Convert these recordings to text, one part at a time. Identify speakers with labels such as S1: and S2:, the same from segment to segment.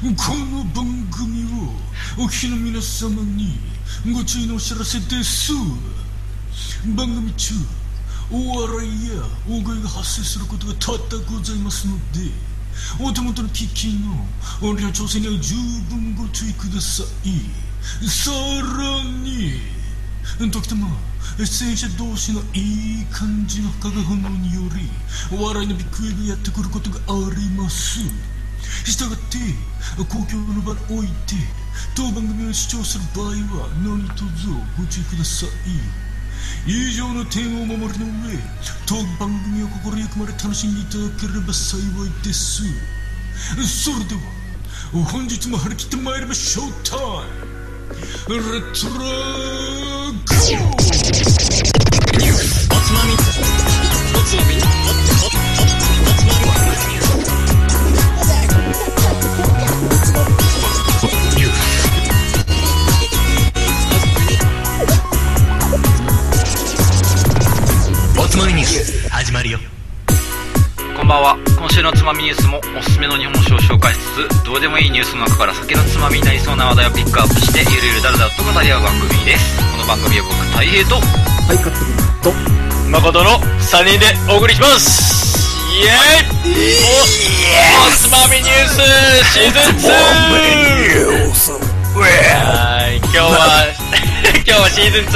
S1: この番組をお聞きの皆様にご注意のお知らせです番組中大笑いや大声が発生することが多々ございますのでお手元の機器の音量調整には十分ご注意くださいさらに時たま出演者同士のいい感じの化学反応によりお笑いのビッグウェーブやってくることがありますしたがって公共の場において当番組を視聴する場合は何卒ご注意ください以上の点をお守りの上当番組を心ゆくまで楽しんでいただければ幸いですそれでは本日も張り切ってまいりましょうタイムレッツラゴー
S2: おつまみニュース始まるよ
S3: こんばんは今週のつまみニュースもおすすめの日本酒を紹介しつつどうでもいいニュースの中から酒のつまみになりそうな話題をピックアップしてゆるゆるだらだらと語り合う番組ですこの番組は僕たい平と
S4: はい、カット君と。
S5: 誠の3人でお送りしますイエーイおおつまみニュースシーズン 2! はい今日は 今日はシーズン2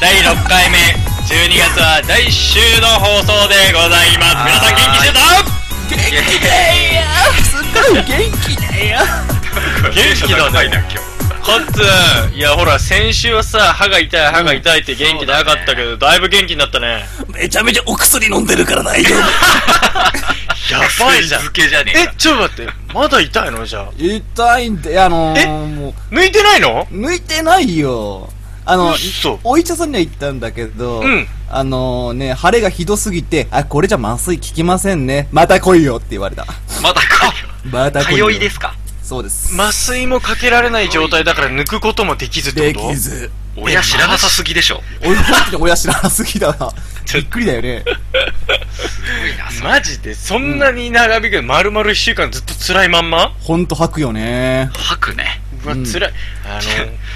S5: 第6回目12月は来週の放送でございます皆さん元気してた元気だねカッツンいやほら先週はさ歯が痛い歯が痛いって元気なかったけどだいぶ元気になったね
S4: めちゃめちゃお薬飲んでるから大丈夫。
S5: やばいじゃん
S2: 続けじゃねえ
S5: え
S2: か
S5: ちょっと待ってまだ痛いのじゃあ
S4: 痛いんで、あの
S5: え
S4: ー、も
S5: 抜いてないの
S4: う、抜いてないよ。あの
S5: 嘘、
S4: お医者さんには行ったんだけど、
S5: うん
S4: あのーね、腫れがひどすぎて、あ、これじゃ麻酔効きませんね。また来いよって言われた。
S2: またか
S4: また来いよ。
S2: 通いですか
S4: そうです。
S5: 麻酔もかけられない状態だから抜くこともできずって
S4: で
S5: こと
S4: きず。
S2: 親知らなさすぎでしょ
S4: 俺、本当に親知らなすぎだな。びっくりだよね。
S5: マジでそんなに長引く丸々1週間ずっと辛いまんま
S4: ほんと吐くよね。
S2: 吐くね
S5: うわ
S4: うん
S5: 辛いあ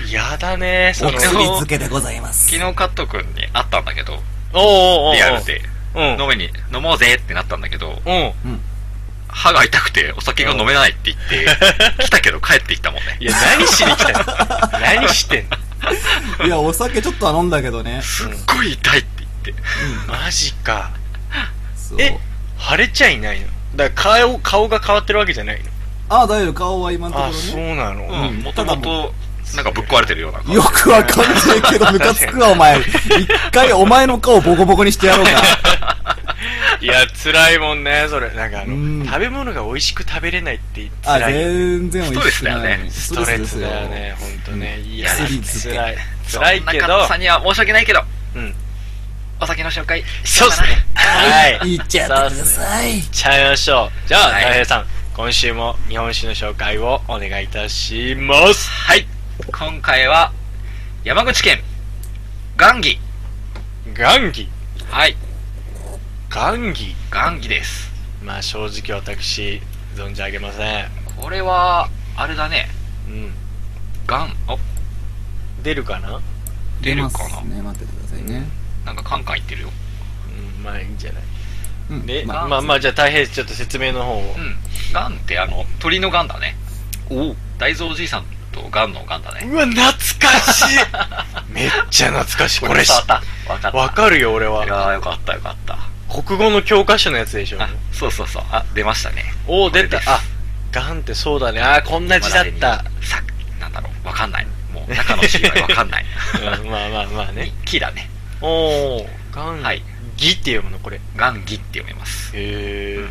S5: の やだねそ
S4: お
S5: の
S4: 薬漬けでございます。
S2: 昨日カット君に会ったんだけど
S5: おうおうおうおう
S2: リアルで
S5: うん
S2: 飲めに飲もうぜってなったんだけど
S5: うん
S2: 歯が痛くてお酒が飲めないって言って来たけど帰ってきたもんね
S5: いや何しに来たの何してんの
S4: いや、お酒ちょっとは飲んだけどね。
S2: すっごい痛いって言って
S5: マジか
S4: そう
S5: え腫れちゃいないのだから顔顔が変わってるわけじゃないの
S4: あ、大丈夫、顔は今のとこ
S5: あ
S4: ろ
S5: そう
S4: ね。
S5: なの
S2: うんもともとなんかぶっ壊れてるような顔
S4: よくわかんねえけど、ムカつくわ、お前。一回、お前の顔ボコボコにしてやろうか。
S5: いや辛いもんねそれなんかあ
S4: うん
S5: の食べ物が美味しく食べれないって
S4: あ、
S5: 辛い
S4: 全然美味しく
S2: ストレスだよ
S4: な
S2: ね
S4: い。
S5: ストレスだよね、ほんとね。いや、
S4: 薬漬け
S5: 辛い。
S2: そんな
S5: 辛いけど
S2: カット、さんには申し訳ないけど
S5: うん。
S2: お酒の紹介
S5: そうっすね。は
S4: ですよ。
S5: い。
S4: いっちゃってください。
S5: ちゃいましょう。じゃあ、
S2: はい
S5: 大平さん、今週も日本酒の紹介をお願いいたします。
S2: はい今回は山口県雁木
S5: 元気
S2: はい
S5: 元気
S2: 雁木です
S5: まあ、正直私、存じ上げません。
S2: これはあれだね
S5: うん。
S2: 雁お
S5: 出るかな
S2: 出る
S4: 出
S2: か
S4: ま
S2: な
S4: すね、待っててくださいね。
S2: なんかカンカン言ってるよ
S5: うん、まあいいんじゃない。
S4: うん
S5: で、
S4: まあ
S5: まあまあ、じゃあ、大平、ちょっと説明の方を
S2: う。んガンってあの鳥のガンだねおお大蔵おじいさんとガンのガンだね
S5: うわ、懐かしいめっちゃ懐かしい。これ知
S2: 伝わ
S5: っ。
S2: ったたわかった
S5: わかるよ、俺
S2: い
S5: は。
S2: やーよかったよかった
S5: 国語の教科書のやつでしょ。
S2: あそうそうそうあ出ましたね
S5: おお出
S2: こ
S5: た
S2: れです
S5: あガンってそうだねあーこんな字だった、
S2: さなんだろうわかんないもう中のシーンはわかんない
S5: うん、まあまあまあね
S2: 木だね
S5: おおガン、
S2: はい
S5: ギって読むのこれへ
S2: ガンギって読みます
S5: え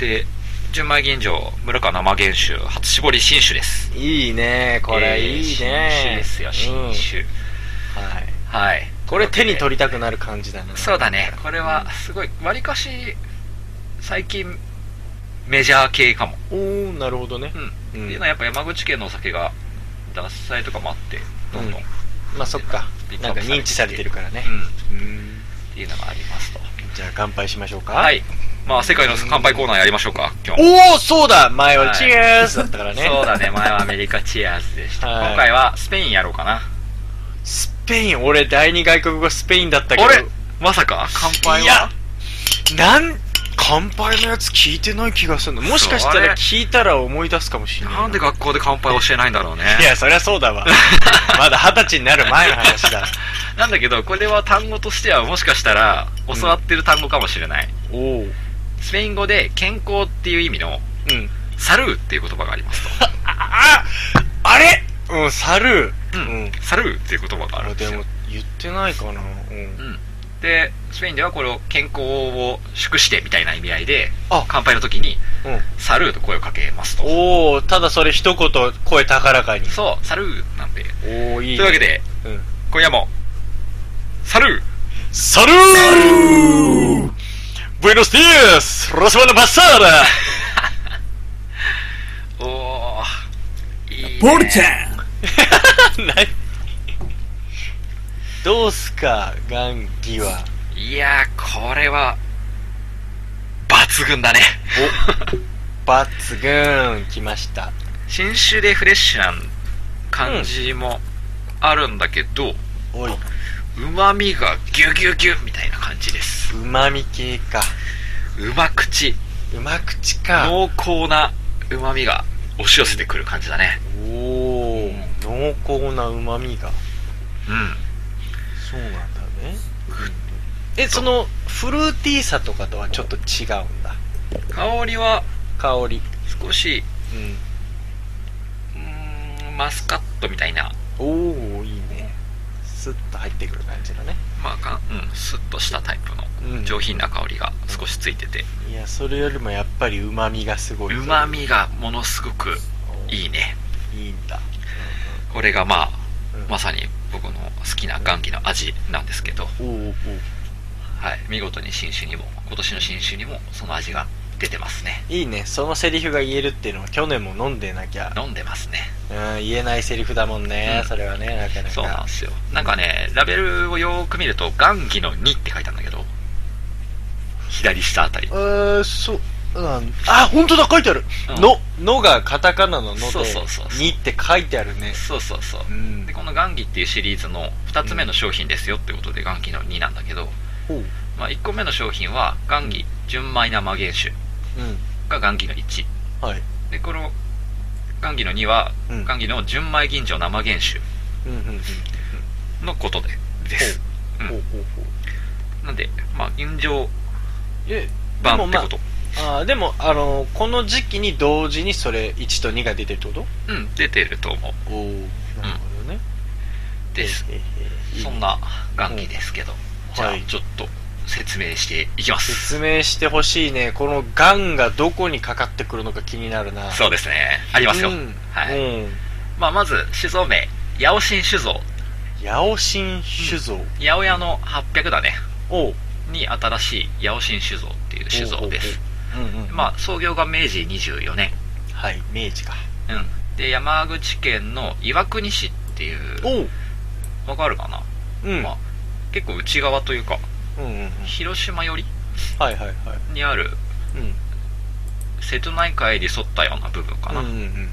S2: で純米吟醸村川生原酒初搾り新酒です
S5: いいねこれ、
S2: えー
S5: いい
S2: 新酒
S5: ね
S2: ですよ
S5: うん
S2: 新酒、
S5: はい
S2: はい
S5: これ手に取りたくなる感じだな
S2: そうだねこれはすごいわりかし最近メジャー系かも、
S5: おおなるほどね
S2: うん
S5: うん
S2: っていうのはやっぱ山口県のお酒が獺祭とかもあってどんどん、
S5: うんまあそっか
S2: ピック
S5: な
S2: アップ
S5: んか
S2: されて
S5: 認知されてるからね
S2: うん
S5: うん
S2: っていうのがありますと
S5: じゃあ乾杯しましょうか
S2: はいまあ、世界の乾杯コーナーやりましょうか、今日。
S5: おおそうだ前は
S2: はい
S5: チェーズだったからね。
S2: そうだね、前はアメリカチアーズでした。
S5: はい
S2: 今回はスペインやろうかな。
S5: スペイン、俺第二外国語スペインだったけど。
S2: 俺まさか乾杯
S5: いや
S2: は、
S5: なん、乾杯のやつ聞いてない気がするの。もしかした
S2: それ
S5: ら聞いたら思い出すかもしれない。
S2: なんで学校で乾杯をしてないんだろうね。
S5: いや、そりゃそう だわ。まだ二十歳になる前の話だ。
S2: なんだけど、これは単語としてはもしかしたら教わってる単語かもしれない。
S5: おお。うん。
S2: スペイン語で健康っていう意味のサルーっていう言葉がありますと。
S5: あ、ああれうん、サル
S2: う
S5: ー。
S2: ん
S5: うん。
S2: サルーっていう言葉があ
S5: あ
S2: る
S5: れ
S2: んで
S5: です
S2: よ
S5: も。言ってないかな。うん。
S2: で、スペインではこれを健康を祝してみたいな意味合いで
S5: あ、
S2: 乾杯の時に
S5: うん。
S2: サルーと声をかけますと。
S5: おお、ただそれ一言声高らかに。
S2: そう、サルーなんで。
S5: おお、いい、ね。
S2: というわけ。で、
S5: うん。
S2: 今夜も、サルー
S5: サルー Buenos días, la semana pasada.
S2: おー、いい、ね。
S4: ボルちゃ ん
S5: 何どうすか、ガンギは。
S2: いやー、これは、抜群だね。
S5: 抜群、来ました。
S2: 新種でフレッシュな感じもあるんだけど、
S5: おい、
S2: うま、みがギュギュギュみたいな感じです
S5: う。まみ系か。
S2: うま口、
S5: うま口か。
S2: 濃厚なうまみが押し寄せてくる感じだね。
S5: おお、濃厚なうまみが。
S2: うん。
S5: そうなんだね。え、その、フルーティーさとかとはちょっと違うんだ。
S2: 香りは
S5: 香り。
S2: 少し、
S5: うん。
S2: うーん、マスカットみたいな、
S5: おおいいねスッと入ってくる感じだね
S2: まあか、うん、スッとしたタイプ
S5: うん
S2: の上品な香りが少しついてて、
S5: いやそれよりもやっぱりうまみがすご
S2: う
S5: い
S2: まみがものすごくいいね。
S5: いいんだ、
S2: これがまあ、
S5: うん
S2: まさに僕の好きな元気の味なんですけど、
S5: おおおう
S2: はい、見事に新種にも今年の新種にもその味が出てますね
S5: いいねそのセリフが言えるっていうのは去年も飲んでなきゃ、
S2: 飲んでますね
S5: うん、言えないセリフだもんね、
S2: うん
S5: それはねなかなか
S2: そうなんですよなんかねラベルをよーく見ると「元気の2」って書いてあるんだけど左下あたり
S5: えー、そうなんあ本当だ書いてある「
S2: うん
S5: の」のがカタカナの「の」で
S2: そうそうそうそう
S5: に」って書いてあるね
S2: そうそうそう
S5: うん
S2: でこの「元気」っていうシリーズの2つ目の商品ですよってことで「元気の2」なんだけど、
S5: ほう
S2: まあ、1個目の商品は「元気純米生原酒
S5: うん」
S2: が元気の1
S5: はい
S2: でこの元気の2は
S5: うん
S2: 元気の純米吟醸生原酒
S5: うんうんうん
S2: のことでですうん
S5: ほうほうほう
S2: なんでまあ吟醸
S5: えでも
S2: 版っ
S5: ま
S2: て
S5: あ
S2: こと、
S5: あーでもあのーこの時期に同時にそれ1と2が出てるってこと
S2: うん出てると思う
S5: おおなるほどね、
S2: です
S5: えーえー
S2: そんな元気ですけど、じゃあ
S5: はい
S2: ちょっと説明していきます
S5: 説明してほしいねこのがんがどこにかかってくるのか気になるな
S2: そうですねありますよ、
S5: うん
S2: はい、
S5: うん
S2: まあ、まず酒造名八尾新酒造
S5: 八尾新酒造、
S2: 八百屋の800だね
S5: おう
S2: に新しい八尾新酒造っていう酒造です
S5: おうおうおううんうん
S2: まあ創業が明治24年
S5: はい明治か
S2: うんで山口県の岩国市っていう
S5: おう
S2: わかるかな、
S5: うん、
S2: まあ、結構内側というか
S5: うんうんうん
S2: 広島寄り
S5: はいはいはい
S2: にある
S5: うん
S2: 瀬戸内海に沿ったような部分かな、
S5: うんうん
S2: うん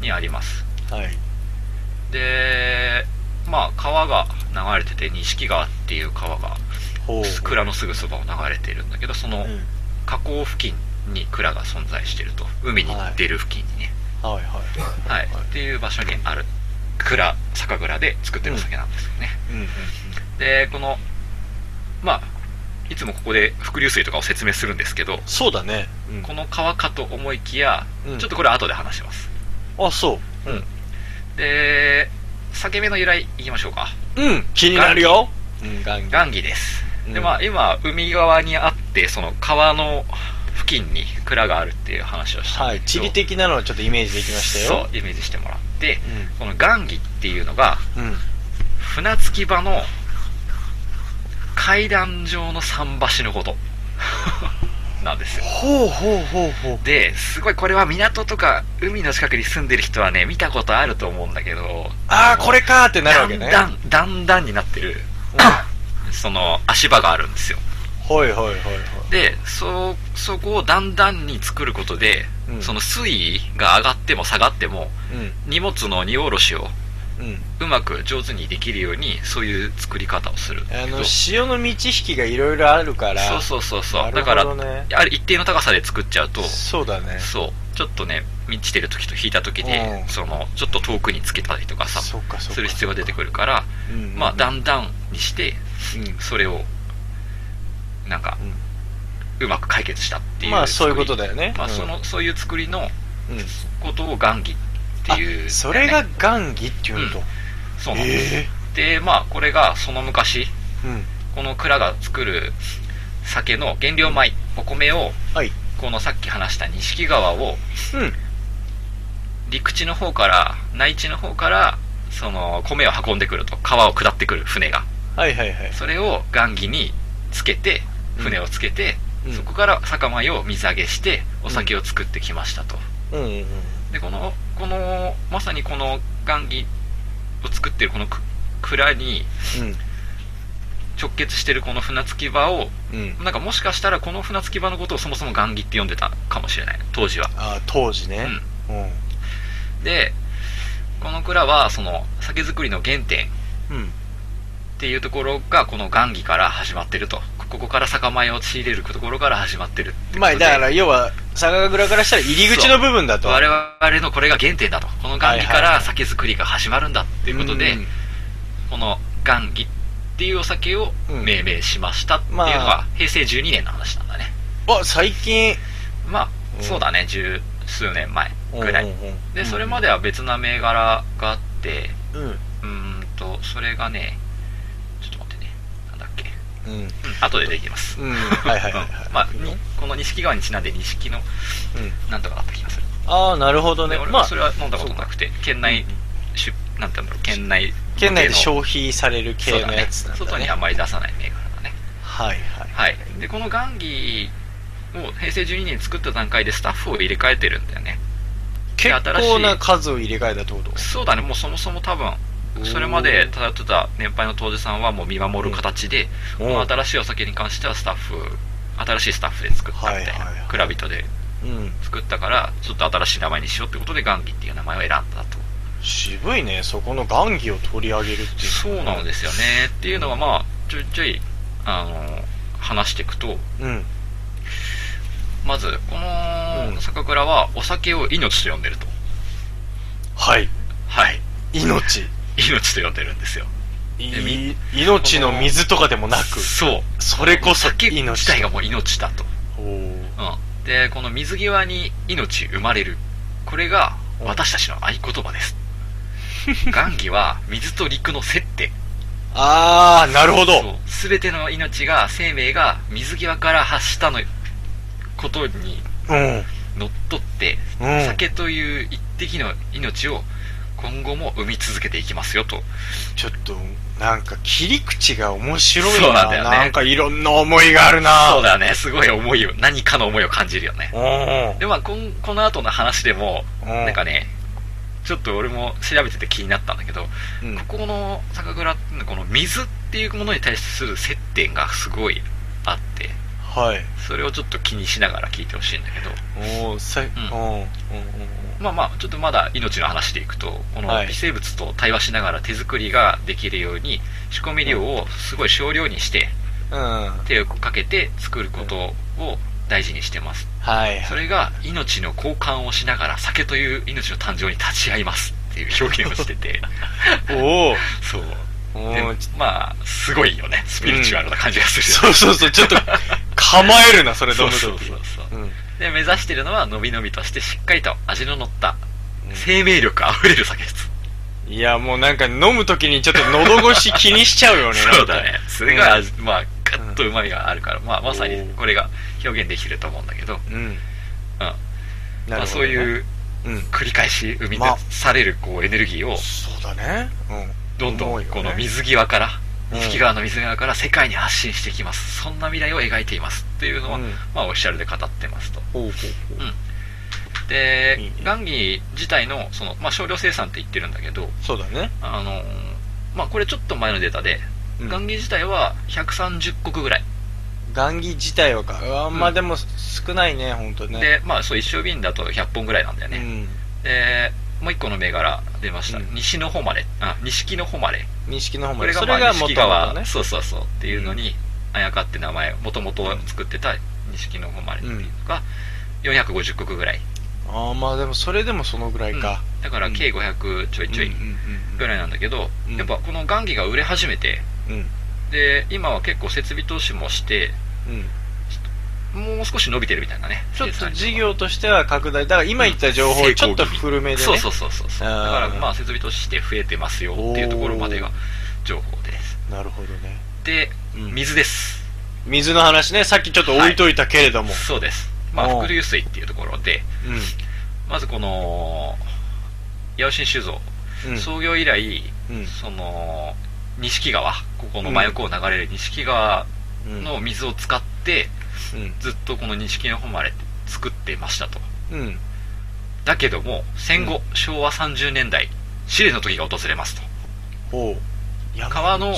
S2: にあります
S5: うんはい
S2: でまあ川が流れてて錦川っていう川が
S5: ほう
S2: 蔵のすぐそばを流れてるんだけどその
S5: うん
S2: 河口付近に蔵が存在してると海に出る付近にね、
S5: はいはい
S2: はい
S5: はい
S2: っていう場所にある蔵酒蔵で作ってるお酒なんですよね、
S5: うん うん
S2: でこのまあいつもここで伏流水とかを説明するんですけど
S5: そうだね、うん
S2: この川かと思いきや、
S5: うん
S2: ちょっとこれ後で話します
S5: あそう
S2: で酒目の由来いきましょうか
S5: うん、気になるよ。うん、ガンガン。
S2: 雁木です、
S5: う
S2: で
S5: ん
S2: まあ今海側にあってその川の付近に蔵があるっていう話をしたんだ
S5: は
S2: け
S5: い、
S2: ど
S5: 地理的なのはちょっとイメージできましたよ。
S2: そうイメージしてもらってこの雁木っていうのが
S5: うん。うん。
S2: 船着き場の階段状の桟橋のこと なんですよ
S5: ほうほうほうほう。
S2: ですごいこれは港とか海の近くに住んでる人はね見たことあると思うんだけど
S5: あー、これかーってなる
S2: だ
S5: わ
S2: ん
S5: けね。
S2: だんだんだんになってる、その足場があるんですよ
S5: うんはいはいはいはい。
S2: でそそこをだんだんに作ることで、
S5: うん
S2: その水位が上がっても下がっても
S5: う
S2: 荷物の荷下ろしを
S5: ん。うん。
S2: うまく上手にできるようにそういう作り方をするんだ
S5: あ
S2: けど
S5: の、潮の満ち引きがいろいろあるから。
S2: そうそうそうそう、
S5: な
S2: だ
S5: る
S2: か
S5: ほ
S2: ら
S5: どね
S2: あれ一定の高さで作っちゃうと
S5: そうだね。
S2: そうちょっとね満ちてる時と引いた時で、
S5: うん
S2: そのちょっと遠くにつけたりとかさ
S5: そうかそうか。
S2: する必要が出てくるから、
S5: うん
S2: まあだんだんにして
S5: うん
S2: それをなんか、うまく解決したっていう
S5: まあそういうこと
S2: で、
S5: だよね。
S2: まあ
S5: うん
S2: そ、のそういう作りの
S5: うん。
S2: ことを雁木っていう、
S5: あそれが雁木っていう
S2: う
S5: と
S2: ん。そうなんです、
S5: え
S2: でまあこれがその昔
S5: え。うん。
S2: この蔵が作る酒の原料米お米を
S5: はい。
S2: このさっき話した錦川を
S5: うん。
S2: 陸地の方から内地の方からその米を運んでくると川を下ってくる船が
S5: はいはいはい。
S2: それを雁木につけて
S5: うん
S2: 船をつけて、
S5: うん
S2: そこから酒米を水揚げしてお酒を作ってきましたと、
S5: うんうんうん。
S2: でこのこのまさにこの雁木を作ってるこのく蔵に直結してるこの船着き場を
S5: うん。うん。
S2: なんかもしかしたらこの船着き場のことをそもそも雁木って呼んでたかもしれない当時は
S5: ああ、当時ね。うん。
S2: でこの蔵はその酒造りの原点
S5: うん。
S2: っていうところがこの雁木から始まってるとここから酒米を仕入れるところから始まってるって
S5: ま
S2: こ
S5: あ
S2: とで
S5: だから要は、酒蔵からしたら入り口の部分だと。
S2: 我々のこれが原点だとこの雁木か
S5: はいはいは
S2: ら
S5: い
S2: 酒造りが始まるんだっていうことで、
S5: ん
S2: この雁木っていうお酒を命名しましたっていうのが、
S5: まあ
S2: 平成12年の話なんだね
S5: あ、最近。
S2: まあ、
S5: うん
S2: そうだね十数年前ぐらい、
S5: うんうんうん
S2: でそれまでは別な銘柄があって
S5: うん。
S2: うーんとそれがねちょっと待ってねなんだっけ
S5: うん。
S2: うん後でできます、
S5: うん。はいはいはいは
S2: う
S5: い。
S2: んまあ、
S5: うん
S2: にこの錦川にちなんで錦のなんとかだった気がする、
S5: ああ、なるほどね
S2: で。俺
S5: ま
S2: は
S5: あ
S2: そ、れは飲んだことなくて、県内出なんて言うんだろう県内
S5: 県内で
S2: 費
S5: 消費される系のやつなんだ、ね
S2: 外にあんまり出さない銘柄だね
S5: はいはい。
S2: はいでこのガンギを平成12年に作った段階でスタッフを入れ替えてるんだよね
S5: 結
S2: 新しい
S5: 構な数を入れ替えたってこと
S2: そうだねもうそもそも多分
S5: おー
S2: それまで漂ってた年配の当時さんはもう見守る形で、
S5: うん
S2: この新しいお酒に関してはスタッフ新しいスタッフで作ったみたい
S5: はいはいは
S2: ない蔵人で
S5: うん。
S2: 作ったからちょっと新しい名前にしようってことでガンギっていう名前を選んだと
S5: 渋いね、そこの雁木を取り上げるっていう。
S2: そうなんですよねっていうのはまあちょいちょいあの話していくと
S5: うん。
S2: まずこ
S5: うん
S2: の酒蔵はお酒を命と呼んでると
S5: はい。
S2: はい
S5: 命。
S2: 命と呼んでるんですよで
S5: い
S2: み
S5: 命の水とかでもなく、
S2: そう
S5: それこそ
S2: 酒
S5: 命。
S2: 自体がもう命だと、
S5: おー
S2: うん、でこの水際に命生まれるこれが私たちの合言葉です雁木は水と陸の接点
S5: あー、なるほど。
S2: そう全ての命が生命が水際から発したのことに
S5: うん。
S2: のっとって、
S5: うん
S2: 酒という一滴の命を今後も生み続けていきますよと
S5: ちょっと、なんか切り口が面白い
S2: そう
S5: な。
S2: なんだよね
S5: なんかいろんな思いがあるな。
S2: そうだよねすごい思いを何かの思いを感じるよね
S5: うん。
S2: でまあこんこの後の話でも
S5: うん
S2: なんかねちょっと俺も調べてて気になったんだけど、
S5: うん
S2: ここの酒蔵っていうのはこの水っていうものに対する接点がすごいあって
S5: はい。
S2: それをちょっと気にしながら聞いてほしいんだけど
S5: おおさ、うん、うん、うん、
S2: まあまあちょっとまだ命の話でいくとこの
S5: はい
S2: 微生物と対話しながら手作りができるように仕込み量をすごい少量にして
S5: うん。うん。
S2: 手をかけて作ることを大事にしてます
S5: はい。
S2: それが命の交換をしながら酒という命の誕生に立ち会いますっていう表現をして て
S5: おお。
S2: そう
S5: お
S2: で
S5: ー
S2: まあすごいよねスピリチュアルな感じがするよね、
S5: そうそうそう、ちょっと、構えるな、それ飲むとき。
S2: そうそうそうそう
S5: うん。
S2: で目指してるのはのびのびとしてしっかりと味の乗った生命力あふれる酒です
S5: いや、もうなんか飲むときにちょっと喉越し気にしちゃうよね。
S2: そうだね。それが、
S5: うん
S2: まあ、ガッと旨味があるから、まあ、まさにこれが表現できると思うんだけど、
S5: なんか。うん。
S2: まあ、そう
S5: う。
S2: いう
S5: うん。
S2: 繰り返し生み出される、こう、エネルギーを、
S5: そうだね。うん。
S2: どんど
S5: 重
S2: ん、
S5: いよ
S2: こ
S5: ね
S2: の水際から、
S5: うん
S2: 錦川の水際から世界に発信していきます。そんな未来を描いています。っていうのは、
S5: うん
S2: まあ、オフィシャルで語ってますと。
S5: ほうほうほう。
S2: で
S5: いいね、
S2: ガンギ自体の、その、まあ、少量生産って言ってるんだけど、
S5: そうだね。
S2: あのーまあ、これちょっと前のデータで、
S5: うん
S2: ガンギ自体は130国ぐらい
S5: 雁木自体はか。うわ、まあでも少ないね、ほんとね。
S2: で、まあ、そう、一升瓶だと100本ぐらいなんだよ
S5: う
S2: ね。
S5: ん。
S2: で、もう一個の銘柄出ました。
S5: うん
S2: 西の誉れ。あ、錦の誉れ。
S5: 錦の方
S2: こ
S5: ま
S2: れ
S5: で。
S2: が、
S5: そ
S2: ま
S5: れ
S2: あ、
S5: が元
S2: 錦
S5: 々
S2: 川、
S5: ね。
S2: そうそうそうっていうのに、あやかって名前、もともと作ってた錦の誉れっていうのが、450国ぐらい。
S5: ああ、まあでもそれでもそのぐらいか。
S2: うんだから、計500ちょいちょい
S5: うん
S2: ぐらいなんだけど、
S5: うん
S2: やっぱこの雁木が売れ始めて、
S5: うん
S2: で、今は結構設備投資もして、
S5: うん。うん。
S2: もう少し伸びてるみたいなね。
S5: ちょっと事業としては拡大。だから今言った情報
S2: う
S5: を
S2: ん
S5: ちょっと古めでね。
S2: そうそうそうそうそうだ
S5: あー
S2: からまあ設備として増えてますよっていうところまでが情報です
S5: なるほどね。
S2: で、
S5: うん
S2: 水です
S5: 水の話ね、さっきちょっと置いといたけれども。
S2: そうですまあ
S5: おー
S2: 伏流水っていうところでまずこの八尾新酒造、
S5: うん。うん。
S2: 創業以来、
S5: うん
S2: その錦川ここの真横を流れる錦川
S5: うん。
S2: の水を使って、
S5: うん。
S2: ずっとこの錦の誉れって作ってましたと
S5: うん。
S2: だけども戦後、昭和30年代試練の時が訪れますと
S5: ほう。
S2: 川の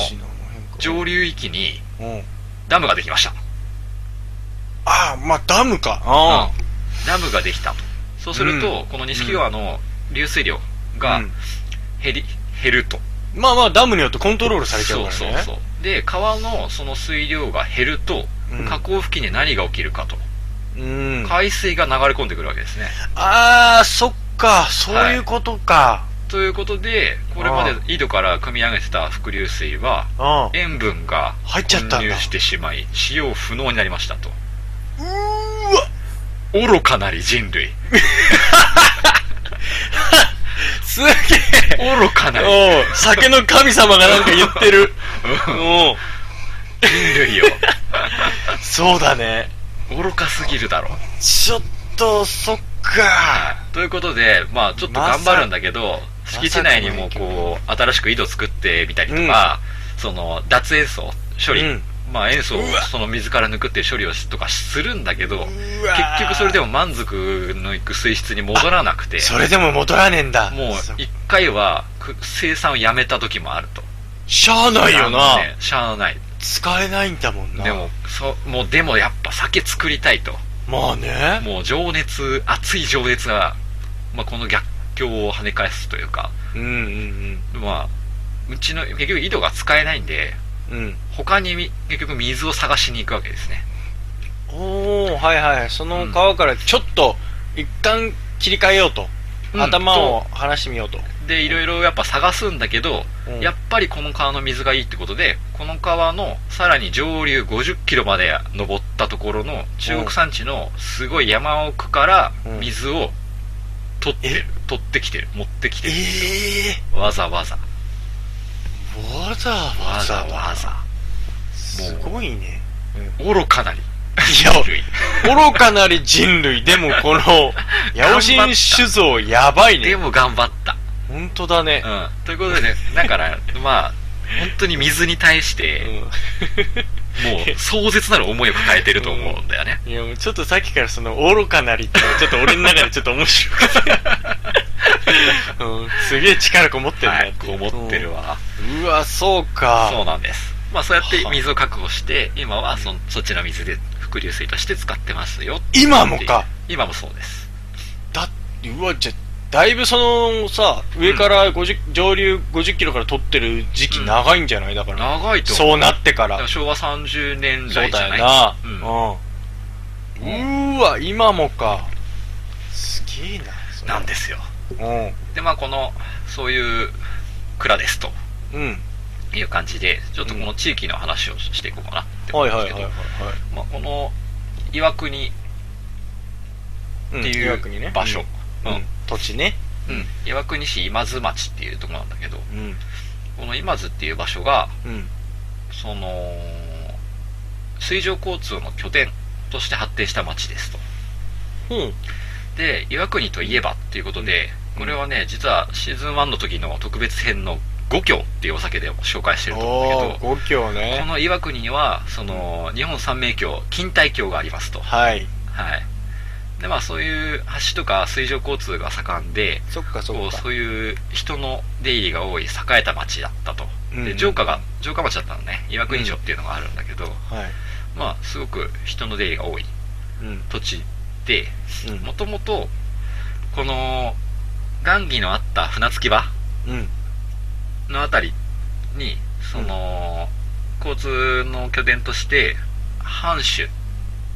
S2: 上
S5: 流。
S2: 流域に
S5: うん。
S2: ダムができました
S5: ああ、まあダムか。あ
S2: ダムができたとそうすると、
S5: うん
S2: この錦川の流水量が
S5: うん
S2: 減り、減ると
S5: あ。まあまあダムによってコントロールされちゃう
S2: そ
S5: か
S2: う
S5: らね。
S2: そうそうで川のその水量が減ると、
S5: うん
S2: 河口付近で何が起きるかと
S5: うん。
S2: 海水が流れ込んでくるわけですね
S5: ああ、そっか、そういうことか。
S2: ということでこれまで
S5: あ
S2: 井戸から汲み上げてた伏流水は
S5: うん。
S2: 塩分が
S5: 入っちゃったんだ
S2: 混入してしまい使用不能になりましたと
S5: うーわ
S2: 愚かなり人類
S5: すげえ
S2: 愚かなり
S5: おう酒の神様がなんか言って る。おう
S2: 人類よ
S5: そうだね。
S2: 愚かすぎるだろう
S5: ちょっと、そっか。
S2: ということで、まあ、ちょっと頑張るんだけど、
S5: さ
S2: 敷地内にも
S5: まさかの
S2: こう新しく井戸作ってみたりとか、その脱塩素処理、
S5: うん
S2: まあ、塩素を
S5: うわ
S2: その水から抜くっていう処理をしとかするんだけど、結
S5: うわ
S2: 局それでも満足のいく水質に戻らなくて、
S5: それでも戻らねえんだ。
S2: もう
S5: そ
S2: 一回はく生産をやめた時もあると。
S5: しゃあないよな。
S2: ねしゃあない。
S5: 使えないんだもんな。
S2: でも、そもうでもやっぱ酒作りたいと。
S5: まあね。
S2: もう情熱、熱い情熱が、まあ、この逆境を跳ね返すというか、
S5: うんうん
S2: まあ、うちの、結局井戸が使えないんで、
S5: うん。うん。
S2: 他にみ結局水を探しに行くわけですね。
S5: おー、はいはい。その川からちょっと、一旦切り替えようと。
S2: うん
S5: 頭を離してみようと。
S2: で、いろいろやっぱ探すんだけど、
S5: うん
S2: やっぱりこの川の水がいいってことで、この川のさらに上流50キロまで登ったところの中国山地のすごい山奥から
S5: うん
S2: 水を取ってる、取ってきてる、持ってきて
S5: え
S2: る。
S5: え
S2: わざわざ。
S5: ー、わざわ
S2: わ
S5: ざ
S2: ざわざ。
S5: すごいね。
S2: 愚かなり。
S5: い や、愚かなり人類、でもこの、 八百神酒造やばい
S2: で
S5: ね。
S2: も頑張った。
S5: 本当だね。
S2: うん、ということでね、だから、まあ、本当に水に対し
S5: う
S2: て、
S5: ん
S2: もう壮絶なる思いを抱えてると思うんだよね。
S5: いや、もうちょっとさっきからその、愚かなりって、ちょっと俺の中でちょっと面白くて。うん、すげえ力こもってる
S2: は
S5: ね
S2: い、。こう思ってるわ。
S5: うん。うわ、そうか。
S2: そうなんです。まあ、そうやって水を確保して、今はそそっちの水で伏流水として使ってますよ。
S5: 今もか。
S2: 今もそうです。
S5: だって、うわ、じゃ、だいぶそのさ、上から50、上流50キロから取ってる時期長いんじゃないだから。
S2: 長いと思う。
S5: そうなってか
S2: だ
S5: ら
S2: から。昭和30年
S5: そう
S2: 代じ
S5: だ
S2: ゃ
S5: よ
S2: ない
S5: な。う
S2: うん
S5: ん。うーわ、今もか。すげえな。それ
S2: なんですよ。
S5: う
S2: で、まあ、この、そういう蔵ですと
S5: ん。うん。
S2: いう感じで、ちょっとこの地域の話をしていこうかなって思
S5: は
S2: う
S5: い
S2: んですけど、
S5: はいはいはい。
S2: まあ、この岩国
S5: は
S2: っ
S5: い。
S2: ていう
S5: 岩国ね
S2: 場所、
S5: うん。うん土地ね。
S2: うん岩国市今津町っていうところなんだけど
S5: うん。
S2: この今津っていう場所が
S5: うん。
S2: その水上交通の拠点として発展した町ですと
S5: うん。
S2: で岩国といえばっていうことで、
S5: うん
S2: これはね実はシーズン1の時の特別編の五郷っていうお酒でも紹介してると思うん
S5: お
S2: だ
S5: ー、
S2: けど
S5: 五郷
S2: こ
S5: ね。
S2: の岩国にはその日本三名峡錦帯橋がありますと
S5: はい。
S2: はいでまあそういう橋とか水上交通が盛んで、
S5: そっかそ
S2: こ
S5: っ
S2: う
S5: か。
S2: そういう人の出入りが多い栄えた町だったと、
S5: うんう
S2: で
S5: ん
S2: 城下が城下町だったのね岩国城っていうのがあるんだけど、
S5: はい。
S2: まあすごく人の出入りが多い
S5: うん
S2: 土地で
S5: うん
S2: もともとこの雁義のあった船着き場
S5: うん
S2: のあたりにその、交通の拠点として藩主、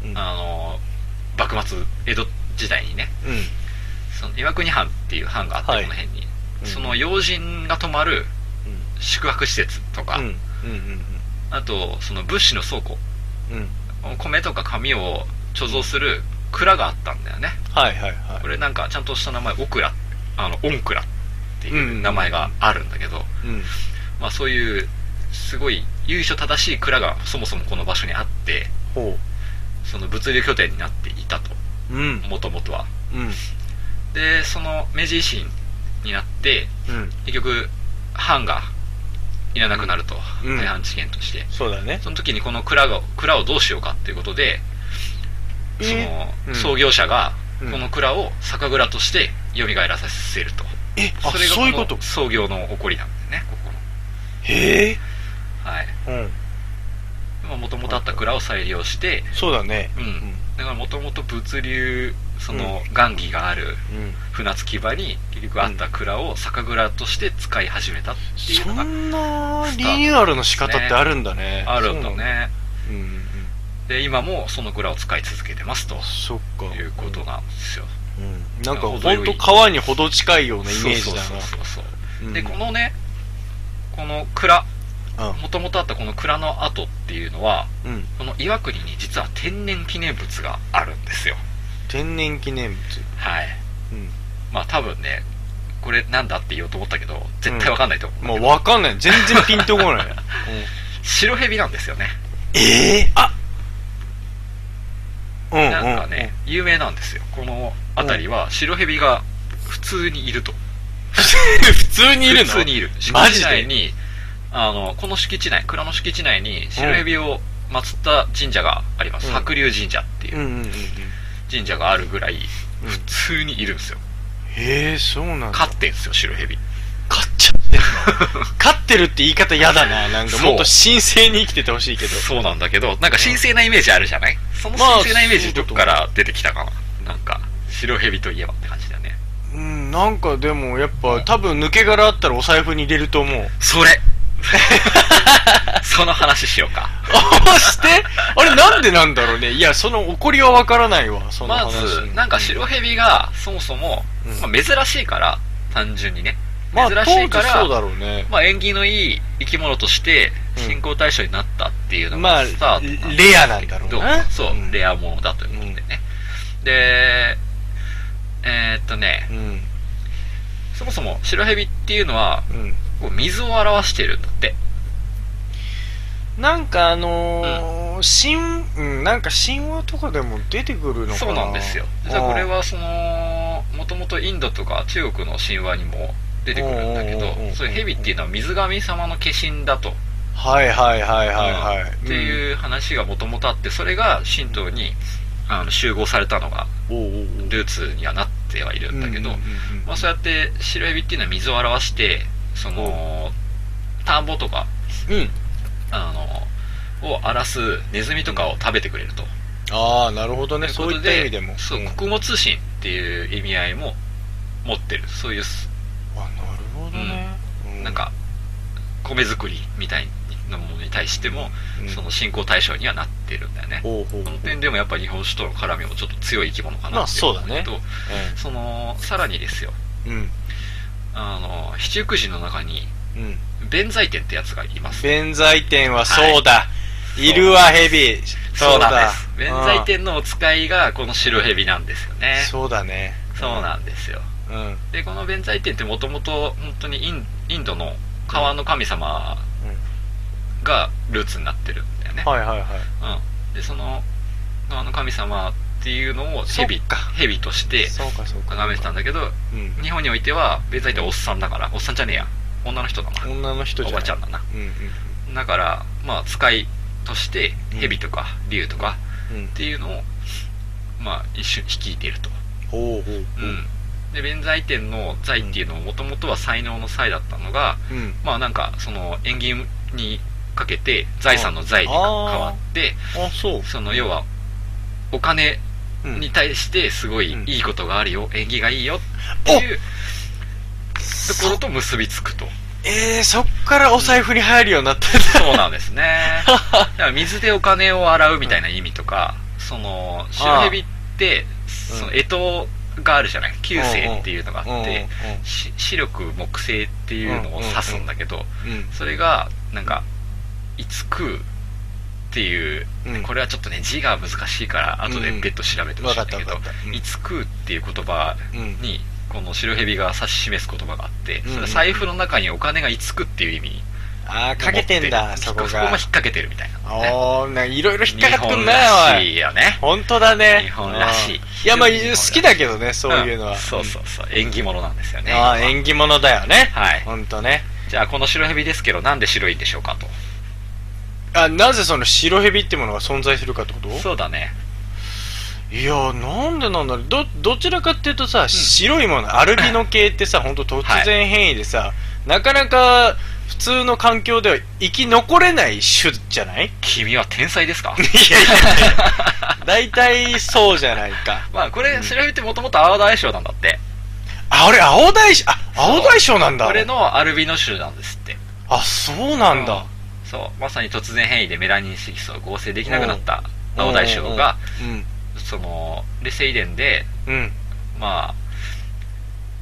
S5: うん
S2: あの幕末江戸時代にね
S5: うん
S2: その岩国藩っていう藩があって、
S5: はい
S2: この辺に、
S5: うん
S2: その要人が泊まる
S5: う
S2: 宿泊施設とか、
S5: んうんうん
S2: あとその物資の倉庫
S5: うんうん
S2: 米とか紙を貯蔵する蔵があったんだよね
S5: はいはいはい
S2: これなんかちゃんとした名前オクラあのオンクラっていう名前があるんだけど、
S5: うん
S2: まあ、そういうすごい由緒正しい蔵がそもそもこの場所にあって
S5: ほ
S2: その物流拠点になっていたと
S5: ううん
S2: もともとは
S5: うん
S2: でその明治維新になって
S5: うん
S2: 結局藩がいらなくなると
S5: うん
S2: 大半地権として
S5: そうだね
S2: その時にこの蔵が蔵をどうしようかっていうことでその
S5: うん
S2: 創業者が
S5: うん
S2: この蔵を酒蔵として蘇らせると
S5: えあ
S2: それが
S5: そういうこ
S2: ことの創業の起こりなんだよねここの
S5: へえ
S2: はい
S5: うん
S2: もともとあった蔵を再利用して
S5: そうだね
S2: うん
S5: うん
S2: だからもともと物流その雁木がある
S5: うん
S2: 船着き場に結局あった蔵を酒蔵として使い始めたっていう
S5: そ
S2: のが
S5: んなリニューアルの仕方ってあるんだね
S2: あるんだね
S5: そうなんだうんうんうん
S2: で今もその蔵を使い続けてますと
S5: そっか
S2: いうことなんですよ
S5: うんなんか
S2: うん
S5: ほんと川にほど近いようなイメージだ
S2: そうそうそうそう
S5: な
S2: でこのねこの蔵
S5: うん
S2: もともとあったこの蔵の跡っていうのは
S5: うんうん
S2: この岩国に実は天然記念物があるんですよ
S5: 天然記念物
S2: はいまあ多分ねこれなんだって言おうと思ったけど絶対わかんないと思う
S5: うんん
S2: だけ
S5: まあ
S2: ど、
S5: わかんない全然ピンとこない うん
S2: 白蛇なんですよね
S5: ええあうんうん
S2: なんかね、有名なんですよこの辺りは白蛇が普通にいると
S5: 普通にいるの
S2: 普通にいる
S5: マ
S2: 敷
S5: ジ
S2: 地
S5: で
S2: 内にあのこの敷地内蔵の敷地内に白蛇を祀った神社があります、
S5: うん
S2: 白龍神社っていううん
S5: うんうんうん
S2: 神社があるぐらい普通にいるんですよ
S5: へえそうなんだ
S2: 飼ってんすよ白蛇
S5: 勝っちゃ ってるの勝ってるって言い方嫌だななんか
S2: そう
S5: もっと神聖に生きててほしいけど
S2: そうなんだけどなんか神聖なイメージあるじゃないその
S5: まあ
S2: 神聖なイメージ
S5: そう
S2: ど
S5: だと
S2: こ
S5: 思う
S2: から出てきたかななんか白蛇といえばって感じだよね
S5: うんなんかでもやっぱ多分抜け殻あったらお財布に入れると思う
S2: それその話しようか
S5: あしてあれなんでなんだろうねいやその怒りはわからないわその
S2: ま
S5: 話
S2: ずなんか白蛇がそもそも、
S5: うん
S2: まあ、珍しいから単純にね
S5: まあ
S2: 珍しい
S5: 当
S2: か
S5: 時
S2: ら、
S5: そう
S2: ま
S5: だろうね
S2: あ縁起のいい生き物として信仰対象になったっていうの
S5: まあ
S2: がスタートなんだけど
S5: レアなんだろうな
S2: そう、
S5: うん
S2: レアものだということでね、でえーっとね
S5: うん
S2: そもそも白蛇っていうのは
S5: うん
S2: こう水を表してるんだって
S5: なんかあのー神うんなんか神話とかでも出てくるのかな
S2: そうなんですよ実はこれ
S5: あ
S2: はそのもともとインドとか中国の神話にも出てくるんだけ
S5: おうおうおうお
S2: ど
S5: う
S2: そういう蛇っていうのは水神様の化身だと、
S5: ーはいはいはいはいはい
S2: って
S5: うん
S2: いう話がもともとあってそれが神道にあの集合されたのが
S5: おうおうおう
S2: ルーツにはなってはいるんだけど、
S5: うんうんうんうん
S2: まあ、そうやって白エビっていうのは水を表してその田んぼとか
S5: うん
S2: あのを荒らすネズミとかを食べてくれると。
S5: ああなるほどね
S2: と
S5: そ
S2: こ
S5: う
S2: と
S5: いった意味でも
S2: そう、
S5: ん
S2: 穀物神っていう意味合いも持ってる。そういうす、
S5: あなるほどね、う
S2: なんか、米作りみたいなものに対しても、
S5: うん
S2: その信仰対象にはなってるんだよね。
S5: ほうほう
S2: そ
S5: ほう
S2: の点でもやっぱり日本酒との絡みもちょっと強い生き物かなって思うんだけど、
S5: ま
S2: そのさらにですよ
S5: うん
S2: あの七福神の中に
S5: うんうん
S2: 弁財天ってやつがいます
S5: 弁財天はそうだ、い、るわヘビそうだ
S2: なんです弁財天のお使いがこの白蛇なんですよね
S5: うんそうだね
S2: そうなんですよ
S5: うんうん
S2: でこの弁財天ってもともと本当にインインドの川の神様がルーツになってるんだよね、
S5: はいはいはい
S2: うん、でその川の神様っていうのを蛇
S5: そっか
S2: 蛇として
S5: そうかそうか
S2: 崇めてたんだけど
S5: うん
S2: 日本においては弁財天はおっさんだからおっさんじゃねえや女の人だな
S5: 女の人じ
S2: お
S5: ゃな
S2: ば
S5: い
S2: ちゃんだな
S5: うんうん
S2: だからまあ使いとして
S5: うん
S2: 蛇とか竜とか
S5: うん
S2: っていうのをまあ一種率いていると、
S5: ほうほう
S2: うん、で弁財天の財っていうのももともとは才能の才だったのが
S5: うん
S2: まあなんかその縁起にかけて、財産の財に変わって、
S5: あ、そう。
S2: その要は、お金
S5: うん
S2: に対してすごい
S5: うん
S2: いいことがあるよ、縁起がいいよっていうところと結びつくと。
S5: えー、そっからお財布に入るようになったんだ。
S2: そうなんですね。 だから水でお金を洗うみたいな意味とか、その、白蛇って、その、干支があるじゃない九星っていうのがあって、し視力木星っていうのを指すんだけど、
S5: うん
S2: それがなんか「いつ食う」っていう、
S5: うん
S2: これはちょっとね字が難しいから後で別途調べてほしいんだけ
S5: うんうん
S2: ど
S5: わかったわかったう
S2: 「
S5: ん
S2: いつ食う」っていう言葉
S5: うん
S2: にこの白蛇が指し示す言葉があって
S5: うんうん
S2: それは財布の中にお金がいつくっていう意味
S5: ああ、かけてんだ、そこ
S2: そこも
S5: が
S2: 引っ。掛けてるみたいな、ね、
S5: おー、なんかいろいろ引っか
S2: 日
S5: かってく
S2: 本
S5: んな
S2: ら
S5: よ、お
S2: し
S5: い。
S2: いよね
S5: 本当だね。
S2: 日本らしい
S5: うんいや、まあ、
S2: 非常に日本らしい
S5: 好きだけどね、そういうのは。
S2: んそうそうそう縁起物なんですよね
S5: ああ、
S2: 今は
S5: 縁起物だよね。
S2: はい
S5: 本当ね。
S2: じゃあこの白蛇ですけどなんで白いんでしょうかと
S5: あ、なぜその白蛇ってものが存在するかってこと
S2: そうだね
S5: いやーなんでなんだろうどどちらかっていうとさ、白いものアルビノ系っ てさ本当突然変異でさ、なかなか普通の環境では生き残れない種じゃない い
S2: 君は天才 ですか
S5: やいやいや大体そうじゃないか
S2: まあこれ、白蛇ってもともと青大将なんだって。
S5: あれ青大将あ青大将なんだ
S2: これのアルビノ州なんですって。
S5: あそうなんだ、
S2: そう。まさに突然変異でメラニン色素を合成できなくなった青大将が、
S5: うん
S2: その、レセ遺伝で、
S5: うん
S2: まあ、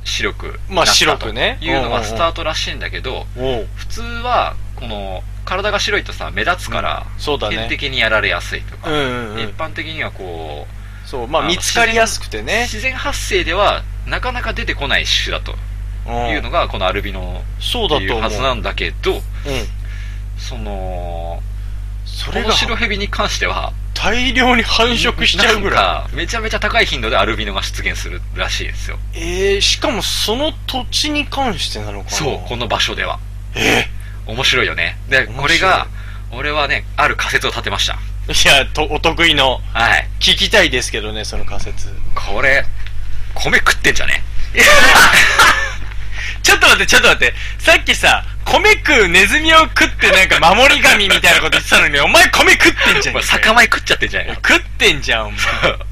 S2: 白くなったと。
S5: まあ白くね
S2: いうの
S5: うんうんう
S2: が
S5: ん
S2: スタートらしいんだけど、
S5: おう
S2: 普通は、この、体が白いとさ、目立つから、
S5: そうだ
S2: 天
S5: ね
S2: 敵にやられやすいと
S5: う
S2: か、
S5: んうん、う
S2: 一
S5: ん、
S2: 般的にはこう、
S5: そうまあ
S2: あの
S5: 見つかりやすくてね
S2: 自然発生ではなかなか出てこない種だというのが、このアルビノ
S5: うんそう
S2: って
S5: だと
S2: いう
S5: 思う
S2: はずなんだけど、
S5: うん
S2: その、
S5: そ
S2: こ
S5: れ
S2: の
S5: が
S2: 白蛇に関しては、
S5: 大量に繁殖しちゃうぐらい
S2: なんかめちゃめちゃ高い頻度でアルビノが出現するらしいですよ。
S5: えー、しかもその土地に関してなのかな
S2: そう、この場所では。
S5: え
S2: 面白いよね。で、
S5: 面白い
S2: これが、俺はね、ある仮説を立てました。
S5: いやとお得意の
S2: はい。
S5: 聞きたいですけどねその仮説
S2: これ、米食ってんじゃね
S5: ちょっと待ってちょっと待ってさっきさ米食うネズミを食ってなんか守り神みたいなこと言ってたのに お前米食ってんじ
S2: お
S5: ゃん
S2: 前 酒米食っちゃってんじゃんよ。
S5: 食ってんじゃんお前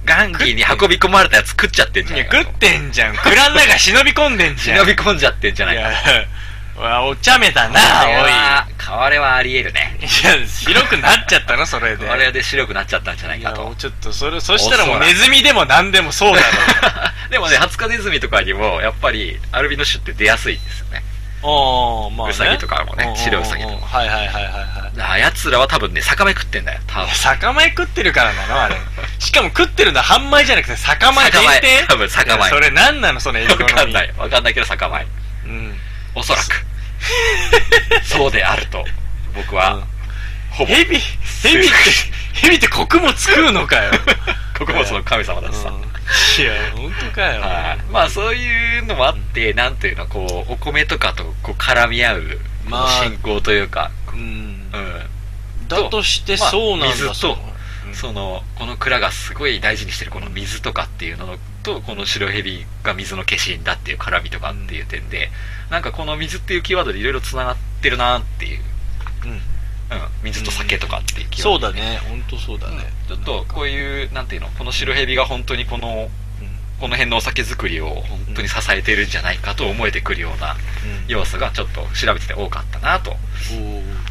S2: ガンギーに運び込まれたやつ食っちゃってんじゃ
S5: い
S2: ん
S5: や
S2: よ。
S5: 食ってんじゃん蔵の中 忍び込んでんじゃん
S2: 忍び込んじゃってんじゃない
S5: い
S2: か。
S5: や うわお茶目だな
S2: これ
S5: おい
S2: は、これはあり得るね。
S5: いや白くなっちゃったのそれ
S2: こ
S5: で
S2: れで白くなっちゃったんじゃない
S5: い
S2: か
S5: や
S2: と。
S5: ちょっとそれそしたらも
S2: お
S5: う
S2: そら
S5: ネズミでも何でもそうだろ う
S2: でもね、ハツカネズミとかにも、やっぱり、アルビノ種って出やすいですよね。
S5: ああまあ、ね、
S2: ウサギとかもね
S5: うんうんうんうん
S2: 白ウサギとかも
S5: はいはいはいはいはい
S2: あやつらは多分ね、酒米食ってんだよ、多分。
S5: 酒米食ってるから なのあれしかも食ってるのは半米じゃなくて酒米
S2: 酒米
S5: 限定
S2: 多分酒米
S5: いやそれ何なのそのエリ
S2: わ
S5: ゴ
S2: かんない。わかんないけど酒米。
S5: うん
S2: おそら く。そうであると、僕は、ほぼ、
S5: ヘビヘビってヘビって穀物食うの かよ
S2: 穀物の神様だしさ。
S5: いや本当かよ
S2: はい。まあ、そういうのもあって、なんていうの、こう、お米とかとこう絡み合う、こ
S5: ま
S2: の
S5: あ
S2: 信仰というか、
S5: うん
S2: うん。
S5: だとして
S2: まあ
S5: そうなんだ、
S2: 水と
S5: ん
S2: その、この蔵がすごい大事にしてるこの水とかっていうのと、この白蛇が水の化身だっていう絡みとかっていう点で、なんかこの水っていうキーワードでいろいろ繋がってるなっていう。
S5: うん
S2: うん、水と酒とかっていう気
S5: そう
S2: 分
S5: だね本当そうだね、
S2: ちょっとこういうなんていうのこの白蛇が本当にこのこの辺のお酒作りを本当に支えてるんじゃないかと思えてくるような
S5: うん
S2: 要素がちょっと調べてて多かったなと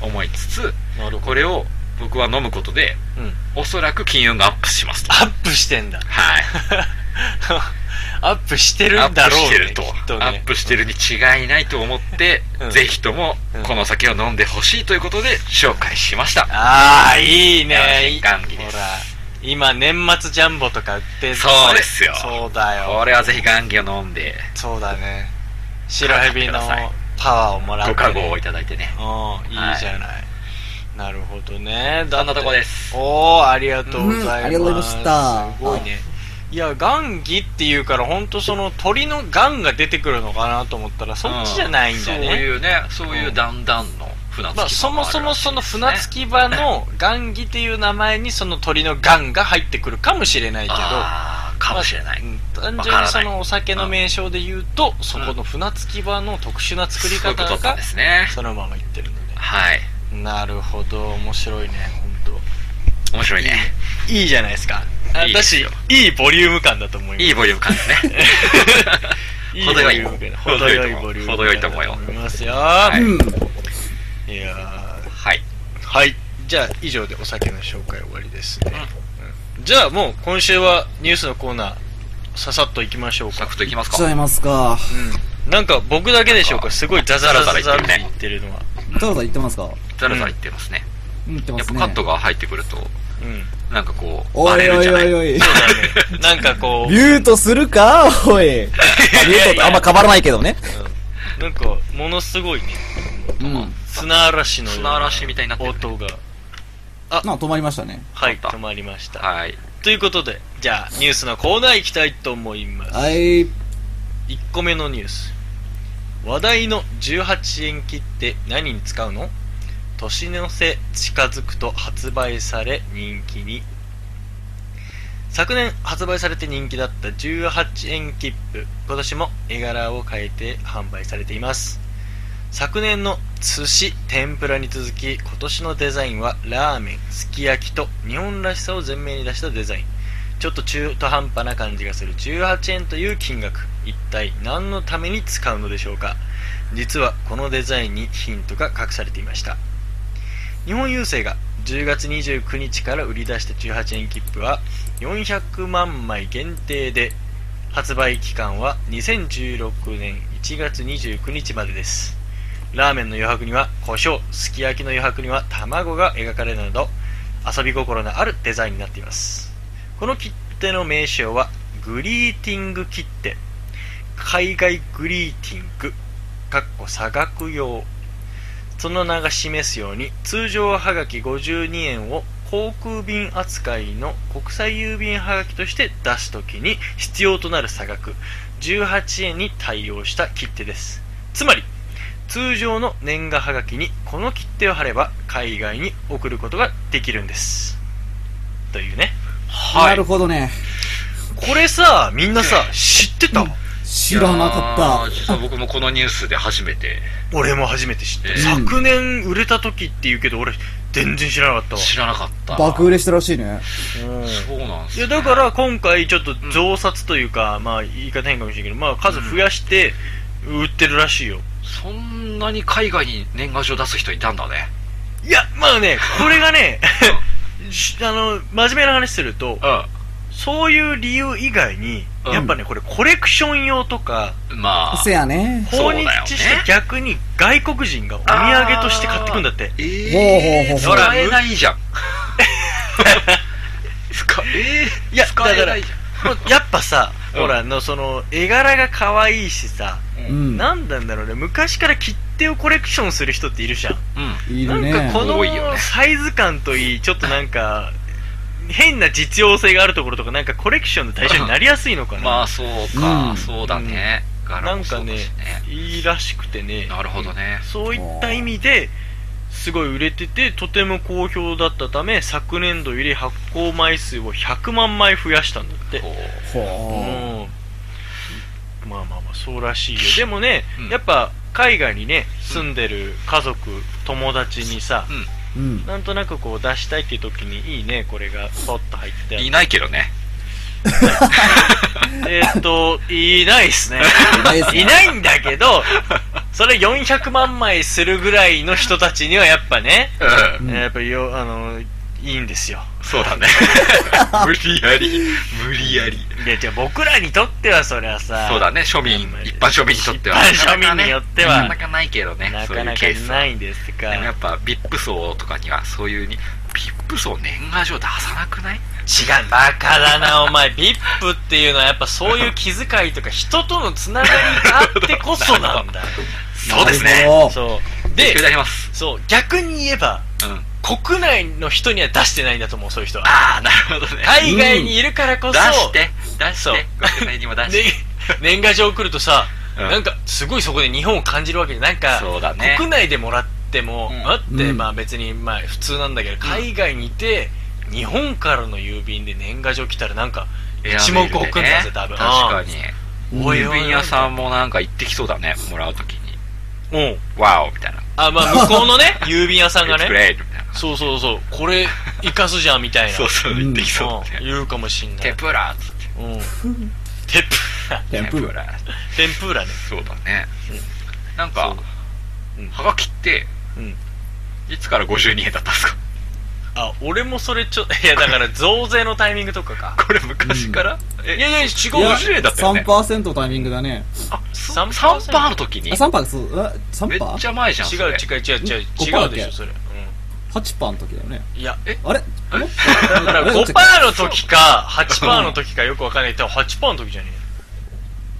S5: おー
S2: 思いつつ
S5: なるほ
S2: これを僕は飲むことで
S5: ど、うん、
S2: おそらく金運がアップしますと
S5: アップしてんだ
S2: はい
S5: アップしてる
S2: ア
S5: ん
S2: ッ
S5: だ
S2: プ
S5: ろ
S2: し
S5: う
S2: て
S5: ね
S2: ると
S5: きっとね
S2: アップしてるに違いないと思って、
S5: うん
S2: ぜひとも
S5: うん
S2: このお酒を飲んでほしいということで紹介しました、
S5: ああいいね
S2: 新歓喜です
S5: ほら今年末ジャンボとか売ってる
S2: そうですよ
S5: そうだよ
S2: これはぜひガンギを飲んで
S5: そうだね白ヘビの
S2: 買ってください
S5: パワーをもらって
S2: ご加護を
S5: い
S2: いただいてね
S5: うんいいじゃない、なるほどねだって
S2: そんなとこです
S5: おーありがとうございます、
S4: うんありがとうございました
S5: すごいねいや雁木っていうから本当その鳥の雁が出てくるのかなと思ったらそっちじゃないんだね、
S2: そういうねそういう段々の船着き場
S5: まあ、そもそもその船着き場の雁木っていう名前にその鳥の雁が入ってくるかもしれないけど、
S2: あーかもしれない、
S5: うん
S2: わ
S5: 単
S2: か
S5: 純
S2: らな
S5: に
S2: い
S5: そのお酒の名称で言うと、そこの船着き場の特殊な作り方
S2: そういうことだったん
S5: が
S2: ですね
S5: そのまま言ってるので、
S2: はい
S5: うんなるほど面白いね本
S2: 面白いね。
S5: 当いいじゃないですかあ
S2: いいです
S5: 私
S2: よ
S5: いいボリューム感だと思います
S2: いいボリューム感だね。
S5: いい
S2: 程よい
S5: ボリューム感
S2: 程
S5: 程
S2: よ
S5: よ
S2: い
S5: い
S2: と思う
S5: ボリューム
S2: 程よいと思うよ
S5: だ思いますよ、
S2: はい
S5: い、
S4: うん。
S5: や
S2: はい。
S5: ーはいじゃあ以上でお酒の紹介終わりですね、うんじゃあもう今週はニュースのコーナーささっといきましょう
S2: サ
S5: か
S2: クッといきます
S4: ち
S2: か。
S4: ゃいますか。
S5: うんなんか僕だけでしょうかすごいザザラザ
S2: ザ
S5: ラザ
S2: ラザラ
S5: ラって
S2: 言
S5: 言
S2: っ
S5: ってるのは
S4: ザラザラ言ってますか
S2: ザラザラ言ってますね。
S4: うん、言ってま
S2: やっぱ
S4: すね。
S2: カットが入ってくると、
S5: うん
S2: なんかこう、
S4: お
S2: バレ
S4: い
S2: る
S4: お
S2: んじ
S4: い
S2: ゃな
S4: お
S2: い
S4: いおい。
S5: そうだねなんかこう
S4: ミュートするかおい。ミュートあんま変わらないけどね。
S5: なんかものすごいね
S4: うん。
S5: 砂嵐のよう
S2: 砂嵐みたいになってるね
S5: 音が
S4: まあ止まりましたね。
S5: はい
S2: 止まった
S5: 止まりました、
S2: はい。
S5: ということでじゃあニュースのコーナー行きたいと思います、
S4: はい。
S5: 1個目のニュース話題の18円切って何に使うの年の瀬近づくと発売され人気に昨年発売されて人気だった18円切符今年も絵柄を変えて販売されています昨年の寿司天ぷらに続き今年のデザインはラーメンすき焼きと日本らしさを前面に出したデザインちょっと中途半端な感じがする18円という金額一体何のために使うのでしょうか実はこのデザインにヒントが隠されていました日本郵政が10月29日から売り出した18円切符は400万枚限定で発売期間は2016年1月29日までですラーメンの余白には胡椒すき焼きの余白には卵が描かれるなど遊び心のあるデザインになっていますこの切手の名称はグリーティング切手海外グリーティングかっこ差額用その名が示すように通常はがき52円を航空便扱いの国際郵便はがきとして出すときに必要となる差額18円に対応した切手ですつまり通常の年賀はがきにこの切手を貼れば海外に送ることができるんですというね
S4: なるほどね。
S5: これさみんなさ知ってた、
S4: 知らなか
S2: いやー
S4: っ
S2: 実は僕もこのニュースで初めて
S5: 俺も初めて知っ
S2: う
S5: て、
S2: ん
S5: 昨年売れた時って言うけど俺全然知らなかったわ
S2: 知らなかった。
S4: た。爆売れしたらしいね。
S5: うん
S2: そうなんす
S5: い
S2: ね
S5: やだから今回ちょっと増刷というか、まあ言い方変かもしれないけど、まあ数増やして売ってるらしいよ。
S2: そんなに海外に年賀状出す人いたんだね。
S5: いや、まあね、これがね、し あの、真面目な話すると、そういう理由以外に、
S2: うん
S5: やっぱね、これコレクション用とか、
S2: うん。まあ。
S4: せやね。
S2: そ
S5: 訪
S2: うだよ
S5: 日
S2: ね
S5: して逆に外国人がお土産として買ってくんだって。
S2: え
S4: ほうほうほう
S2: ー、使えないじゃん。使えー、
S5: いや
S2: 使えないじ
S5: もう やっぱさ、
S2: うん
S5: ほら、あの、その、絵柄が可愛いしさ、
S2: ゃん。
S4: う
S2: うん。
S4: ん。
S5: なんなんだろうね、昔から切手をコレクションする人っているじゃん。
S4: いる
S5: なん
S4: ね
S5: か。こ
S2: 多いよね
S5: のサイズ感といい、ちょっとなんか、変な実用性があるところとか、なんかコレクションの対象になりやすいのかな。
S2: まあ、そうか、
S4: うん
S2: そうだね。柄もそうだしね。
S5: いいらしくてね。
S2: なるほどね。
S5: そういった意味で、すごい売れてて、とても好評だったため、昨年度より発行枚数を100万枚増やしたんだって。
S2: こう
S4: ほ
S5: うんまあまあまあそうらしいよでもね、
S2: うん
S5: やっぱ海外にね住んでる家族、友達にさ、
S4: う。うん。
S5: なんとなくこう出したいっていう時にいいねこれがポッと入って
S2: いないけどね。
S5: えーっといないっすね
S4: いないっすね
S5: いないんだけどそれ400万枚するぐらいの人たちにはやっぱね、
S2: うん。
S4: うん
S5: やっぱよあのいいんですよ
S2: そうだね。 無理やり、無理やり。
S5: いやじゃあ僕らにとってはそりゃさ
S2: そうだね、庶民、一般庶民にとっては。
S5: 一般庶民によっては
S2: なかなかないけどね、
S5: な
S2: そう
S5: か
S2: いう
S5: な
S2: ケ
S5: か
S2: ースは。
S5: ないんですか
S2: でもやっぱ、ビップ層とかには、そういうに、ビップ層年賀状出さなくない
S5: 違うバカだなお前 VIP っていうのはやっぱそういう気遣いとか人とのつながりがあってこそなんだ
S2: そうです
S4: なる
S2: ね。
S4: ほど
S5: そう
S2: で、
S5: で
S2: いただきます。
S5: そう逆に言えば
S2: うん。
S5: 国内の人には出してないんだと思うそういう人は
S2: ああ、なるほどね。
S5: 海外にいるからこそ、
S2: 出して、出し
S5: そう
S2: て、国内にも出
S5: で
S2: して。
S5: 年賀状来るとさ、
S2: うん
S5: なんかすごいそこで日本を感じるわけでなんか
S2: そうだね
S5: 国内でもらっても、
S2: うん
S5: あって、
S4: うん
S5: まあ別にまあ普通なんだけど海外にいて、日本からの郵便で年賀状来たらなんか一目置くんだぜ、
S2: ね
S5: 多分
S2: 確かに。
S5: おいおい
S2: 郵便屋さんもなんか行ってきそうだね、もらうときに。
S5: うん
S2: ワオみたいな。
S5: あま あ向こうのね郵便屋さんが
S2: It's
S5: ね
S2: great! みたいな。
S5: そうそうそうこれ生かすじゃんみたいな
S2: そうそう、言ってきそうだ
S5: うん
S2: ね。
S5: 言うかもしんない
S2: 天ぷらっつって。
S5: うん天ぷら
S4: テンプー。
S2: ら。
S5: 天ぷらね
S2: そうだね。なんか
S5: そう、うん
S2: はがきって、
S5: うん
S2: いつから52円だったんですか
S5: あ俺もそれちょ いやだから増税のタイミングとかか
S2: これ昔から、え
S5: いやいや違う
S4: いや
S2: 50円だったよね
S4: 3%タイミングだね。
S2: あ、そ
S5: 3%
S2: 3%パーの時に
S4: あ、3%そう、え 3%?
S2: めっちゃ前じゃん。
S5: 違
S2: それ
S5: う違う違う違う
S4: 5%
S5: 違うでし
S4: だっけ
S5: ょそれ、う
S4: 8%の時だよね。
S5: ん、いや
S4: あれ
S2: え
S5: だから
S4: あれ
S5: 5%の時か8%の時かよくわかんないけど8%の時じゃね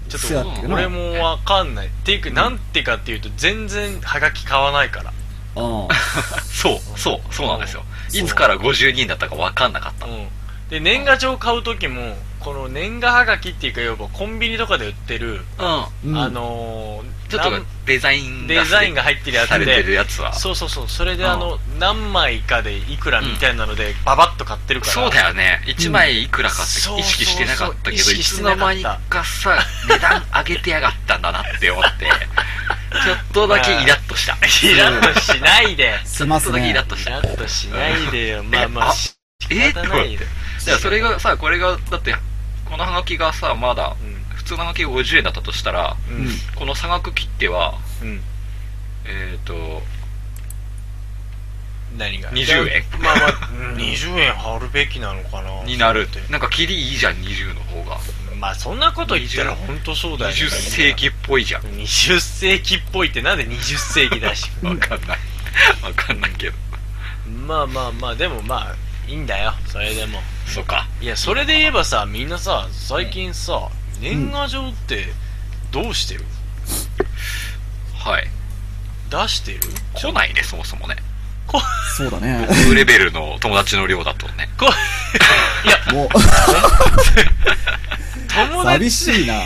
S5: えち
S4: せ
S5: ょ
S4: や
S5: っ
S4: っけ
S5: と
S4: な
S5: 俺もわかんないっていうかなんてかっていうと全然ハガキ買わないから
S4: うん。
S2: そう、そう、そうなんですよ。
S4: そう
S2: いつから52円だったか分かんなかった。
S5: うんで年賀状買う時もこの年賀はがきっていうか要はコンビニとかで売ってる、
S2: うん。
S4: うん
S5: あのー
S2: ちょっと
S5: なん
S2: デザインが
S5: デザインが入ってるやつ
S2: されてる
S5: で
S2: やつは。
S5: そうそうそうそれで
S2: うん
S5: あの、何枚かでいくらみたいなので、ババッと買ってるから
S2: そうだよね。1枚いくらか
S5: そうそう
S2: っ
S5: そう
S2: て意識してなかったけど、
S5: 意
S2: い
S5: 識し
S2: つ
S5: て
S2: の
S5: なか
S2: 間
S5: った
S2: にかさ、値段上げてやがったんだなって思 って、ちょっとだけイラッとした。
S5: イラッとしないで
S4: しま
S2: ちょ
S4: す
S2: っとだけイ
S4: ね
S2: ラ。ッとし
S5: イ
S2: た。
S5: ラッとしないでよまあまあ
S2: あ
S5: し
S2: え
S5: 仕
S2: っと
S5: 方
S2: 思
S5: な
S2: っ
S5: い
S2: て
S5: よ。
S2: だからそれがさ、これが、だって、このハガキがさ、まだ、普通のハガキが50円だったとしたら、
S5: うん
S4: うん
S2: この差額切手は、
S5: うん、うん、
S2: えっ、と、
S5: 何が
S2: 20円
S5: まあまあ20円貼るべきなのかな
S2: になるって
S5: て。
S2: なんか切りいいじゃん、20の方が。
S5: まあそんなこと言ったら本当そうだよね
S2: 20世紀っぽいじゃん。
S5: 20世紀っぽいってなんで20世紀だ し
S2: わかんない。 わかんないけど。
S5: まあまあまあでもまあいいんだよそれでも
S2: そうか。
S5: いやそれで言えばさみんなさ最近さ年賀状ってどうしてる、
S2: はい。
S5: 出してる
S2: 来ないね、そもそもね。
S4: そうだね。
S2: ブレベルの友達の量だとね。
S5: こ いや
S4: もう、
S5: 友達
S4: 寂しいな。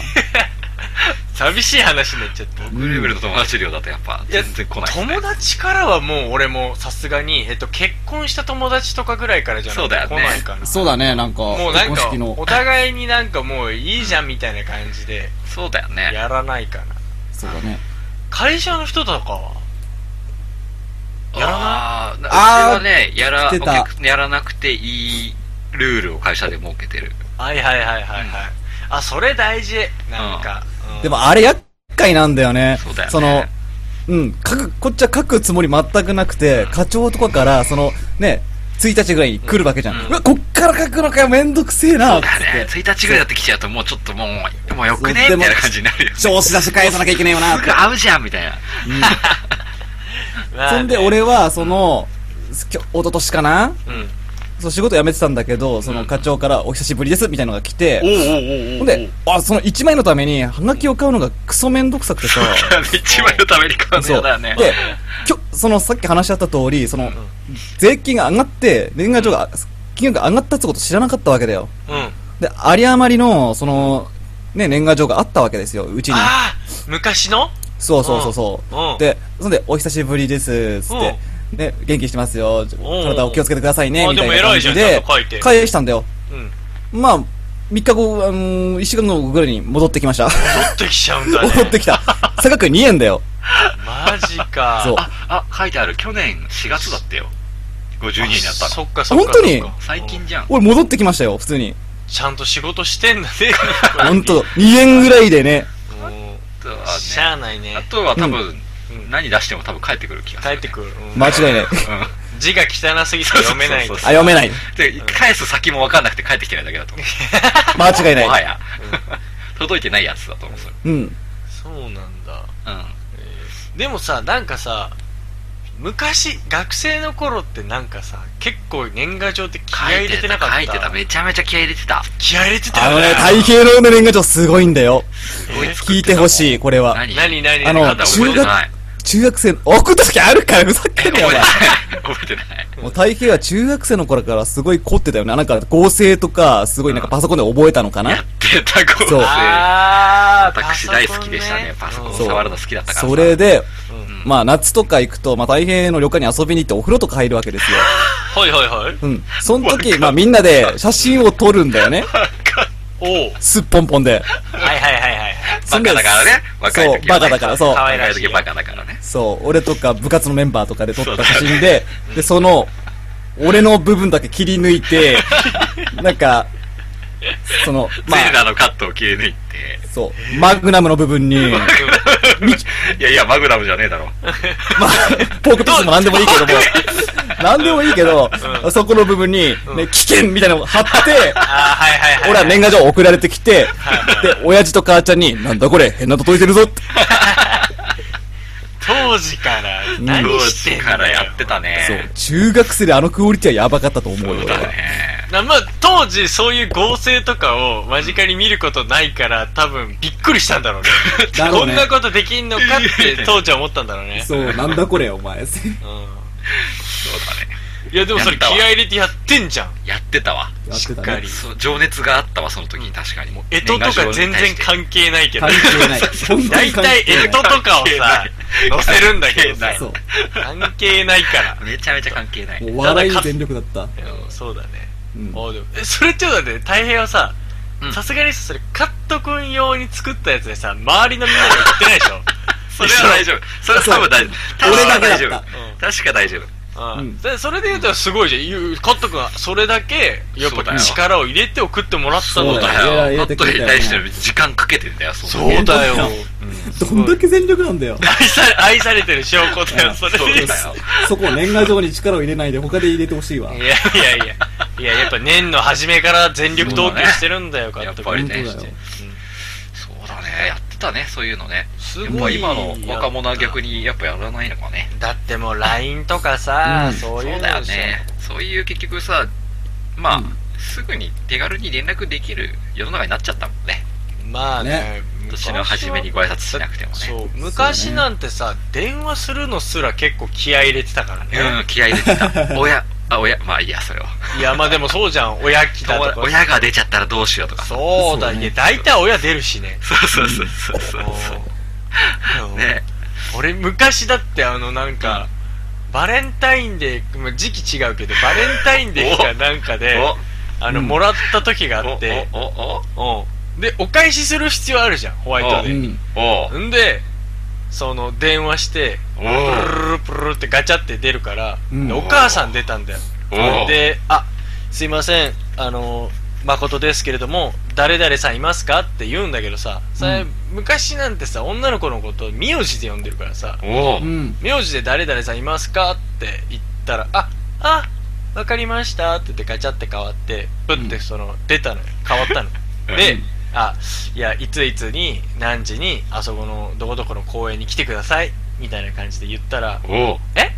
S5: 寂しい話になっちゃった
S2: ブレベルの友達の量だとやっぱ
S5: いや
S2: 全然来ないですね。
S5: 友達からはもう俺もさすがに、えっと、結婚した友達とかぐらいからじゃ
S2: そ
S5: な
S2: う
S5: くて
S2: だよ
S5: 来
S2: ね
S5: ないかな
S4: そうだね、なんか、
S5: もうなん
S4: 結
S5: か
S4: 婚式の
S5: お。互いになんかもういいじゃんみたいな感じで
S2: そうだよね。
S5: やらないかな
S4: そうだね。
S5: 会社の人とかはやらない
S2: あーなうち
S4: あー
S2: はね、やら、
S4: 来て
S2: お
S4: た
S2: 客やらなくていいルールを会社で設けてる。
S5: はいはいはいはいはい、あそれ大事なんか、うん
S4: でもあれ厄介なんだよね。
S2: そうだよね
S4: の、うん、書く、こっちは書くつもり全くなくて、課長とかから、その、ね、1日ぐらいに来るわけじゃん。うわ、こっから書くのかよ、めんどくせえ
S2: そ
S4: な、っ
S2: う
S4: つ
S2: だよね
S4: っ。て。
S2: 1日ぐらいだって来ちゃうともうちょっともう、もうよくね
S4: そうで
S2: み
S4: も
S2: たいな感じになるよ。す
S4: 調子出し返さなきゃいけねえよな、って
S2: ぐ合うじゃんみたいな。
S5: まあね
S4: そんで俺は、その、きょ一昨年かな
S5: うん
S4: そう仕事辞めてたんだけど、その課長からお久しぶりですみたいなのが来て、ほんで、あ、その1枚のために、ハガキを買うのがクソめんどくさくて さ、
S2: 一枚のために買うの
S4: そ
S2: や
S4: う。
S2: だよね。
S4: で、きょそのさっき話し合った通り、その、税金が上がって、年賀状が、金額が上がったってこと知らなかったわけだよ。
S5: うん
S4: で、あり余りの、その、ね、年賀状があったわけですよ、うちに。
S5: ああ昔の
S4: そうそうそうそう。
S5: うんうん
S4: で、そんで、お久しぶりです、つって。ね、元気してますよ、
S5: ん
S4: 体を気をつけてくださいね、
S5: あ
S4: みたい
S5: で
S4: な
S5: も偉
S4: 感
S5: いじゃ
S4: じ
S5: んちゃ
S4: で
S5: んと書いて、
S4: 返したんだよ。
S5: うん
S4: まあ、3日後、あのー、1週間後ぐらいに戻ってきました。
S5: 取ってきちゃうんだね
S4: 戻って きた。差額2円だよ。
S5: マジか
S4: そう
S2: あ、あ、書いてある。去年4月だったよ。52になった
S5: そ
S2: の。
S5: っかそっか
S4: 本当に
S5: そっか
S2: 最近じゃん。
S4: 俺戻ってきましたよ、普通に。
S5: ちゃんと仕事してんだね
S4: 本当2円ぐらいでね。
S5: も
S2: あと
S5: う
S2: は
S5: し
S2: ね
S5: ゃあないね
S2: あとは多分、
S5: うん
S2: 何出しても多分帰ってくる気がす
S5: 帰
S2: る。
S5: ってくる、うん
S4: 間違いない。
S2: うん
S5: 字が汚すぎて読めない
S2: そう
S4: あ、読めない。
S2: で、返す先も分かんなくて帰ってきてないだけだと思う。
S4: 間違い
S2: もは
S4: ない。
S2: や。 届いてないやつだと思う、それ。
S4: うん。
S5: そうなんだ
S2: うん。
S5: でもさなんかさ昔学生の頃ってなんかさ結構年賀状って気合い入れてなかった
S2: 書いてた、めちゃめちゃ気合い入れてた。
S5: 気合い入れてた
S4: あ
S5: よ
S4: の
S5: ね
S4: ね、太平の年賀状すごいんだよ。
S2: すごい作
S4: 聞いてほしい、これは。
S2: 何
S5: 何何
S4: あの
S5: なんだ
S2: 覚えてない。
S4: 中学生、送った時あるから、ふざ
S2: え
S4: け
S2: 覚え
S4: んな
S2: て
S4: よ、お
S2: ない
S4: 前。。
S2: 覚えてない。
S4: もう体型は中学生の頃からすごい凝ってたよね。なんか合成とか、すごいなんかパソコンで覚えたのか
S2: やっ
S4: な。
S2: てた、こ
S4: そう
S5: あー
S2: 私大好きでしたね。パソコン
S4: そう
S2: 触るの好きだったからさ。
S4: それで、
S5: コンねうん
S4: まあ夏とか行くと、まあ太平の旅館に遊びに行ってお風呂とか入るわけですよ。
S5: はいはいはい
S4: うん。その時、まあみんなで写真を撮るんだよね。
S5: おう
S4: すっぽんぽんで。
S5: はいはいはいはい
S4: そん
S2: カだ
S4: な
S2: からね。若い時は
S4: そう、
S2: ね
S4: バカだから、そう。
S5: 可愛
S2: 若
S5: ら
S2: い
S5: しい
S2: 時バカだからね。
S4: そう、俺とか部活のメンバーとかで撮った写真で、で、その、俺の部分だけ切り抜い て、なんか、その、ま
S2: ゼル
S4: あ、
S2: ダのカットを切り抜いて。
S4: そう、マグナムの部分に、
S2: いやいや、マグナムじゃねえだろ。
S4: まあ、ポークピースも何でもいいけども、何でもいいけど、そこの部分に、ね、危険みたいなのを貼って、
S5: あーはいはいはい
S4: 俺は年賀状送られてきて、で、親父と母ちゃんに、なんだこれ、変なの届いてるぞって。
S5: 当時から何してんだよ
S2: からやってたね。
S4: そう、中学生であのクオリティはやばかったと思うよ、俺は。
S5: なまあ当時そういう合成とかを間近に見ることないから多分びっくりしたんだろ うね
S4: だろ
S5: こ
S4: うね
S5: んなことできんのかって当時は思ったんだろうね
S4: そう、なんだこれ、お 前。
S2: そうだね。
S5: いやでもそれ
S2: やった
S5: 気合
S2: わ
S5: い入れてやってんじゃん
S2: やってたわ。
S4: やってた
S5: しっか
S4: ね
S5: り。
S2: そう情熱があったわ、その時に確かに。
S5: 干支とか全然関係ないけど
S4: 関係ない。本当
S5: 大
S4: に関係
S5: 体
S4: ない
S5: 干支とかをさ載せるんだけどさ
S4: そう。
S5: 関係ないから
S2: めちゃめちゃ関係ない。
S4: もう笑いに全力だった。
S5: うんそうだね
S4: うん
S5: おうでもえそれちょっと待って大平はさ
S2: うん
S5: さすがにさそれカット君用に作ったやつでさ周りのみんなには言ってない でしょ
S2: それは大丈夫。それは多分大丈夫。
S4: 俺だけだ
S2: 確
S4: っ
S2: か大丈
S4: た
S2: 夫。確か大丈夫。
S5: う
S4: うん
S5: ん、でそれで言うとすごいじゃんゆう、カット君はそれだけやっ
S2: そうだ
S5: ぱ
S2: よ
S5: 力を入れて送ってもらったの
S4: そう
S5: だ
S4: だ
S5: よ
S4: よ
S2: だよ。
S4: 入れて
S2: カ
S4: く
S2: ット
S4: れ
S2: に
S4: たよね
S2: 対して時間かけてんだよ、そうね
S5: そうだよ
S4: どんだけ全力なんだよ。
S5: 愛され愛されてる証拠だよそれで
S2: そう
S5: い
S2: だよ。
S4: そこを年賀状に力を入れないで他で入れてほしいわ。
S5: やいやいやいややっぱ年の初めから全力投球してるんだよカット
S2: やっぱり
S4: 本
S5: 君
S4: 当だ
S2: ね
S4: よ。
S2: そうだね。やってたね、そういうのね。
S5: す
S2: やっ
S5: ご
S2: ぱ
S5: い
S2: 今の若者は逆にやっぱやらないのかね。
S5: だってもう LINE とかさ、
S4: うん
S5: そ
S2: そうう
S5: いうの
S2: だよね。そういう結局さ、まあ、すぐに手軽に連絡できる世の中になっちゃったもんね。
S5: まあね
S4: ね
S2: 年の初めにご挨拶しなくてもね
S5: そう昔なんてさ、電話するのすら結構気合い入れてたからね、
S2: うん、気合い出てた。親、あ、親、まあいいや、それは。
S5: いやまあでもそうじゃん親来たとか
S2: 親が出ちゃったらどうしようとかさ。
S5: そうだ
S4: そう
S5: ね
S4: ね
S5: 大体親出るしね
S2: そうそうそうそうそうそう。
S5: うん
S2: ね
S5: 俺昔だってあのなんか、バレンタインデーまあ時期違うけどバレンタインデーかなんかで
S2: お
S5: あの、
S4: うん
S5: もらった時があ
S2: お
S5: って
S2: おお
S5: うんでお返しする必要あるじゃんホワイト
S4: う
S5: で
S4: ん。
S2: おお
S5: んでその電話して
S2: お
S5: プ
S2: う
S5: ルルプルルってガチャって出るから、
S4: うん
S5: でお母さん出たんだよ
S2: おう
S5: で「あすいませんあの誠ですけれども誰々さんいますか?」って言うんだけどさそれ、
S4: うん
S5: 昔なんてさ女の子のことを名字で呼んでるからさ
S2: おお
S4: うん。
S5: 「名字で誰々さんいますか?」って言ったら「ああわかりました」って言ってガチャって変わってプってその、出たのよ変わったので
S4: うん
S5: 「あいやいついつに何時にあそこのどこどこの公園に来てください」みたいな感じで言ったら
S2: おお
S5: 「え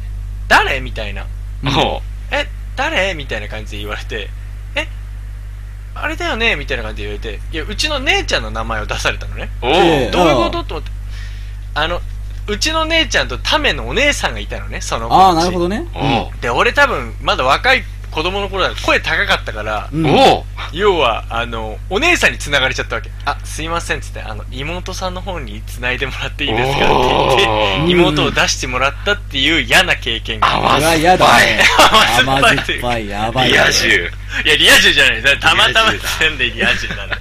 S5: 誰?」みたいな
S2: お
S5: え誰みたいな感じで言われてえあれだよねみたいな感じで言われていやうちの姉ちゃんの名前を出されたのね
S2: お
S4: ええ
S5: どういうこ
S4: あ
S5: と
S4: あ
S5: と思ってあのうちの姉ちゃんとタメのお姉さんがいたのねその子
S4: ああ、なるほど
S5: ね
S4: ね。
S2: お
S5: で俺多分まだ若い子供の頃だから声高かったから、
S4: うん。
S2: おお
S5: 要はあのお姉さんに繋がれちゃったわけあすいませんっつってあの妹さんの方に繋いでもらっていいですかって言
S4: お
S5: っ
S4: ー
S5: て妹を出してもらったっていう嫌な経験が
S4: そ
S2: 甘
S4: れは
S2: 酸
S4: 嫌
S2: っぱ
S4: だ
S2: い
S4: ね。
S5: 甘酸っぱ
S4: 甘
S5: い
S4: 酸っぱい、やばい。
S2: リア充
S5: いや、リア充じゃない。だたまたま
S2: リア充だ
S5: せんでリア充なの。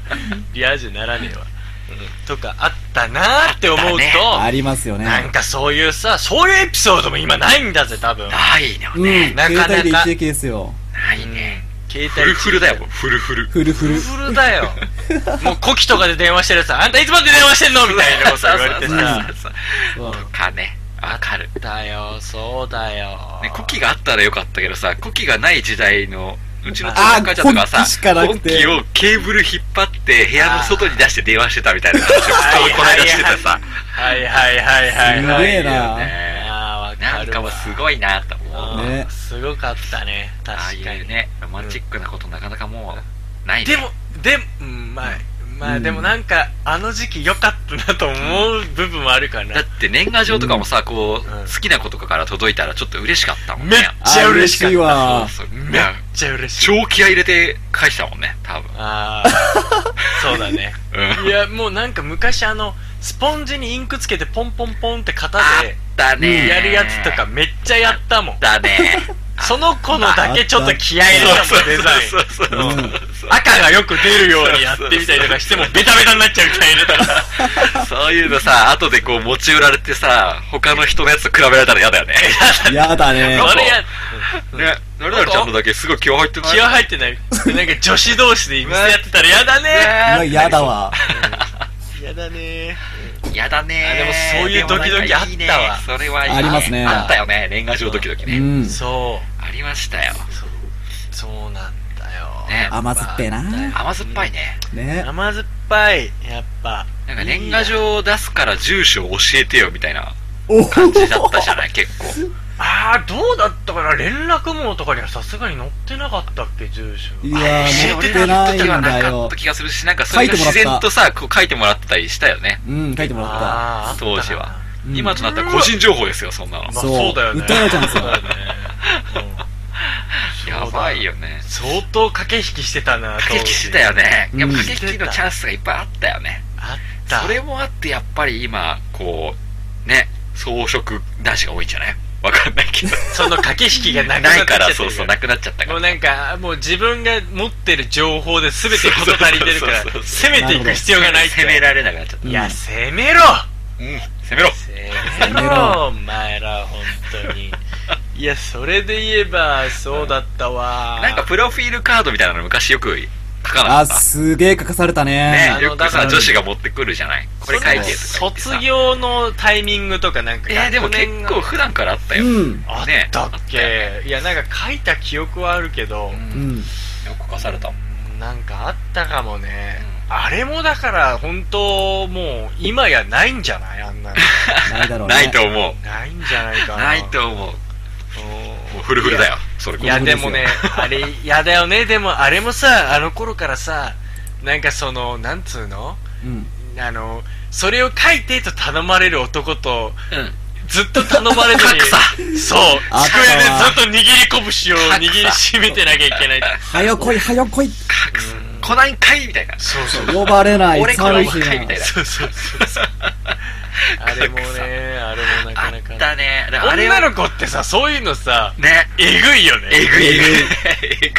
S5: リア充ならねえわ。うん、とか、あったなーって思うと、
S4: ありますよね。
S5: なんかそういうさ、そういうエピソードも今ないんだぜ、多分。
S2: ないよ
S4: うん。
S2: ね
S5: なか
S4: 携
S5: なか
S4: 帯で一撃ですよ。
S2: ないね
S5: 携
S2: フル
S5: 帯
S2: フルだよフルフル
S4: フルフル。
S5: フ ルだよ。もう、古希とかで電話してるさ、あんたいつまで電話してんのみたいなこと言われてさ。
S4: そう
S2: とかねわかる
S5: だよ、そうだよ。
S2: ねコキがあったらよかったけどさコキがない時代のうちの父
S4: あ
S2: の
S4: ー
S2: 母ちゃんとかはさ
S4: コキしかな
S2: コ
S4: くて
S2: キをケーブル引っ張って部屋の外に出して電話してたみたいな話を
S5: はい
S2: この間しててさ
S5: はいはいはいはいはい。
S4: すげえな
S2: ね
S5: あー、わ
S2: な
S5: か
S2: ん
S5: る
S2: かも
S5: わ。
S2: うすごいなと思う
S5: うん
S4: ね
S5: すごかったね。確
S2: ああ
S5: か
S2: い
S5: に。
S2: うねロマンチックなことなかなかもうないね
S5: でも、でも、うん、まあ、まあ、
S4: うん
S5: でもなんか、あの時期良かったなと思う部分もあるか
S2: だ
S5: な
S2: っ。て年賀状とかもさ、こう、
S5: うん
S2: 好きな子とかから届いたらちょっと嬉しかったもん
S5: め
S2: ね
S5: っ。ちゃ嬉しか
S4: あ嬉しい
S5: っ
S4: わ。
S2: そうそう
S5: た。
S2: い
S5: めっ
S2: や
S5: ちゃ嬉しい。
S2: 超気合い入れて返したもんね、多分。
S5: ああ、そうだね。
S2: うん
S5: いや、もうなんか昔あの、スポンジにインクつけてポンポンポンって型
S2: あ
S5: で
S2: ったね。
S5: やるやつとか。めっちゃやったもん。
S2: だね。
S5: その子のだけちょっと気合い入れたもん、デザイン。
S2: そうそうそうそうう。
S4: ん
S5: 赤がよく出るようにやってみたりとかしてもベタベタになっちゃうみたいなだから
S3: そういうのさ、後でこう持ち寄られてさ、他の人のやつと比べられたら嫌だよね。
S4: やだね。
S5: あれや
S3: ね、誰々ちゃんのだけすごい気合入ってない
S5: 気合入ってないなんか女子同士で店やってたらやだね
S4: うわや だわ。
S5: やだね
S2: やだね
S5: あでもそういうドキドキあった
S2: でもなん
S5: わ
S2: かいいねそれはいいね
S4: ありますね
S2: あったよね年賀状ドキドキ
S4: う
S2: ね、
S4: ん。
S5: そう
S2: ありましたよ
S5: そうなんだよ
S2: ね
S4: 甘酸っぱいな。
S2: 甘酸っぱいね
S4: ね。
S5: 甘酸っぱいやっぱ
S2: なんか年賀状を出すから住所を教えてよみたいな
S4: お
S2: 感じだったじ ゃない結構
S5: ああどうだったかな連絡網とかにはさすがに載ってなかったっけ住所
S4: いやー、
S2: 教
S4: 持
S2: え
S4: っててないん
S2: 時は
S4: だ
S2: なかっ
S4: よ
S2: た。気がするしなんかそれが
S4: 書いてもら
S2: 自
S4: った
S2: 然とさこう書いてもらってたりしたよね
S4: うん、書いてもらった。
S5: あーあったな
S2: 当時は
S4: うん
S2: 今となったら個人情報ですよそんなの
S5: まあ
S4: そう
S5: そうだよね
S4: 訴えられちゃうんです よ
S5: そうだねうん
S2: やばいよね
S5: 相当駆け引きしてたな
S2: 駆け引きしてたよね
S4: うん
S2: やっぱ駆け引きのチャンスがいっぱいあったよね
S5: 当時あった
S2: それもあってやっぱり今こうね装飾男子が多いんじゃないわかんないけど
S5: その駆け引きがなくな
S2: な
S5: っちゃ
S2: い
S5: って
S2: か
S5: る
S2: らそうそうなくなっちゃったか
S5: もう
S2: ら
S5: なんかもう自分が持ってる情報で全て事足りてるから
S2: そうそうそうそ
S5: 攻めていく必要がないって
S2: 攻められなくなっちゃった
S4: う
S5: い
S4: ん
S5: や攻めろ
S2: うん攻めろ
S5: 攻
S4: め
S5: め
S4: ろ
S5: ろお前ら本当にいやそれで言えばそうだったわ
S2: なんかプロフィールカードみたいなの昔よく書かなか
S4: あ、
S2: った
S4: すげえ書かされたね
S2: ね
S5: あ。の
S2: よく
S5: だから
S2: さ女子が持ってくるじゃないこれ書いてとか言ってさ
S5: 卒業のタイミングとかなんか
S2: えーでも
S5: 学
S2: 結
S5: 年が
S2: 構普段からあったよ、
S4: うん。
S5: あっ
S2: ね
S5: たっけ、
S2: あった
S5: いやなんか書いた記憶はあるけど、
S4: うん。
S2: よく書かされたもん
S5: なんかあったかもね、あれもだから本当もう今やないんじゃないあんなの
S4: ないだろうね。
S2: ないと思う
S5: ないんじゃないかな
S2: ないと思うも
S5: お
S2: う
S5: ー
S2: フルフルだよそれこ
S5: い
S2: そ
S5: やいやでもねあれやだよねでもあれもさあの頃からさなんかそのなんつうの
S4: うん。
S5: あのそれを書いてと頼まれる男と
S2: うん
S5: ずっと頼まれずに
S2: 格差
S5: そう
S4: あった
S5: 机で
S4: わ
S5: ずっと握り拳を握りしめてなきゃいけない
S4: はよ来い、はよ来い。
S2: 隠すこないんかいみたいな
S5: そうそう
S4: 呼ばれない。
S2: 俺来ない
S4: 寂しい
S2: 若いみたいな
S5: そうそうそうそうあれもねあれもな
S2: あ
S5: かなか
S2: ったねでもあれは
S5: 女の子ってさそういうのさ
S2: ね
S5: えぐいよね
S2: えぐいえぐいえ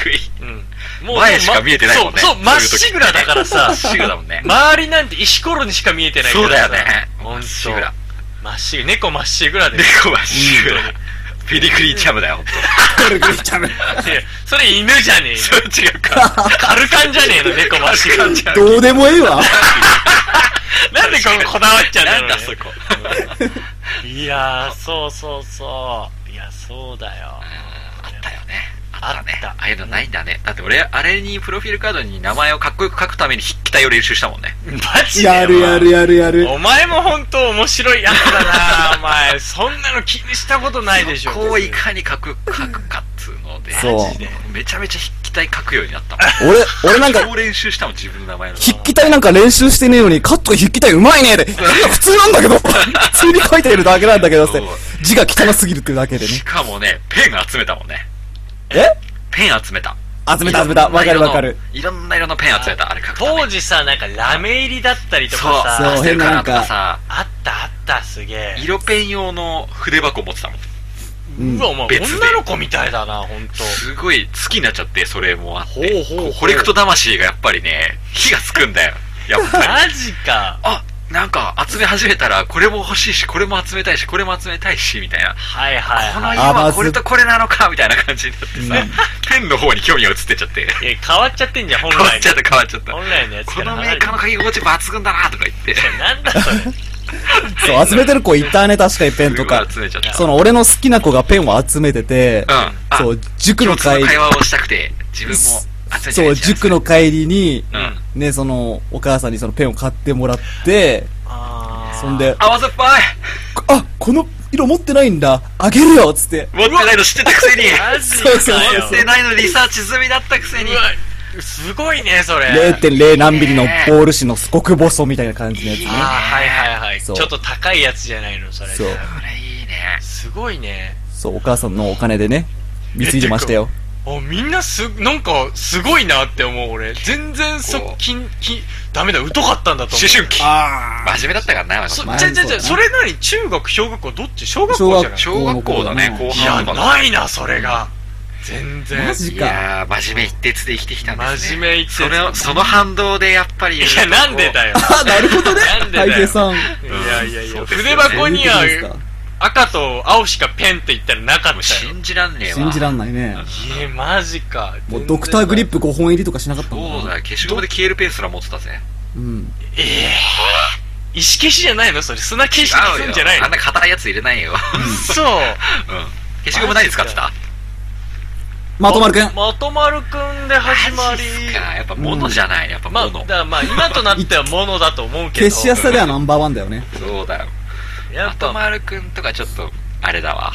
S2: ぐい
S5: うんも
S2: 前しか見えてないもんね
S5: そうそうまっしぐらだからさ
S2: まっしぐらだもん ね
S5: 周りなんて石ころにしか見えてないか
S2: そうだ
S5: らさ
S2: よね
S5: ほん
S2: まっ
S5: と
S2: しぐら
S5: まっしぐ猫まっしぐらで
S2: 猫まっしぐら
S5: 本
S2: ペディクリーチャムだよ本
S4: 来る来る来ちゃう
S5: いやそれ犬じゃねえよ
S2: 当。それ違うか
S5: カルカンじゃねえの猫まっしぐらなんで
S2: じゃ
S4: どうでもええ わ。
S5: このこだわっちゃうんだ
S2: な
S5: ろ
S2: ん
S5: うね
S2: だそこ
S5: いやーそうそうそういやそうだよ
S2: あったよね
S5: あ
S2: あ
S5: った
S2: ねああいうのないんだねだって俺あれにプロフィールカードに名前をかっこよく書くために筆記体を練習したもんね
S5: マジで
S4: やるやるやるやる。
S5: お前も本当面白いやつだな お前そんなの気にしたことないでしょ
S2: こういかにかっこよく書くかっつうので
S4: そう
S2: マジでめちゃめちゃ筆記体書くようになったもん
S4: 俺、俺なんか、
S2: 超練習したもん自分の名前の
S4: 筆記体なんか練習してねえのに、カットが筆記体うまいねって。いや、普通なんだけど。 普通に書いてるだけなんだけどって
S2: そう。
S4: 字が汚すぎるっていうだけでね
S2: し。かもねペン集めたもんね
S4: え
S2: ペン集めた
S4: 集めた集めた。わかるわかる。
S2: いろんな色のペン集めたあれ書くために
S5: 当時さなんかラメ入りだったりと
S2: そう
S5: か
S4: そう
S5: さ
S2: パステルカラーとかさ
S5: あったあったすげえ
S2: 色ペン用の筆箱持ってたもん
S4: うん
S5: うわお前
S2: 別で
S5: 女の子みたいだな本当。
S2: すごい好きになっちゃってそれもあって
S5: ほうほうほう
S2: こコレクト魂がやっぱりね火がつくんだよやっぱり
S5: マジか
S2: あなんか集め始めたらこれも欲しいしこれも集めたいしこれも集めたいしみたいな
S5: はいはい
S2: この
S5: はい
S2: 色
S4: あま
S2: は
S4: ず
S2: これとこれなのかみたいな感じになってさ、ペンの方に興味が移ってっちゃ って
S5: いや変わっちゃってんじゃん本
S2: 変わっ
S5: 来
S2: ちゃった変わっちゃった
S5: の本来のやつ
S2: こ
S5: から
S2: のメーカーの書き心地抜群だなとか言って
S5: のなんだそれ
S4: そう、集めてる子いたね、確かにペンとか
S2: す。ごい集めちゃった
S4: その、俺の好きな子がペンを集めてて
S2: うん、あ
S4: そう、塾の
S2: 共通の
S4: 帰り、
S2: 会話をしたくて自分も集めて
S4: そう、塾の帰りに、
S2: うん
S4: ね、その、お母さんにそのペンを買ってもらって、
S5: あー
S4: そんで、
S2: 甘酸っぱい
S4: あ、この色持ってないんだ、あげるよっつって。
S2: 持ってないの知ってたくせに
S5: マジ
S4: そうそう
S5: かよ
S2: 持ってないのリサーチ済みだったくせに
S5: うわすごいねそれ
S4: 0.0何ミリのボール紙のすごく細みたいな感じのやつね。
S5: あーはいはいはいち
S4: そ
S5: ょ
S4: う
S5: っと高いやつじゃないのそれ
S4: そう
S2: これいいね
S5: すごいね
S4: そう、お母さんのお金でね、貢いでましたよ。
S5: あみんなすなんかすごいなって思う俺全然そ
S2: こう
S5: きんきんダメだ疎かったんだと思う
S2: 思春期
S4: あ
S2: 真面目だったからな
S5: そ
S2: 私
S4: まあ
S5: じゃじゃじ
S4: そうだ
S5: ゃそれ
S4: な
S5: なり中学小学校どっち小学校じゃない
S4: 小
S2: 小学校だね後
S5: いや
S2: 半とか
S5: ないなそれが全然
S4: マジ
S2: い
S4: か。
S2: やー、真面目一徹で生きてきたんですね。
S5: 真面目一徹
S2: それをその反動でやっぱり。
S5: いやなんでだよ
S4: あ、なるほどね
S5: なん。でだ
S4: た
S5: よ
S4: い平さん。
S5: いやいやい
S2: そ
S5: や
S2: うですよね
S5: 筆箱には
S4: そういうことですか
S5: 赤と青しかペンって言ったらなかっ
S2: もう
S5: たよ
S2: 信じらんねえわ。
S4: 信じらんないね。
S5: いやマジか
S4: もうドクターグリッ
S5: プ
S4: プ5本入りとかしなかったもん
S2: そう
S4: な
S2: だよ、消しゴムで消えるペンすら持ってたぜ。
S4: うん。
S5: ええ石消しじゃないのそれ砂消しにす
S2: 違
S5: る
S2: うん
S5: じゃない
S2: よ。あ
S5: の
S2: んな硬いやつ入れないよ。
S5: そう
S2: うん消しゴム何使ってた
S4: まとまるくん。
S5: まとまるくんで始ま
S2: マ
S5: り
S2: ジっすかやっぱ物じゃない、やっぱ
S5: まあ、
S2: 物
S5: だ。からまあ今となってはものだと思うけど
S4: 消しやすさではナンバーワンだよね。
S2: そうだよ。
S5: や
S2: ま
S5: っ
S2: と
S5: ぱま
S2: まるくんとかちょっと、あれだわ。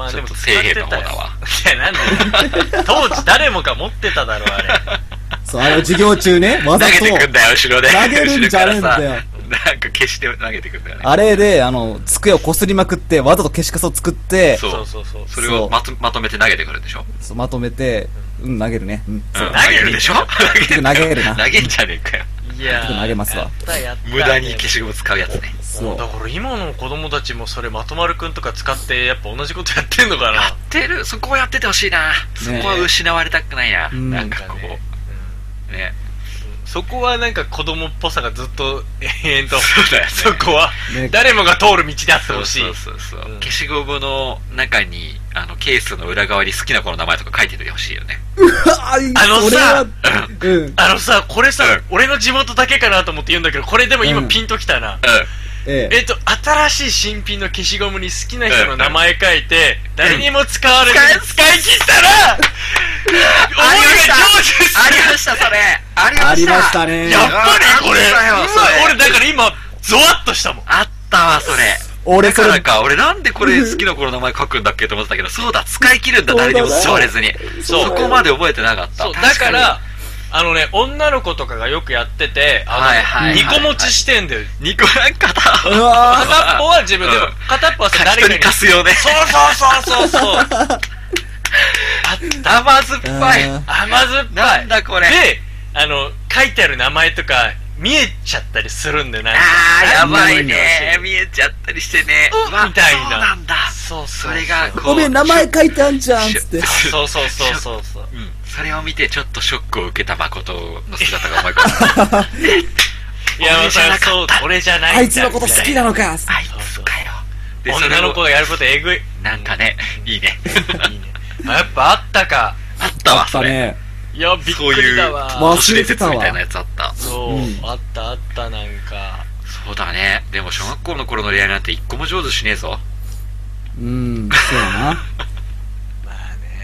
S5: あ
S2: ち
S5: で
S2: ょっ
S5: も
S2: と
S5: 使っ
S2: 底
S5: て
S2: 辺
S5: たよ
S2: の方だわ。
S5: いや なんで当時誰もが持ってただろあれ
S4: そう、あれは授業中ね、
S2: 投
S4: わざ
S2: げ
S4: と
S2: て、くんだよ、後ろで。
S4: 投げるんじゃねえんだ よ
S2: 後ろからさなんか消して投げてくんだよね。
S4: あれで、あの、机を擦りまくって、わざと消しカスを作って、
S2: そう
S5: そうそうそう
S2: それをまとまとめて投げてくるんでしょ
S4: そうまとめて、うん、投げるね。うん。
S2: うん
S5: 投
S2: 投
S5: げ
S2: げ
S5: る
S2: る
S5: で
S2: で
S5: し
S2: し
S5: ょ
S2: ょ
S4: 投げる な
S2: 投げんじゃねえかよ。
S5: いや
S4: ちょっと投げますわ
S5: やったやった
S2: 無駄に消しゴム使うやつね。
S4: そう
S5: だ。から今の子供たちもそれまとまるくんとか使ってやっぱ同じことやってんのか
S2: や
S5: な
S2: ってる、そこはやっててほしいな。そこは失われたくないな。
S4: うん
S2: なんかこ
S5: なんかね
S2: う。ね。
S5: そこはなんか子供っぽさがずっと延々と
S2: そうだよね
S5: そこは
S4: ね
S5: 誰もが通る道であって
S2: そ
S5: ほ
S2: う
S5: しい
S2: そうそうそう、
S5: うん
S2: 消しゴムの中にあのケースの裏側に好きな子の名前とか書いててほしいよね
S4: あ
S5: あのさ
S4: 俺は、うん。
S5: あのさこれさ
S2: うん
S5: 俺の地元だけかなと思って言うんだけどこれでも今
S4: うん
S5: ピンときたな
S2: う
S4: え
S5: えっと新しい新品の消しゴムに好きな人の名前書いて誰にも使われず
S2: 使え
S5: 使い切ったら思いが成就する
S2: ありましたそれありました
S4: ありましたね
S5: やっぱりこれ
S2: あったよ
S5: 今
S2: そ
S5: 俺
S2: れ
S5: だから今ゾワッとしたもん
S2: あったわそれ
S4: 俺
S2: だ
S4: そ
S2: か
S4: れ
S2: らか俺なんでこれ好きな子の名前書くんだっけと思ってたけ どそうだ使い切るんだ
S4: そうだ
S2: 誰
S4: な
S2: にも使われずに
S5: そ
S2: そうこまで覚えてなかった
S5: そうだ
S2: 確
S5: か
S2: に
S5: らあのね女の子とかがよくやっててあの、
S2: はいはいはい
S5: 二個持ちしてんだよ
S2: 二個なんかだ
S4: うわ
S5: 片っぽは自分で、
S2: うん
S5: 片っぽはさ誰
S2: 人
S5: か
S2: に
S5: に
S2: 貸すよね
S5: そうそうそうそうそう
S2: 甘酸っ
S4: ー
S2: ぱい
S4: あ
S5: 甘酸っぱ
S2: ないんだこれ
S5: であの書いてある名前とか見えちゃったりするんだよな
S2: あーやばいね
S5: 見
S2: 見
S5: え
S2: えちゃったりしてね
S5: おみたいな
S2: そうなんだ
S5: そうそうそう
S2: それが
S4: ーごめん、名前書いてあんじゃん、つって。
S5: そうそうそうそうそう
S2: うん、それを見てちょっとショックを受けた誠の姿が思い 浮かんだ
S5: いや
S2: 俺じゃなかった
S5: そう俺じゃないんだ
S4: あいつのこと好きなのか。
S2: あいつかよでそ
S5: 女
S2: れ
S5: の
S2: を
S5: 子がやることえぐい
S2: なんかねいいね
S5: いいねあやっぱあったか
S2: あったわ
S4: だ
S2: それ
S4: ね。
S5: いやびっ
S2: そう
S5: く
S2: い
S5: り
S2: う
S5: だわ
S4: まあ
S2: 都市伝説みたいなやつあった
S5: そう、
S4: うん
S5: あったあったなんか
S2: そうだねでも小学校の頃の恋愛なんて一個も上手しねえぞ
S4: うん、そうや
S5: まあ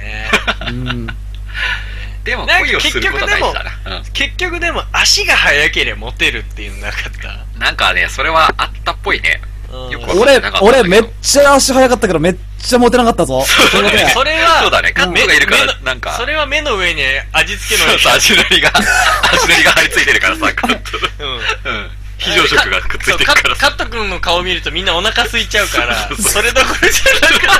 S5: ね
S4: な。うん。
S2: でも
S5: なんか
S2: 恋をすることは大事だな、
S5: 結局でも足が速ければモテるっていうのなかった
S2: うん、なんかねそれはあったっぽいね
S5: うん
S2: よくわかん
S4: 俺
S2: なかっ、たんだけど
S4: 俺めっちゃ足速かったけど、めっちゃモテなかったぞ。そういうことや
S5: それは
S2: そうだねカットがいるからなんか
S5: それは目の上に味付けの
S2: そうそう足のりが足のりが張り付いてるからさカット
S5: うん
S2: うん非常食がくっついてるから
S5: そ
S2: さ
S5: うカカット君の顔見るとみんなお腹空いちゃうから
S2: そうそう
S5: それどころじゃなか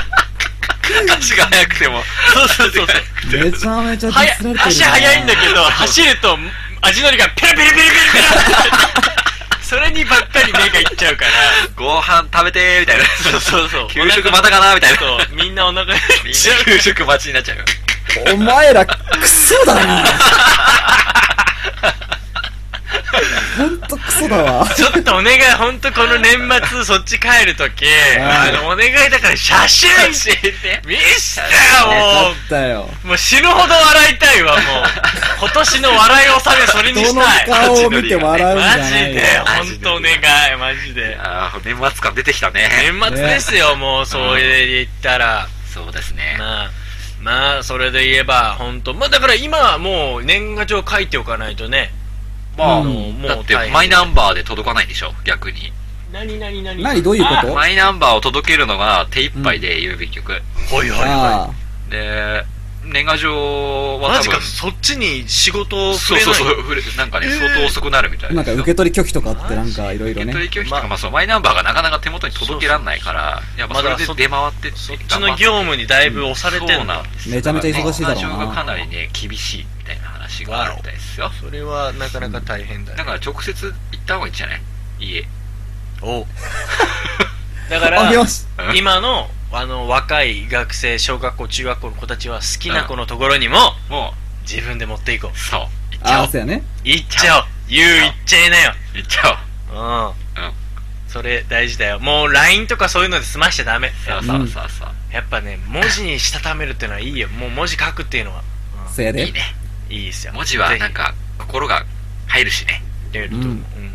S5: っ
S2: 足が速くても
S5: そうそうそうそう
S4: めちゃめちゃ
S5: たは
S4: ディ
S5: や
S4: スられてるな。
S5: 足速いんだけど走ると味のりがペラペラペラペラペラそれにばっかり目がいっちゃうから
S2: ご飯食べてーみたいな
S5: そうそうそう
S2: 給食またかなみたいな
S5: そうみんなお腹空
S2: みんな
S5: いちゃ う
S2: 給食待ちになっちゃうよ
S4: お前ら、クソだな。ほんとクソだわ。
S5: ちょっとお願い、ほんとこの年末、そっち帰るとき、あ
S4: い
S5: の、お願いだから写真
S2: 教えて
S5: 見してよ、
S4: だ
S5: も
S4: ったよ。
S5: うもう死ぬほど笑いたいわ、 もう。今年の笑い納め、それに
S4: 人
S5: し
S4: の
S5: たい。
S4: 顔を見て笑うんじ
S5: マ
S4: ゃ
S5: ジ
S4: ない
S5: で
S4: よ。、
S5: ほんとお願い、マジで。
S2: あー年末感出てきたね
S5: 年末ですよ、もう、そう言ったら。
S2: そうですね
S5: まあ、まあ、それで言えば、ほんと、まあ、だから今はもう、年賀状書いておかないとね。
S2: まあ
S4: うん
S5: もう
S2: だって
S5: 大変
S2: マイナンバーで届かないでしょ逆に
S5: 何何何
S4: 何どういうこと
S2: マイナンバーを届けるのが手一杯で郵便局
S5: とはいはいはい。
S4: あ
S2: で年賀状は
S5: マ
S2: 多
S5: ジか、
S2: 分
S5: そっちに仕事を触
S2: そう
S5: れな
S2: そ
S5: い
S2: うそう触れなんかね
S5: えー
S2: 相当遅くなるみたい
S4: あ。な
S2: なん
S4: か受け取り拒否とかあって、なんかいろい
S2: 受
S4: ろ
S2: け
S4: ね。
S2: 取り拒否と
S5: まあ
S2: か、まあ、そのマイナンバーがなかなか手元に届けらんないから、やっぱそれ
S5: まだ
S2: で
S5: そ
S2: 出回ってって、
S5: そっちの業務務にだいぶ押されて
S2: そうん
S5: だ
S2: なんです
S4: めちゃめちゃ忙しいだ
S2: 年
S4: ろうな
S2: 賀状がかなりね、厳しいみたいな話があるみたいですよ。
S5: それはなかなか大変だ
S2: だ
S5: ね
S2: から直接行った方がいいんじゃない家。
S5: おだか
S4: あ、見
S5: ら
S4: まし
S2: うん
S5: 今のあの若い学生小学校中学校の子たちは好きな子のところにも、
S2: も
S5: 自分で持っていこう
S2: う、そう。行っちゃ
S4: あ
S2: お
S4: あ、そう
S2: う。
S4: やね。
S5: 行っちゃおう言う行っちゃいなよ
S2: 行っちゃおう。
S5: うん、
S2: うん
S5: それ大事だよもう LINE とかそういうので済ましちゃダメ
S2: さあさあさあさ
S5: やっぱね文字にしたためるっていうのはいいよもう文字書くっていうのは
S4: そうや
S2: あ。
S4: で
S2: いい。ね。
S5: いいですよ
S2: 文字は
S5: ぜひ
S2: なんか心が入るしね。
S5: 入れると思う、う
S2: う
S5: ん
S2: ん。
S5: うん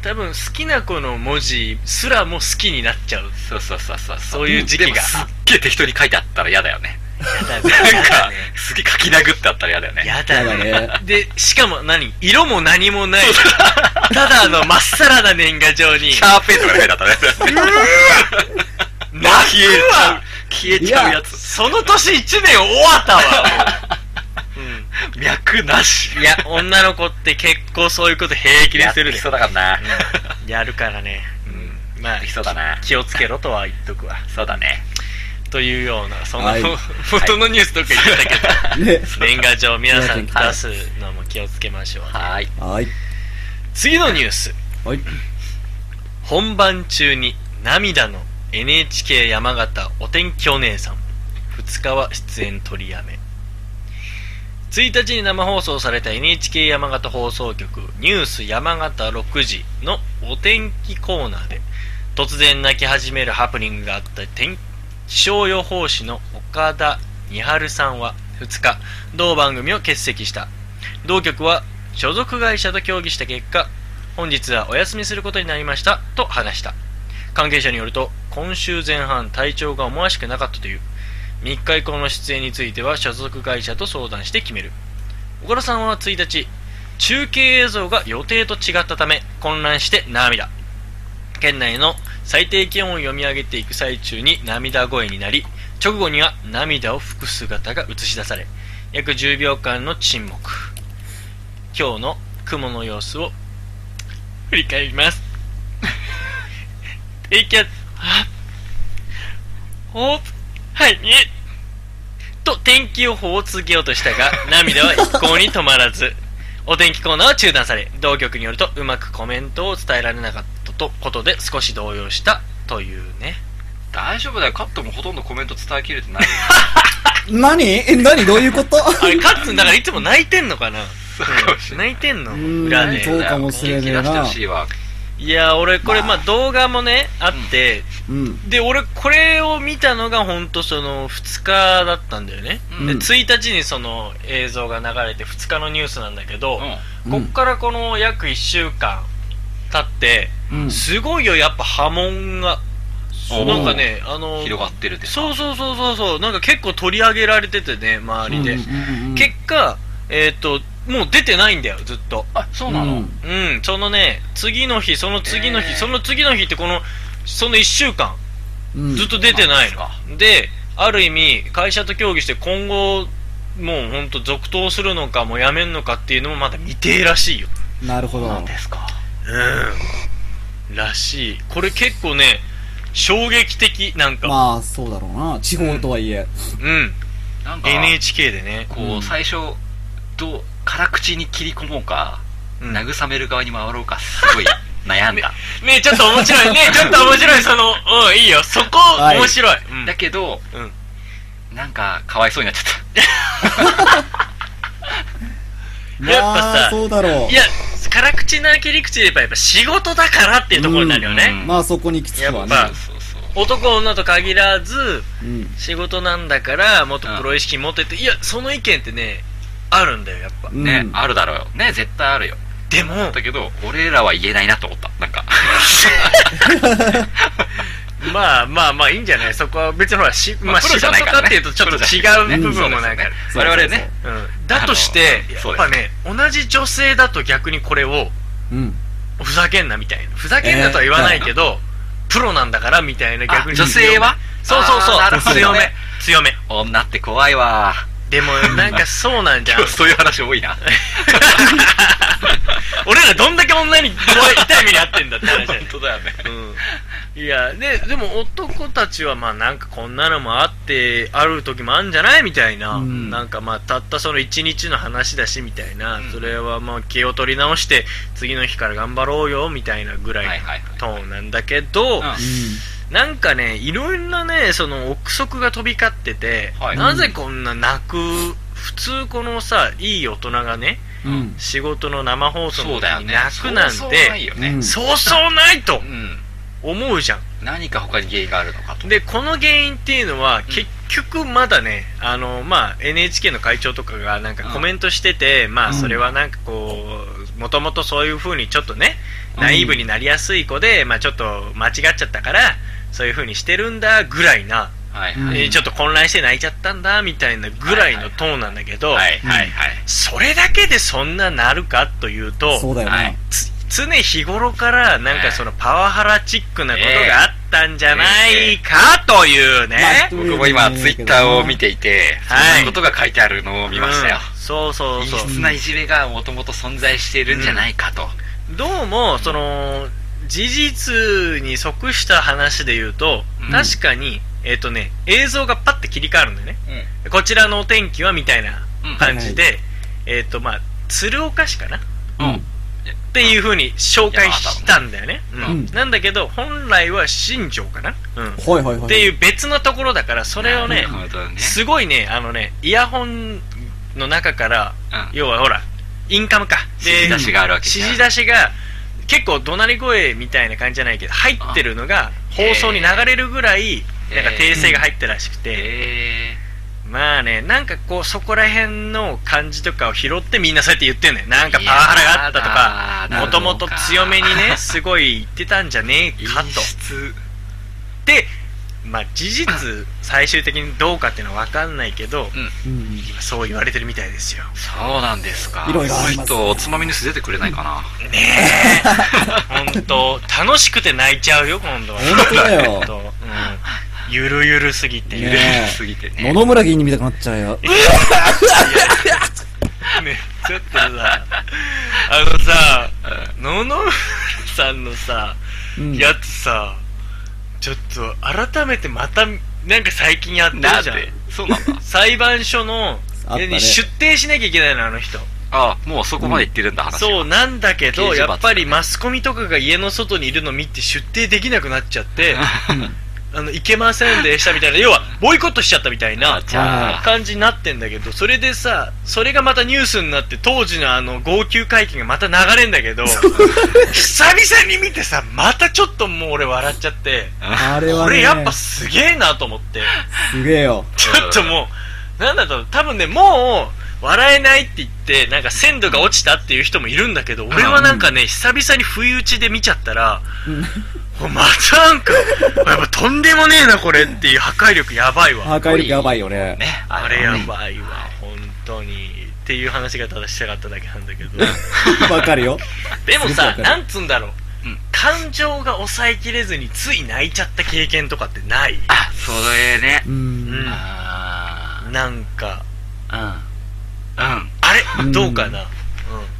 S5: 多分好きな子の文字すらも好きになっちゃう
S2: そうそうそうそう。
S5: そういう時期が
S2: でもすっげえ適当に書いてあったら嫌だよね。
S5: やだ
S2: なんか
S5: ね、
S2: すげえ書き殴ってあったら嫌だよね。
S5: やだ
S4: や
S5: ね
S4: だね。
S5: でしかも何色も何もないただのまっさらな年賀状に
S2: シャーペンと かで書いてあったら嫌だよね。
S5: 泣く
S2: 消えちゃう
S5: わ。
S2: 消えちゃうやつ。
S5: その年1年終わったわもう、
S2: 脈なし。
S5: うん、いや女の子って結構そういうこと平気ですす
S2: るで
S5: るね
S2: きそうだからな。
S5: やるからね、うん、まあ
S2: できそうだな。
S5: 気をつけろとは言っとくわ
S2: そうだね。
S5: というようなそんな、
S4: はい
S5: 元のニュースとか言ってたけど、
S4: ね。
S5: 年賀状皆さん出すのも気をつけましょう、
S2: はーい。
S4: はい。
S5: 次のニュース
S4: はい。
S5: 本番中に涙の NHK 山形お天気お姉さん2日は出演取りやめ1日に生放送された NHK 山形放送局「ニュース山形6時」のお天気コーナーで突然泣き始めるハプニングがあった天気象予報士の岡田美春さんは2日同番組を欠席した同局は所属会社と協議した結果本日はお休みすることになりましたと話した関係者によると今週前半体調が思わしくなかったという3日以降の出演については所属会社と相談して決める岡田さんは1日中継映像が予定と違ったため混乱して涙県内の最低気温を読み上げていく最中に涙声になり直後には涙を拭く姿が映し出され約10秒間の沈黙今日の雲の様子を振り返ります。 低気圧、はホープ、はい、見えと天気予報を続けようとしたが、涙は一向に止まらず、お天気コーナーは中断され、同局によるとうまくコメントを伝えられなかったとことで少し動揺したというね。
S2: 大丈夫だよ。カットもほとんどコメント伝えきれてない。
S4: 何え、何どういうこと
S5: あれ、カッツンだからいつも泣いてんのかなうん泣いてんの
S4: うん
S5: 裏で。
S4: そうかもしれねえな
S2: 元気出してほしいわ。
S5: いや、俺これまあ動画もね、あって、
S4: うん。
S5: で俺これを見たのが本当その2日だったんだよね、
S2: うん
S5: で
S4: うん
S5: 1日にその映像が流れて2日のニュースなんだけど、
S2: う
S4: うん
S5: こっからこの約1週間経って、
S4: うん。
S5: すごいよやっぱ波紋が
S2: おー
S5: なんかねあの
S2: ん。広がってるで。
S5: そうそうそうそうそうなんか結構取り上げられててね周りで、結果えっ、ともう出てないんだよずっと
S2: あ、そう
S4: 構
S2: なの
S5: うんそのね次の日その次の日、
S2: えー
S5: その次の日ってこのその1週間
S4: うん。
S5: ずっと出てない
S2: あ
S5: の。で、ある意味、会社と協議して今後、もう本当続投するのかもう辞めんのかっていうのもまだ未定らしいよ。
S4: なるほど。
S2: ですか。
S5: うん。らしい。これ結構ね、衝撃的、なんか。
S4: まあ、そうだろうな。地方とはいえ。
S5: うん。
S2: なんか、
S5: NHK でね。
S2: こ
S4: うん
S2: う、最初、どう、辛口に切り込もうか、
S5: うん
S2: 慰める側に回ろうか、すごい悩んだ。
S5: ねえ、ちょっと面白い。ねえ、ちょっと面白い。その、うん、いいよ。そこ、
S4: はい
S5: 面白い。うん
S2: だけど、
S5: うん
S2: なんか、かわいそうになっちゃっ
S5: やっぱさ
S4: まあ、そうだろう
S5: い。や、辛口な切り口で言えば、やっぱ仕事だからっていうところになるよ ね。
S2: うん
S4: まあ、そこにきつくはね
S5: や
S2: た。
S5: っ。ぱ
S2: そうそう。
S5: 男女と限らず、
S4: うん。
S5: 仕事なんだからもっとプロ意識持ってっていやその意見ってねあるんだよやっぱ
S4: うん
S2: ね、あるだろうよ。ね、絶対あるよ。
S5: でも
S2: だけど、俺らは言えないなと思った。なん か、
S5: まあまあまあいいんじゃないそこは別にほらし、まあ、
S2: プ
S5: 仕
S2: ロじゃ
S5: 事
S2: ないから
S5: か
S2: ね
S5: っていうとちょっと違う部分もなんかある、
S4: そう
S2: 我々ね、
S5: うん、だとして
S2: あの
S5: や
S2: そう
S5: っ
S2: です
S5: ぱね同じ女性だと逆にこれを
S4: うん。
S5: ふざけんなみたいなふざけんなとは言わないけど、プロなんだからみたいな
S2: あ
S5: 逆に
S2: 女性は
S5: そうそうそう
S2: あーなるほどね
S5: 強め強め
S2: 女って怖いわ。
S5: でもなんか そうなんじゃ ん
S2: そういう話多いな。
S5: 俺らどんだけ女に怖い痛い目にあってんだって話だよね
S2: 当だよね。
S5: いやででも男たちはまあなんかこんなのもあってある時もあるんじゃないみたいな、
S4: うん
S5: なんかまあたったその1日の話だしみたいな、
S2: うん
S5: それはまあ気を取り直して次の日から頑張ろうよみたいなぐら
S2: はいいはいはい
S5: のトーンなんだけど、
S2: うん
S5: なんかねいろんなねその憶測が飛び交ってて、
S2: はい
S5: なぜこんな泣く普通このさいい大人がね
S4: うん。
S5: 仕事の生放送
S2: そう
S5: の
S2: だ
S5: 時
S2: よ
S5: に
S2: ね。
S5: 泣くなん
S2: そうそうない
S5: て
S2: よね
S4: う。ん
S5: そうそうないと
S2: うん。
S5: 思うじゃん
S2: 何か他に原因があるのかと。
S5: でこの原因っていうのは結局まだね、あのまあ、NHK の会長とかがなん
S2: う
S5: か
S2: ん
S5: コメントしてて、ま
S4: う
S5: あ
S4: ん
S5: それはなんかこうもともとそういう風にちょっとね
S4: うん
S5: ナイーブになりやすい子で、まあ、ちょっと間違っちゃったからそういう風にしてるんだぐらいな、
S2: はい
S4: うん
S2: はい。
S5: えーちょっと混乱して泣いちゃったんだみたいなぐらいのトーンなんだけど、
S2: はいはいはい。
S5: それだけでそんななるかというと
S4: そうだよ
S2: は。
S4: ない
S5: つ常日頃からなんかそのパワハラチックなことがあったんじゃないかというね、
S2: 僕も今、ツイッターを見ていて、
S5: はい
S2: そんなことが書いてあるのを見ましたよ。
S5: うんそうそう
S2: 陰
S5: そう
S2: 湿ないじめがもともと存在しているんじゃないかと。
S5: どうもその事実に即した話で言うと、
S2: うん
S5: 確かにえっ、とね映像がパッて切り替わるんだよねこちらのお天気はみたいな
S2: うん
S5: 感じで、えっ、とまあ鶴岡市かな
S2: うん
S5: っていうふうに紹介したんだよね、
S2: 山
S5: う
S2: 形
S5: ん
S4: の
S5: なんだけど本来は新庄かな、うん、っ
S4: はいはいはい。
S5: ていう別のところだからそれをね
S2: なるほどね
S5: すごいねあのねイヤホンの中から
S2: うん
S5: 要はほらインカムか
S2: 指示出しがあるわけ
S5: 指
S2: じゃん
S5: 示出しが結構怒鳴り声みたいな感じじゃないけど入ってるのが放送に流れるぐらい
S2: えー
S5: なんか訂正が入ったらしくて、
S2: え
S5: まあねなんかこうそこら辺の感じとかを拾ってみんなそうやって言ってんのよなん
S2: ー
S5: かパワハラがあったとか
S2: いやー
S5: もともと強めにねすごい言ってたんじゃねえか
S2: 陰
S5: と
S2: 湿
S5: でまあ事 実最終的にどうかっていうのは分かんないけど
S4: うん。
S5: 今そう言われてるみたい ですよ
S2: そうなんですか
S4: いろいろあり
S2: もう
S4: ます
S2: ちょっとおつまみニュース出てくれないかな
S5: 本当楽しくて泣いちゃうよ今度は
S4: 本当だよ
S5: 本当うんゆるゆるすぎて、
S4: ね
S2: 揺れすぎて
S4: 野
S2: ね
S4: 々村議員みたくなっちゃうよ。
S5: ねちょっと さあのさ野々村さんのさ、
S4: うん。
S5: やつさちょっと改めてまたなんか最近やってる
S2: なん
S5: じゃん
S2: でそうなんだ
S5: 裁判所の
S4: あったね
S5: に出廷しなきゃいけないのあの人
S2: あもうそこまで行ってるんだ話
S5: そう
S2: う
S5: なんだけ
S2: 刑
S5: ど
S2: 事罰
S5: やっぱりマスコミとかが家の外にいるの見て出廷できなくなっちゃってあのいけませんでした みたいな要はボイコットしちゃったみたいな
S2: じゃあ
S5: 感じになってんだけどそれでさそれがまたニュースになって当時のあの号泣会見がまた流れん だけど久々に見てさまたちょっともう俺笑っちゃって
S4: あれはね。
S5: これやっぱすげえなと思って
S4: すげえよ。
S5: ちょっともうなんだろう多分ねもう笑えないって言ってなんか鮮度が落ちたっていう人もいるんだけど俺はなんかね久々に不意打ちで見ちゃったら
S4: うん
S5: またなん か、やっぱとんでもねえな、これっていう破壊力やばい
S4: 破
S5: わ。
S4: 壊力やばいよね。
S2: ね
S5: あれや
S2: ね
S5: ばいわ、本当に。っていう話がただしたかっただけなんだけど。
S4: わかるよ。
S5: でも
S4: すごくわ
S5: さ
S4: か、る
S5: なんつうんだろ
S2: う
S5: う
S2: ん。
S5: 感情が抑えきれずについ泣いちゃった経験とかってない
S2: あそれね
S4: う
S5: うん
S4: ん。
S2: あ
S5: なんか、
S2: あうんうん
S5: あれ
S4: うん
S5: どうかな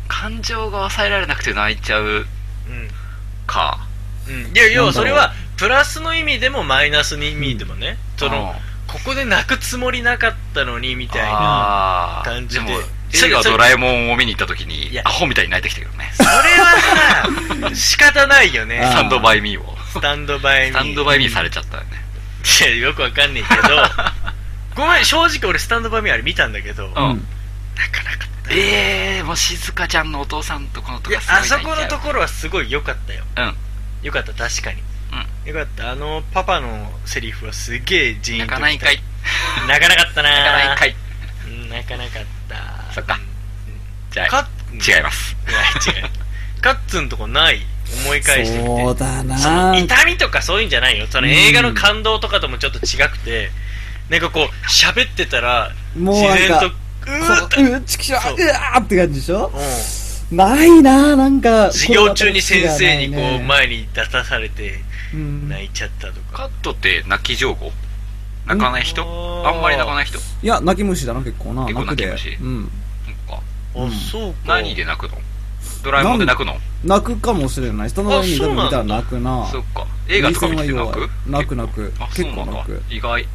S2: 感情が抑えられなくて泣いちゃう
S5: う
S2: か
S5: ん。うん。いや、要
S4: な
S5: は
S4: んだ
S5: そ
S4: ろう
S5: れは、プラスの意味でもマイナスの意味でもね。その、ここで泣くつもりなかったのに、みたいな。
S2: あー
S5: 感じで
S2: も映画ドラえもんを見に行った時に
S5: いや
S2: アホみたいに泣いてきたけどね
S5: それはさ、仕方ないよね。
S4: あー
S2: スタンドバイミーを
S5: スタンドバイミー。
S2: スタンドバイミーされちゃったよね
S5: いや、よくわかんねえけど、 ごめん、正直俺スタンドバイミーあれ見たんだけど、なか
S2: うん
S5: なかった。い
S2: ええー、もう静香ちゃんのお父さんとこのと
S5: や
S2: か、すごい
S5: あそこのと
S2: こ
S5: ころはすごい良かったよ。
S2: うん
S5: 良かった、確かに。良よかった。あの、パパのセリフはすげえジーン
S2: 泣
S5: と
S2: か
S5: きた
S2: ないんかい
S5: 泣かなかったな
S2: 泣かないんかい
S5: うん泣かなかった。
S2: そっかじゃあ
S5: カッ、
S2: 違います
S5: いや違う。カッツンとこない思い返してみて。
S4: そうだな
S5: その痛みとかそういうんじゃないよその
S4: うん
S5: 映画の感動とかともちょっと違くて、なんかこう喋ってたら
S4: もう
S5: 自
S4: なん
S5: 然と
S4: か
S5: う、ーっと
S4: こう、うん、ちくしょう、
S5: そう
S4: うわーって感じでしょ
S5: うん
S4: ないなーなんか。
S5: 授業中に先生にこう
S4: ま
S5: 前に出さされて
S4: うん。
S5: 泣いちゃったとか
S2: カットって泣き上手泣かない人
S5: うん
S2: あんまり泣かない人
S4: いや、泣き虫だな、結構な。
S2: 結構
S4: 泣くで
S2: 泣き虫
S4: うん。
S2: なんか
S4: うん
S5: あそうか
S2: 何で泣くのドラえもんで泣くの
S4: 泣くかもしれない。人の上に
S5: あ
S4: 多
S5: そう
S4: 分
S5: なん
S4: 見た
S5: だ
S4: ら泣くな。
S2: そっか映画とか見てて
S4: 涙
S2: 泣
S4: 腺は
S2: く
S4: 弱い泣く泣く
S2: あそ
S4: 結
S2: うな
S4: 構
S2: んだ
S4: 泣く
S2: 意外
S4: う。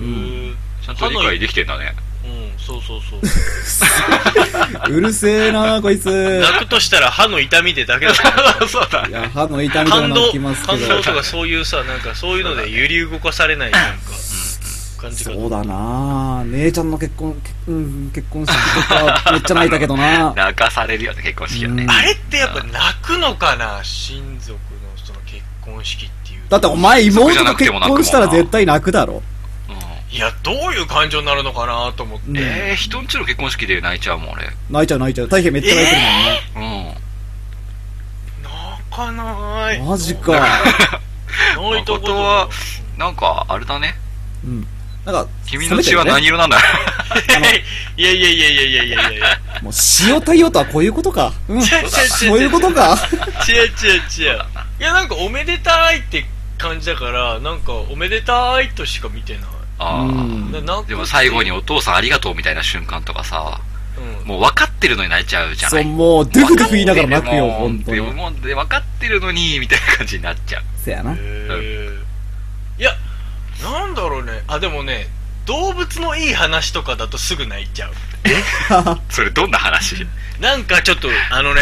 S5: うんん
S2: ちゃんと理解できてんだね
S5: うんそうそう そう
S4: うるせえなこいつ。
S5: 泣くとしたら歯の痛みでだけだ
S2: そうだ
S4: い。や、歯の痛みとか
S5: 感
S4: なっ
S5: 動
S4: てきますけ
S5: 感動
S4: ど
S5: と。かそういうさなんかそういうので揺り動かされないなんか、うん感じが
S4: そうだな姉ちゃんの結婚、けうん、結婚式とか、めっちゃ泣いたけど な
S2: 泣かされるよね、結婚式はね
S4: うん。
S5: あれってやっぱ泣くのかな親族のその結婚式っていう
S4: だってお前妹と結婚したら絶対泣くだろ。
S2: うん
S5: いやどういう感情になるのかなと思って、
S4: うん
S2: えー、人んちの結婚式で泣いちゃうもん、俺。
S4: 泣いちゃう泣いちゃう。大変めっちゃ泣いてるもんね。
S2: うん。
S5: 泣かない
S4: マジ か。
S5: 泣いたこと
S2: 誠
S5: は
S2: はなんか、あれだね。
S4: うん。なんか、
S2: 君の血は
S4: 冷め
S2: 何色なんだ
S5: いやいやいやいやいやいやいや
S4: たよねもう塩対応とはこういうことか。う
S5: 違
S4: ん。
S5: う違う違う
S4: そういうことか。
S5: 違う違う違ういやなんかおめでたいって感じだからなんかおめでたいとしか見てない
S2: あ
S4: うん
S5: な
S4: う
S5: なんか
S2: でも最後にお父さんありがとうみたいな瞬間とかさ、
S5: うん
S2: もう分かってるのに泣いちゃうじゃな
S4: そう、
S2: い
S4: もう、ドゥフドゥフ言いながら泣くよ、
S2: もう
S4: 本当
S2: でも
S4: に。
S2: もうで分かってるのに、みたいな感じになっちゃう。
S4: せやな。
S5: へーいやなんだろうねあでもね動物のいい話とかだとすぐ泣いちゃう
S2: それどんな話
S5: なんかちょっとあのね、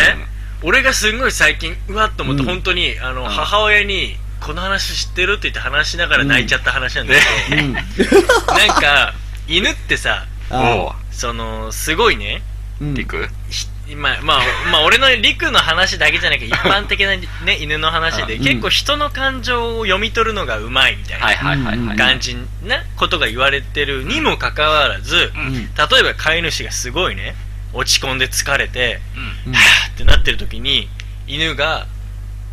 S5: 俺がすんごい最近うわっと思って、
S4: うん
S5: 本当にあの、
S2: ん
S5: 母親にこの話知ってるって言って話しながら泣いちゃった話なんだけ
S4: う
S5: ど、
S4: ん。
S5: なんか犬ってさ
S4: あ
S2: おう、
S5: そのすごいね
S4: うん。
S2: リク
S5: ひまあまあ、まあ、俺の陸の話だけじゃなくて一般的な、ね、犬の話で
S4: うん
S5: 結構人の感情を読み取るのがうまいみたい
S2: はい
S5: な
S2: はいはいはい。
S4: うん
S5: 感じなことが言われてるにもかかわらず例
S2: う
S4: うん
S2: ん。
S5: えば飼い主がすごいね落ち込んで疲れて
S4: うん
S5: はぁってなってる時に犬が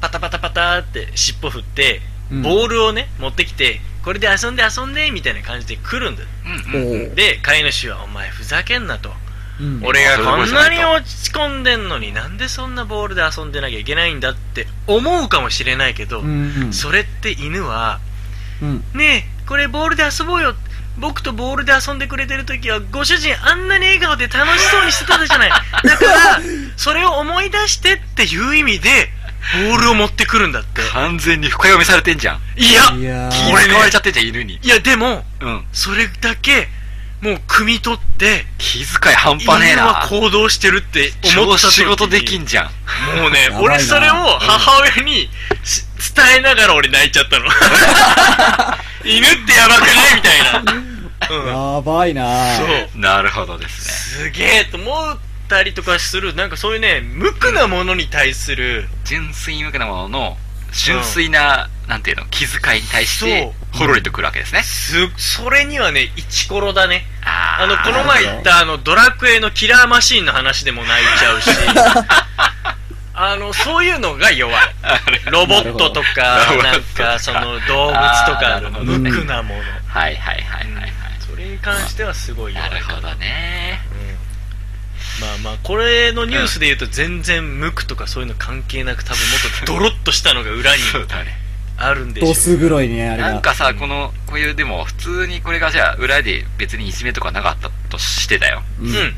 S5: パタパタパタって尻尾振って
S4: うん
S5: ボールをね持ってきてこれで遊んで遊んでみたいな感じで来るんだ
S2: うん。うん。
S4: おう。
S5: で飼い主はお前ふざけんなと
S4: うん
S5: 俺がこん
S2: そういう
S5: な
S2: ことじ
S5: に
S2: ゃな
S5: 落ち込んでんのになんでそんなボールで遊んでなきゃいけないんだって思うかもしれないけど、
S4: うん。
S5: それって犬は
S4: うん。
S5: ねえこれボールで遊ぼうよ僕とボールで遊んでくれてる時はご主人あんなに笑顔で楽しそうにしてたじゃないだからそれを思い出してっていう意味でボールを持ってくるんだって
S2: 完全に深読みされてんじゃん。
S5: いや
S4: いや
S2: 気
S4: ー
S5: 俺
S2: 使われちゃってんじゃん、犬に。
S5: いやでも
S2: うん。
S5: それだけもう汲み取って
S2: 気遣い半
S5: 犬
S2: 端ねえ
S5: は
S2: な。
S5: 行動してるって思
S2: 超
S5: った時
S2: 仕事できんじゃん。
S5: もうね
S4: やばい、な
S5: 俺それを母親にし伝えながら俺泣いちゃったの。犬ってやばくないみたいな。うん。
S4: やばいな
S5: そう。
S2: なるほどです
S5: すげえと思ったりとかする、なんかそういうね、無垢なものに対する、
S2: ね。純粋無垢なものの、純粋な、なんていうの、気遣いに対して、ほろりとくるわけですね。
S5: す、それにはね、イチコロだね。
S2: あ
S5: あの、この前言ったあの、ドラクエのキラーマシーンの話でも泣いちゃ うし、あの、そういうのが弱い。ロボットとか、
S2: な
S5: な
S2: る
S5: ん
S2: ほど
S5: か、その、動物とか
S2: あーなるほ
S5: の
S2: ど
S4: ね
S5: 無垢なもの。
S2: はいはいはいはいはい。
S5: それに関してはすごいよ、
S2: なるほどね。
S5: まあまあこれのニュースで言うと全然無垢とかそういうの関係なく多分もっとドロッとしたのが裏に
S2: そうだね。
S5: あるんでしょ
S4: ドス黒いね、あれ
S2: なん
S4: が。
S2: かさ、この、こういう、でも、普通にこれがじゃあ、裏で別にいじめとかなかったとしてだよ。
S4: う
S5: うん
S4: ん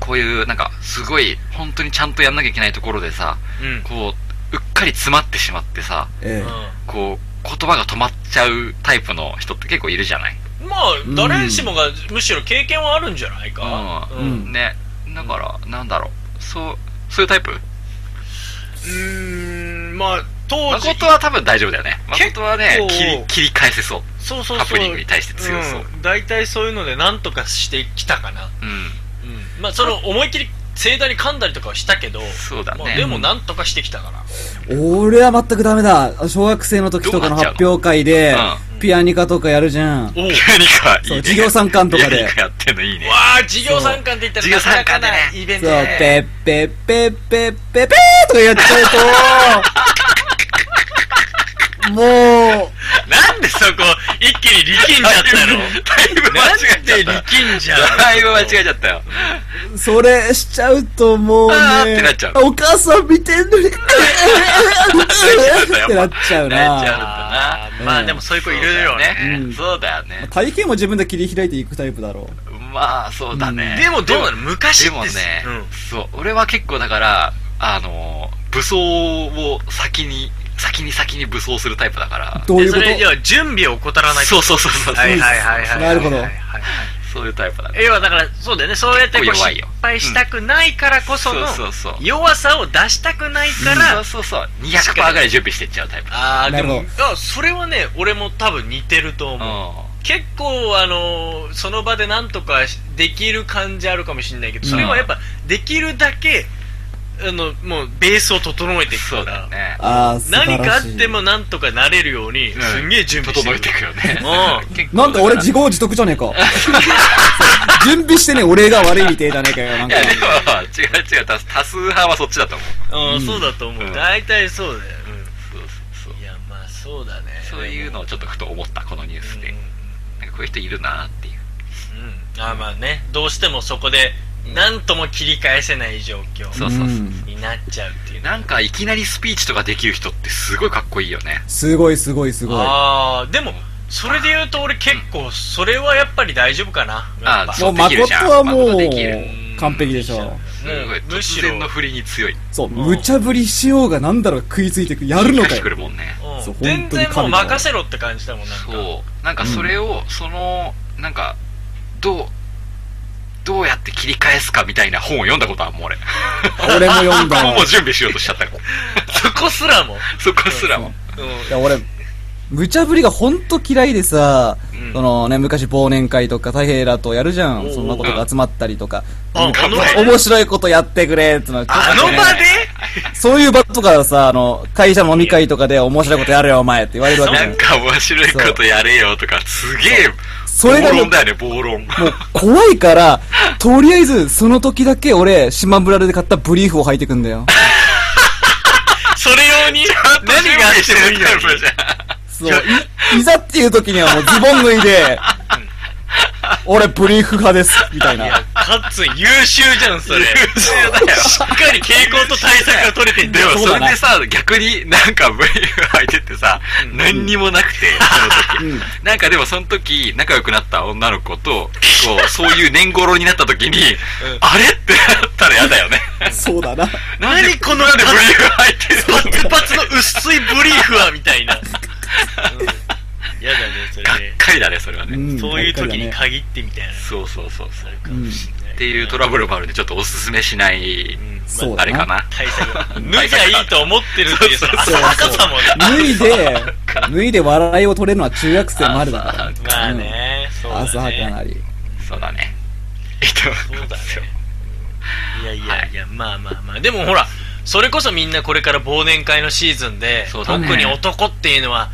S2: こういう、なんか、すごい、本当にちゃんとやんなきゃいけないところでさ、
S5: うん
S2: こう、うっかり詰まってしまってさ、
S4: え
S2: こう、言葉が止まっちゃうタイプの人って結構いるじゃない。
S5: うんまあ
S4: うん
S5: 誰しもがむしろ経験はあるんじゃないか
S2: う
S5: うんん、うん
S4: ん
S2: ね。だから、なんだろう。そう、そういうタイプ
S5: まあ当時
S2: 誠は多分大丈夫だよね。
S5: 結
S2: 誠はね
S5: 構、
S2: 切り、切り返せそう。
S5: そうそうそう
S2: ハプニングに対して強そう
S5: うん大体、そういうので何とかしてきたかな、
S2: うん。
S5: うん、まあその思いっきり盛大に噛んだりとかはしたけど
S2: そうだね
S5: まあ、でも何とかしてきたから
S4: 俺は全くダメだ。小学生の時とかの発表会で
S2: どうなっちゃう、
S4: ピアニカとかやるじゃん。
S5: おう
S2: ピアニカ、いい
S4: そう、
S2: ね。
S4: 授業参観とか
S2: ピア
S4: で
S2: ニ。カやってんのいいね。
S5: わあ授業参観って言ったらなかなか
S2: そう授業参観
S5: な
S2: でね
S5: イベン
S4: そ
S5: ト
S4: う
S5: だ、ね
S4: ペッペッペッペッペッペーとかやっちゃ うと、も
S5: なんでそこ一気に力んじゃっ
S2: だい
S5: たの
S2: ぶ間
S5: な
S2: 違
S5: ん
S2: えちゃ
S5: で
S2: った。
S5: 力んじゃう
S2: だいぶ間違えちゃったよ。
S4: う、それしちゃうともう
S2: あーっ
S4: ね
S2: てなっちゃう、
S4: お母さん見て んのに、ってなっちゃう
S2: なっちゃう
S4: な。
S5: あー
S4: うん
S5: まあでもそういう子いるよね
S4: うん
S2: そうだよね。
S4: 体型も自分で切り開いていくタイプだろ
S2: まあ、そうだね。
S5: でもどうなの昔っ
S2: で
S5: て
S2: もね、
S5: うん
S2: そう、俺は結構だから、あの、武装を先に、先に先に武装するタイプだから
S4: う。。どう
S5: で
S4: いうこ
S5: それじゃ
S4: と
S5: あ準備を怠らない
S2: そうそうそうそう。
S5: はいはいはいはい
S4: なるほど
S5: はいはいはい
S2: そういうタイプなんだ
S3: 要はだから、そうだよね、そうやってこう
S2: 結構弱い
S3: 失
S2: よ
S3: 敗したくないからこその
S2: そうそうそう
S3: 弱さを出したくないか
S2: そ
S3: ら
S2: う、そうそう200%ぐらい準備してっちゃうタイプ
S5: ああで
S4: な
S5: も
S4: る
S5: あそれはね俺も多分似てると
S2: うん
S5: 思う、結構あのーその場でなんとかしできる感じあるかもしれないけどそれはやっぱできるだけあのもうベースを整えていく
S2: そ
S5: か
S2: うだ
S5: ら
S2: よね
S4: ああ、素晴らしい
S5: 何かあってもなんとかなれるように
S2: うん
S5: すんげえ準備して
S2: 整
S5: る
S2: えていくよね
S5: うん
S2: 結構
S4: なんか俺自業自得じゃ ねえか。そう準備してね、俺が悪いみてえじゃねえかよ、なん
S2: い
S4: か
S2: や。でも違う違う多多数派はそっちだと思う
S5: うん、そうだと思
S2: う
S5: うん大体そうだよ、
S2: そうそう
S5: うん、いやまあそうだね
S2: そうそういうのをちょっとふと思ったこのニュースで、なんかこういう人いるなーっていう
S5: うん、あまあねどうしてもそこで何とも切り返せない状況
S2: そうそうそう
S5: になっちゃうっていうね
S2: なんかいきなりスピーチとかできる人ってすごいかっこいいよね
S4: すごいすごいすごい。
S5: ああでもそれで言うと俺結構それはやっぱり大丈夫かなやっぱ
S2: あ
S4: もう
S2: できる
S4: 誠
S2: じゃん
S4: はも
S2: 誠
S4: う
S2: できる
S4: 完璧でしょ
S2: す
S5: もう
S2: ごい
S5: むし
S2: 突
S5: ろ
S2: 然の振りに強い
S4: そう、無茶ぶりしようがなんだろう食いついてく、やるの
S2: 返
S4: か
S2: して
S4: よ
S2: く。るもんね
S5: うん
S4: そう本当に
S5: 全然もう
S4: 神だ
S5: 任せろって感じだもんなんか
S2: そうなんかそれを、そのなんかどうどうやって切り返すかみたいな本を読んだことあるもん俺
S4: 俺も 読んだ
S2: も
S4: わ。
S2: う
S4: い
S2: 準備しようとしちゃったから
S5: そこすらも、
S2: そこすらも
S5: うん
S4: や、俺、無茶ぶりがほんと嫌いでさ、
S5: うん
S4: そのね、昔忘年会とか太平らとやるじゃ。
S5: おうん
S4: そんなことが集まったりとか。
S5: ああ の
S4: 面白いことやってくれってのは
S5: あの場で
S4: そういう場とかさ、あの、会社の飲み会とかで面白いことやれよ、お前って言われるわけじ
S2: な
S4: ゃん
S2: ん。か面白いことやれよとかすげえ
S4: それが
S2: 暴
S4: もう
S2: 論だよね暴論
S4: もう怖いから、とりあえずその時だけ俺、島村で買ったブリーフを履いてくんだよ。
S5: それ用に何があってもい いのに
S2: じゃん
S4: そう。い、いざっていう時にはもうズボン脱いで、俺ブリーフ派です、みたいな。
S5: カッツン優秀じゃんそれ
S2: 優秀だよ
S5: しっかり傾向と対策が取れてん だ
S2: で
S5: よ
S2: も
S4: そう
S2: そ
S4: だ
S2: れ
S4: な
S2: でさ、逆になんか V 履いてってさ、何にもなくて、その時、なんかでもその時、仲良くなった女の子と、こう、そういう年頃になった時に、あれってなったら嫌だよね。
S4: そうだな。
S2: なんで
S5: 何この
S2: なんで V 履いてるの
S5: 一発の薄いブリーフはみたいな、うん、やだねそ
S2: がっ
S5: れね
S2: かりだね、それはね。
S4: ん
S5: そういう時に
S4: やっぱ
S5: 限ってみたいな
S2: そうそうそうそう。っ
S5: かもしれない
S2: ていうトラブルもあるんで、ちょっとおすすめしない、
S5: うん
S4: そう
S5: ま
S4: だ
S2: あれかな。
S5: 対策脱ぎゃいいと思ってるっていうその浅はかさもね
S4: りね脱いで、脱いで笑いを取れるのは中学生までだから。
S5: まあねそうだね
S4: 浅はかなり。
S2: そうだね。えっと、
S5: そうだねいやいやいや、まあまあまあでもほらそれこそみんなこれから忘年会のシーズンで、
S2: そうだ
S5: 特
S2: ね
S5: に男っていうのは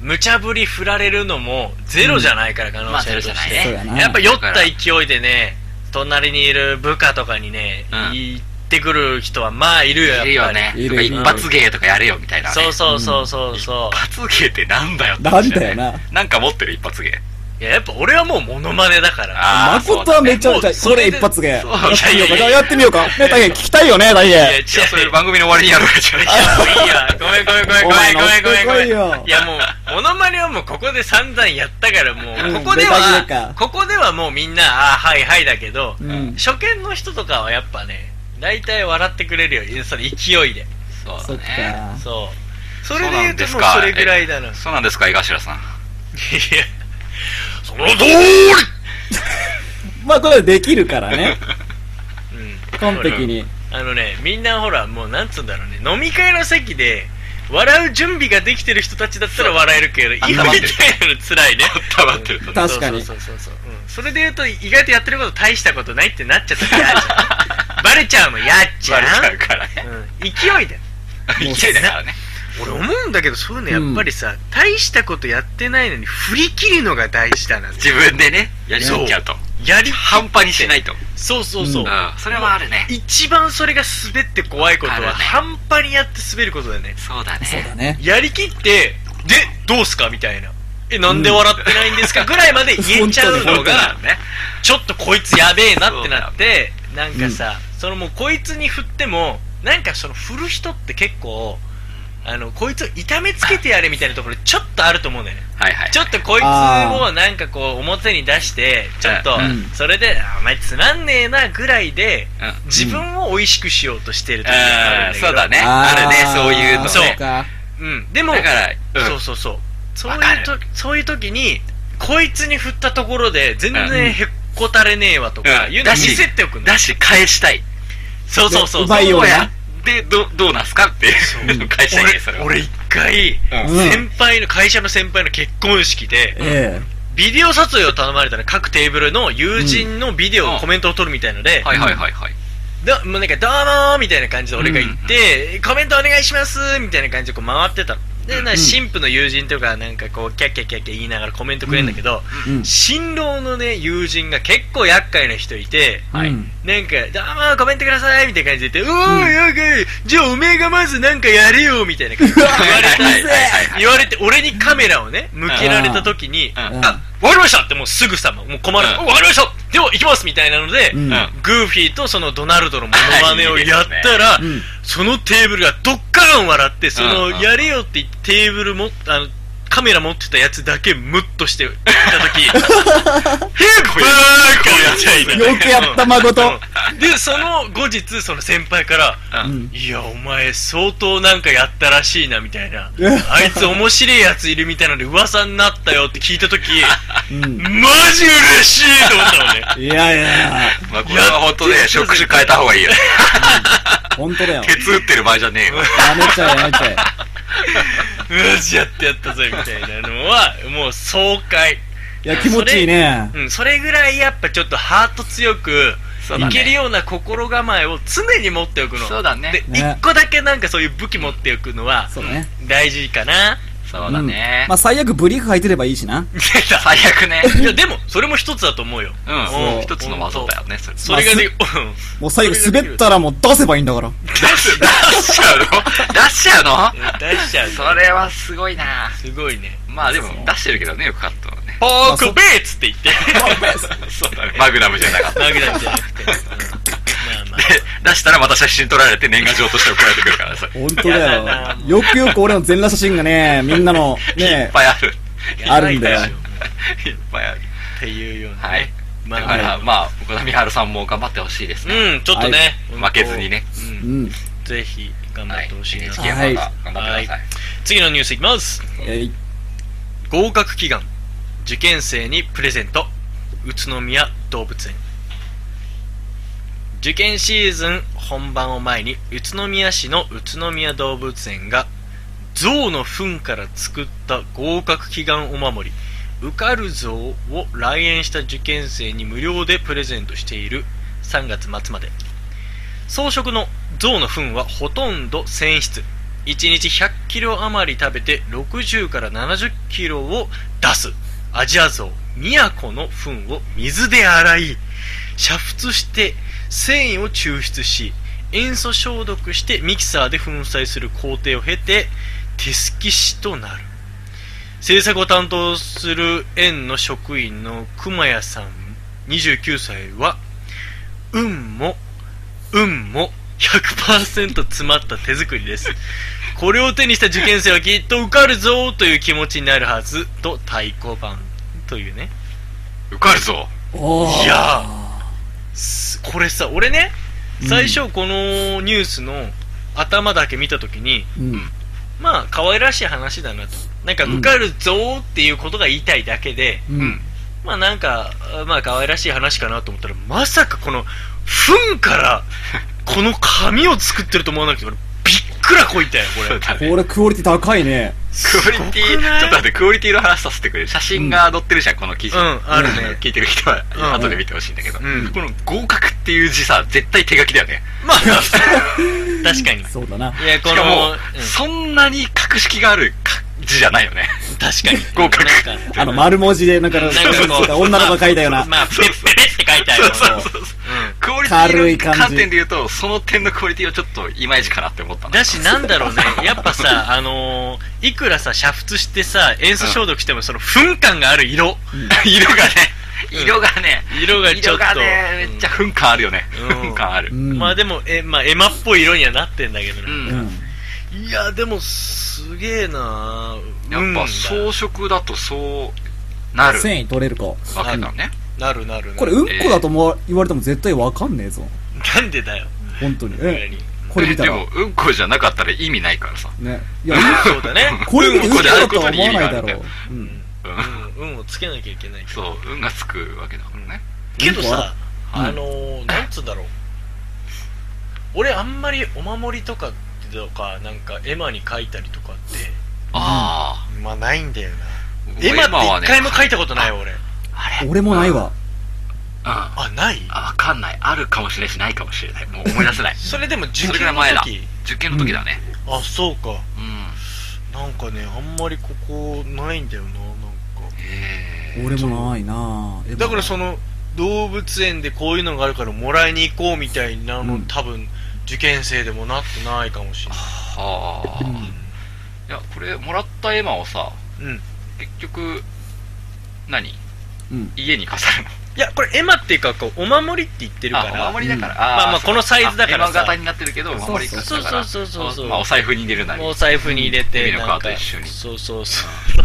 S5: 無茶ぶり振られるのもゼロじゃないから、可能性と
S2: まあ
S5: し
S2: ゼロじ
S5: て、
S4: ゃないねそうだな
S5: やっぱ酔った勢いでね隣にいる部下とかにね、
S2: うん
S5: 言ってくる人はまあいるよやっ
S2: い
S5: ぱり
S2: るよね。
S4: い
S2: と
S4: る
S2: か
S4: いる
S2: 一発芸とかやれよみたいなね。
S5: そうそうそうそうそう、
S2: 一発芸ってなんだよって
S4: なん
S2: 話
S4: だ
S2: ね
S4: よな。
S2: なんか持ってる一発芸
S5: いややっぱ俺はもうモノマネだから
S2: あー
S4: 誠はめちゃめちゃ、
S5: そう
S4: そ
S5: だね
S4: れ一発芸。やって
S2: うだね
S4: みようか。じゃあやってみようか。ね、大変聞きたいよね、大
S5: いや
S4: 変。
S2: いやそれ番組の終わりにやるわけじゃない
S5: いいや、ごめんごめんごめんごめんごめんごめんごめん。
S4: お前の押してこいよ
S5: いやもう、モノマネはもうここで散々やったからも
S4: う
S5: う、
S4: ん
S5: ここで
S4: 出た
S5: は
S4: 出た、
S5: ここではもうみんな、ああ、はいはいだけど、
S4: うん。
S5: 初見の人とかはやっぱね、大体笑ってくれるよ、その勢いで。
S2: そ
S4: そっ
S2: うだね
S4: か。
S5: そう。
S2: そ
S5: そ
S2: う
S5: れで
S2: な
S5: 言うんと
S2: です
S5: もう
S2: か
S5: それぐらいだな。い
S2: え
S5: や、
S2: そうなんですか井頭さん
S5: その通り
S4: まあ、これできるからね。
S5: うん。
S4: 完璧に。
S5: あのね、みんなほら、もうなんつうんだろうね、飲み会の席で、笑う準備ができてる人たちだったら笑えるけど、今みたい
S2: 頭
S5: な
S2: で
S5: の辛いね。
S2: たまってる と
S4: 確かに
S5: そうそうそうそう、うん、それで言うと意外とやってること大したことないってなっちゃった ら嫌じゃんバレちゃうの嫌じゃ
S2: バレちゃ
S5: ん
S2: うからね
S5: うん、勢いだよ
S2: 勢いだからね
S5: 俺思うんだけどそういうのやっぱりさ、大したことやってないのに振り切るのが大事だな
S2: 自分でねやりそうっちゃうと
S5: やり
S2: 半端にしないと
S5: そうそうそう、
S4: うん
S2: うんそれはあるね
S5: 一番それが滑って怖いこと
S2: ある
S5: は、
S2: ね
S5: 半端にやって滑ることだよね
S2: そうだ
S4: そうだ
S2: ね
S4: ね。
S5: やりきってでどうすかみたいなえなんで笑ってないんですかぐらいまで言えちゃう
S2: そ
S5: の
S2: うだ
S5: が
S2: よね
S5: ちょっとこいつやべえなってなって、なんかさ、そのもうこいつに振っても、なんかその振る人って結構、あの、こいつを痛めつけてやれみたいなところちょっとあると思うんだよね。
S2: はいはい
S5: ちょっとこいつをなんかこう表に出して、ちょっと
S4: うん、
S5: それで、あお前つまんねえなぐらいで、
S2: うんうん
S5: 自分を美味しくしようとしてる時があるんだけど
S2: そうだね
S4: ー
S2: あるねそういうの
S5: そう
S2: ね
S4: か。
S5: うん。でも、
S2: だからうん
S5: そうそうそう。そう
S2: わか
S5: いう
S2: る
S5: と、そういう時に、こいつに振ったところで、全然へっこたれねえわとか、
S2: うん
S5: いうの
S2: だ
S5: 見
S2: し
S5: せておくんだ
S2: だし、返したい。
S5: そうそうそう
S4: うまいような
S2: で、ど、どうなんすかって いう。返したいね、それ
S5: 俺
S2: は。
S5: 俺一回、
S2: うん
S4: うん
S5: 先輩の会社の先輩の結婚式で、
S4: え
S5: ビデオ撮影を頼まれたの各テーブルの友人のビデオ、
S2: うん
S5: コメントを撮るみたいので、
S2: はいはいはいはい。
S5: だもうなんかどうもーみたいな感じで俺が行って、コメントお願いしますみたいな感じでこう回ってたのでなんか新婦の友人とかなんかこうキャッキャッキャッキャ言いながらコメントくれるんだけど、
S4: えうん。
S5: 新郎のね友人が結構厄介な人いて、
S2: はい
S4: うん
S5: なんか、どうも、コメントくださいみたいな感じで言って、うーい、やかい、じゃあおめえがまずなんかやれよみたいな感じで言われた
S2: はいはいはいはい
S5: 言われて、俺にカメラをね、向けられた時に、
S2: うん
S5: あ、
S4: う
S5: わ
S4: ん
S5: かりましたってもうすぐさま、もう困る。
S2: うん
S5: わかりましたでは行きますみたいなので、
S4: うん
S2: うん
S5: グーフィーとそのドナルドのモノマネをやったら、
S4: いいですね
S5: そのテーブルがどっからん笑って、その、
S2: うんうん
S5: やれよって言ってテーブルも、あの、カメラ持ってたやつだけムッとしていた 時、へっばーこやっちゃいな
S4: よくやった孫と。
S5: で、その後日、その先輩から、
S2: う。
S4: うんん。
S5: いや、お前、相当なんかやったらしいな、みたいな
S4: う。ん
S5: あいつ面白いやついるみたいなので噂になったよって聞いたとき、
S4: うん。
S5: マジ嬉しいと思ったのね。
S4: いやいや、
S2: まあ、これは本当ね、職種変えた方がいいよね。
S4: 本当 だよ。
S2: 鉄打ってる場合じゃねえよ。
S4: やめちゃえやめちゃえ。
S5: マジやってやったぜ、みたいなのは、もう爽快。
S4: いや、気持ちいいね。
S5: うん、それぐらいやっぱちょっとハート強く、
S2: そうだ
S5: い
S2: ね
S5: けるような心構えを常に持っておくの。
S2: そうだね
S5: で、
S4: ね
S5: 一個だけなんかそういう武器持っておくのは、
S4: そうね。
S5: 大事かな。
S2: そうだね
S4: んま。あ、最悪ブリーフ履いてればいいしな。
S2: 最悪ね。
S5: いや、でも、それも一つだと思うよ。
S2: う。
S5: うんん
S2: 一つの技だよね、それ。
S5: それがね、 うん
S4: もう最悪滑ったらもう出せばいいんだから。
S2: 出す、出しちゃうの出しちゃうの
S5: 出しちゃう。
S2: それはすごいな
S5: すごいね。
S2: まあでも、出してるけどね、よくカットはね。
S5: ポークベーツって言って。
S2: そうだね。マグナムじゃなかった。
S5: マグナムじゃなくて。うんまあまあ
S2: で。、出したらまた写真撮られて年賀状として送られてくるからさ。
S4: 本当
S5: やだ
S4: だよ。よくよく俺の全裸写真がね、みんなの
S2: い
S4: ね
S2: っ、 ぱいある。
S4: あるんだよ
S5: やばいでし
S2: いっぱいある。
S5: ょっていうようなね。
S2: はい。
S5: まあ
S2: だから、まあ、岡田美春さんも頑張ってほしいですね。
S5: うん、ちょっとね。
S2: 負けずにね。
S5: うん。
S4: うん。
S5: ぜひ、頑張
S2: は
S5: っ
S2: い
S5: てほしいな。
S2: NHK ま
S4: はい
S2: た頑張ってください。
S5: 次のニュースいきます。
S4: えい
S5: 合格祈願。受験生にプレゼント。宇都宮動物園。受験シーズン本番を前に宇都宮市の宇都宮動物園が象の糞から作った合格祈願お守り受かる像を来園した受験生に無料でプレゼントしている3月末まで装飾の象の糞はほとんど繊維質1日1 0 0キロ余り食べて60から7 0キロを出すアジアゾウ都の糞を水で洗い煮沸して繊維を抽出し塩素消毒してミキサーで粉砕する工程を経て手すき師となる制作を担当する園の職員の熊谷さん29歳は運も運も100%詰まった手作りですこれを手にした受験生はきっと受かるぞという気持ちになるはずと太鼓判というね
S2: 受かるぞ。
S4: おー
S5: いやすこれさ俺ね
S4: うん
S5: 最初このニュースの頭だけ見た時に、
S4: うん。
S5: まあ可愛らしい話だなとなんか
S4: うん
S5: 受かるぞーっていうことが言いたいだけで、
S4: うん。
S5: まあなんかまあ可愛らしい話かなと思ったらまさかこの糞からこの紙を作ってると思わなくて俺びっくらこいたよこ
S2: そう
S5: れ
S2: だね
S4: これクオリティ高いね。
S2: クオリテ
S5: すご
S2: ィ、
S5: く
S2: ちょ
S5: な
S2: っ
S5: い
S2: と待って、クオリティの話させてくれ。写真が載ってるじゃん、この記事。
S5: うんあるね
S2: 聞いてる人は、
S5: ん
S2: 後で見てほしいんだけど。こ
S5: ん
S2: の合格っていう字さ、絶対手書きだよね。
S5: まあ確かに
S4: そうだな。
S5: いやこ
S2: しか
S5: の、
S2: も
S5: うん、
S2: そんなに格式があるか字じゃないよね。
S5: 確かに
S2: 合格
S5: なんか
S4: あの、丸文字 で、なんか、
S5: なん
S4: そう
S5: か
S4: だ
S5: こう
S4: 女の子が書いたような。
S5: まあ、ペッペペって書いてある
S2: そうそう
S5: もの
S2: そうそう。
S5: う
S2: クオリテ
S4: 軽い
S2: ィ
S4: 感
S2: の
S4: じ
S2: 観点で言うと、その点のクオリティはちょっといまいちかなって思った
S5: ん
S2: な
S5: だし、なんだろうね、やっぱさ、あのー、いくらさ、煮沸してさ、塩素消毒しても、その、噴感がある 色。
S2: 色がね、色がね、
S5: 色がちょ
S2: 色
S5: っと
S2: が。ね、めっちゃ噴火あるよね。
S5: うん
S2: 噴火ある
S5: う
S4: う。
S5: ん
S4: ん
S5: まあでも、え、まあ、エマっぽい色にはなってんだけど
S2: う。
S5: な。
S4: うんん。
S5: いや、でも、すげえな
S2: やっぱ装
S5: う
S2: 飾だとそうなる
S4: 繊維取れるか。
S2: わけだね。
S5: なるなるなる
S4: これ、うんこだとも言われても絶対わかんねえぞ。
S5: なんでだよ。
S4: 本当に。え、
S5: に
S4: これ見た
S2: で
S4: ら。
S2: も、うんこじゃなかったら意味ないからさ。
S4: ね。いや、
S5: そうだね。
S4: これ見て
S2: うんこ
S4: うんこ
S2: である
S4: だ
S2: ことと
S4: は
S2: に
S4: 思
S2: 意
S4: わ
S2: 味
S4: な
S2: がある
S4: いだ
S2: んだ
S4: ろ
S2: よ
S4: う。うん。
S5: うん、運をつけなきゃいけない。
S2: そう、運がつくわけだからね。
S5: けどさ、
S4: う
S5: あ
S4: ん
S5: のーなんつうんだろう俺あんまりお守りとかとかなんか絵馬に書いたりとかっ
S2: あ
S5: てまあないんだよな
S2: あ。
S5: 絵馬
S2: は
S5: って
S2: ね
S5: 一回も書いたことないよ俺
S2: あれ
S4: 俺もないわ。
S2: あ
S5: あない。
S2: わかんない。あるかもしれないし、ないかもしれない。もう思い出 せない
S5: それでも受
S2: それぐら
S5: 験
S2: い
S5: の
S2: 前だ
S5: 時。
S2: 受験の時だね。
S5: あそうか
S2: うん。
S5: なんかねあんまりここないんだよななんか
S2: へー
S4: 俺もないなぁ
S5: だからその動物園でこういうのがあるからもらいに行こうみたいなの、
S4: うん
S5: 多分受験生でもなってないかもしれない
S2: はあ、
S4: うん
S2: いや、これ、もらった絵馬をさ、
S5: うん
S2: 結局、何
S4: うん。
S2: 家に飾るの
S5: いやこれ絵馬っていうかこうお守りって言ってるから
S2: あ、お守りだから。
S4: う
S2: あー
S5: まあまあ
S2: そう
S5: このサイズだから
S2: あ絵馬
S5: さ
S2: 型になってるけど、お守り
S4: そう
S5: そうそうそうそうそう
S2: おまあ、お財布に入れるなり。
S5: もうお財布に入れて、
S2: うん
S5: なん
S2: 指の皮と一緒に
S5: そうそうそう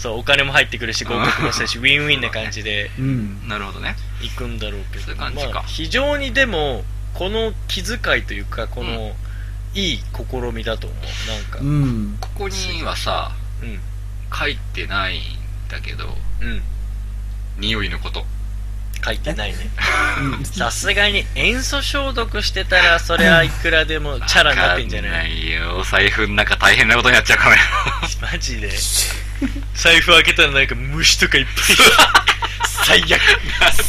S5: そうお金も入ってくるし合格もするしウィンウィンな感じ で
S4: うん。
S2: なるほどね。
S5: 行くんだろうけど
S2: そういう感じか
S5: まあ、非常にでもこの気遣いというかこの、
S2: うん
S5: いい試みだと思うなんか
S4: うん。
S2: ここにはさ、
S5: うん
S2: 書いてないんだけど、
S5: うん
S2: 匂いのこと。
S5: 書いてないねさすがに塩素消毒してたらそりゃいくらでもチャラになってんじゃ
S2: わ
S5: な
S2: か
S5: い
S2: んよ。お財布の中大変なことになっちゃうかもよ。
S5: マ ジで財布開けたらなんか虫とかいっぱい最悪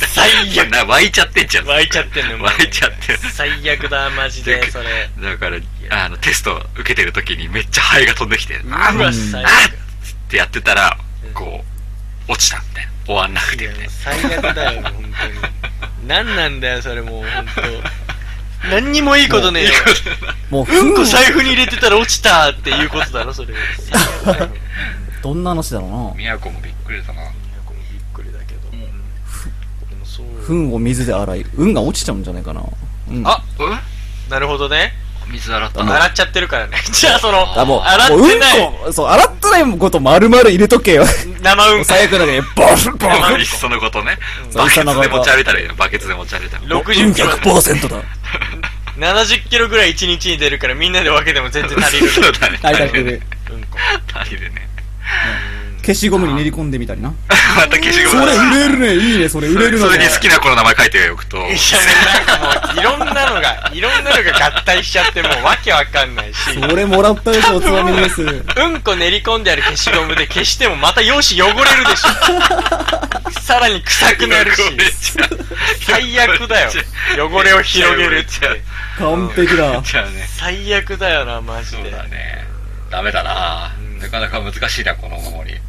S5: 最悪
S2: な湧いちゃってんじゃん。
S5: 湧いちゃってんのもう
S2: 湧いちゃってる。
S5: 最悪だマジでそれ
S2: だから、あの、テスト受けてる時にめっちゃハエが飛んできて、
S5: う
S2: あーっ
S5: わ最悪
S2: てやってたら
S5: うん、
S2: こう、落ちたみたいな。終わんなくてみたいな。
S5: 最悪だよ本当に何なんだよそれもう本当 何にもいいことねえよう
S4: もう、
S5: ん
S4: ふ
S5: こ
S4: ん
S5: 財布に入れてたら落ちたっていうことだろ それ最悪だよ
S4: どんな話だろうな
S2: 宮古もびっくりだな。
S5: これびっくりだけど、
S2: ん
S5: でもそう
S4: 糞を水で洗い、運が落ちちゃうんじゃないかな。うん。
S2: あ、うん
S5: なるほどね
S2: 水洗った
S4: あの
S2: な。
S5: 洗っちゃってるからね じゃあその
S4: あ、もう、
S5: 洗って
S4: もう
S5: ない
S4: うんこ、そう、洗ってないこと丸々入れとけよ。
S5: 生うんこ
S4: 最悪だね。ボフボ
S2: あいっ
S4: フ
S2: そのことね。
S4: うん
S2: バケツで持ち歩いたらいいの。バケツで持ち歩いたら。
S5: ろく
S4: 運100%だ。
S5: 70キロぐらい1日に出るからみんなで分けても全然足りる
S2: そうだね。
S4: 大体で。
S5: うんこ
S2: 足りるね。
S4: 消しゴムに練り込んでみたりな。
S2: また消しゴ
S4: そ
S2: ム
S4: れ売れるね。いいね、それ売れるの
S2: それ
S4: ね
S2: に。好きな子の名前書いておくと、
S5: いやなんかもういろんなのがいろんなのが合体しちゃってもうわけわかんないし
S4: それもらったでしょ、おつまみです。
S5: うんこ練り込んである消しゴムで消してもまた用紙汚れるでし ょさらに臭くなるし
S2: 汚れちゃう
S5: 最悪だよ汚れを広げるって
S4: 完璧だ。
S2: じゃあね。
S5: 最悪だよなマジ
S2: そう
S5: で
S2: だね。ダメだななかなか難しいな、この守り。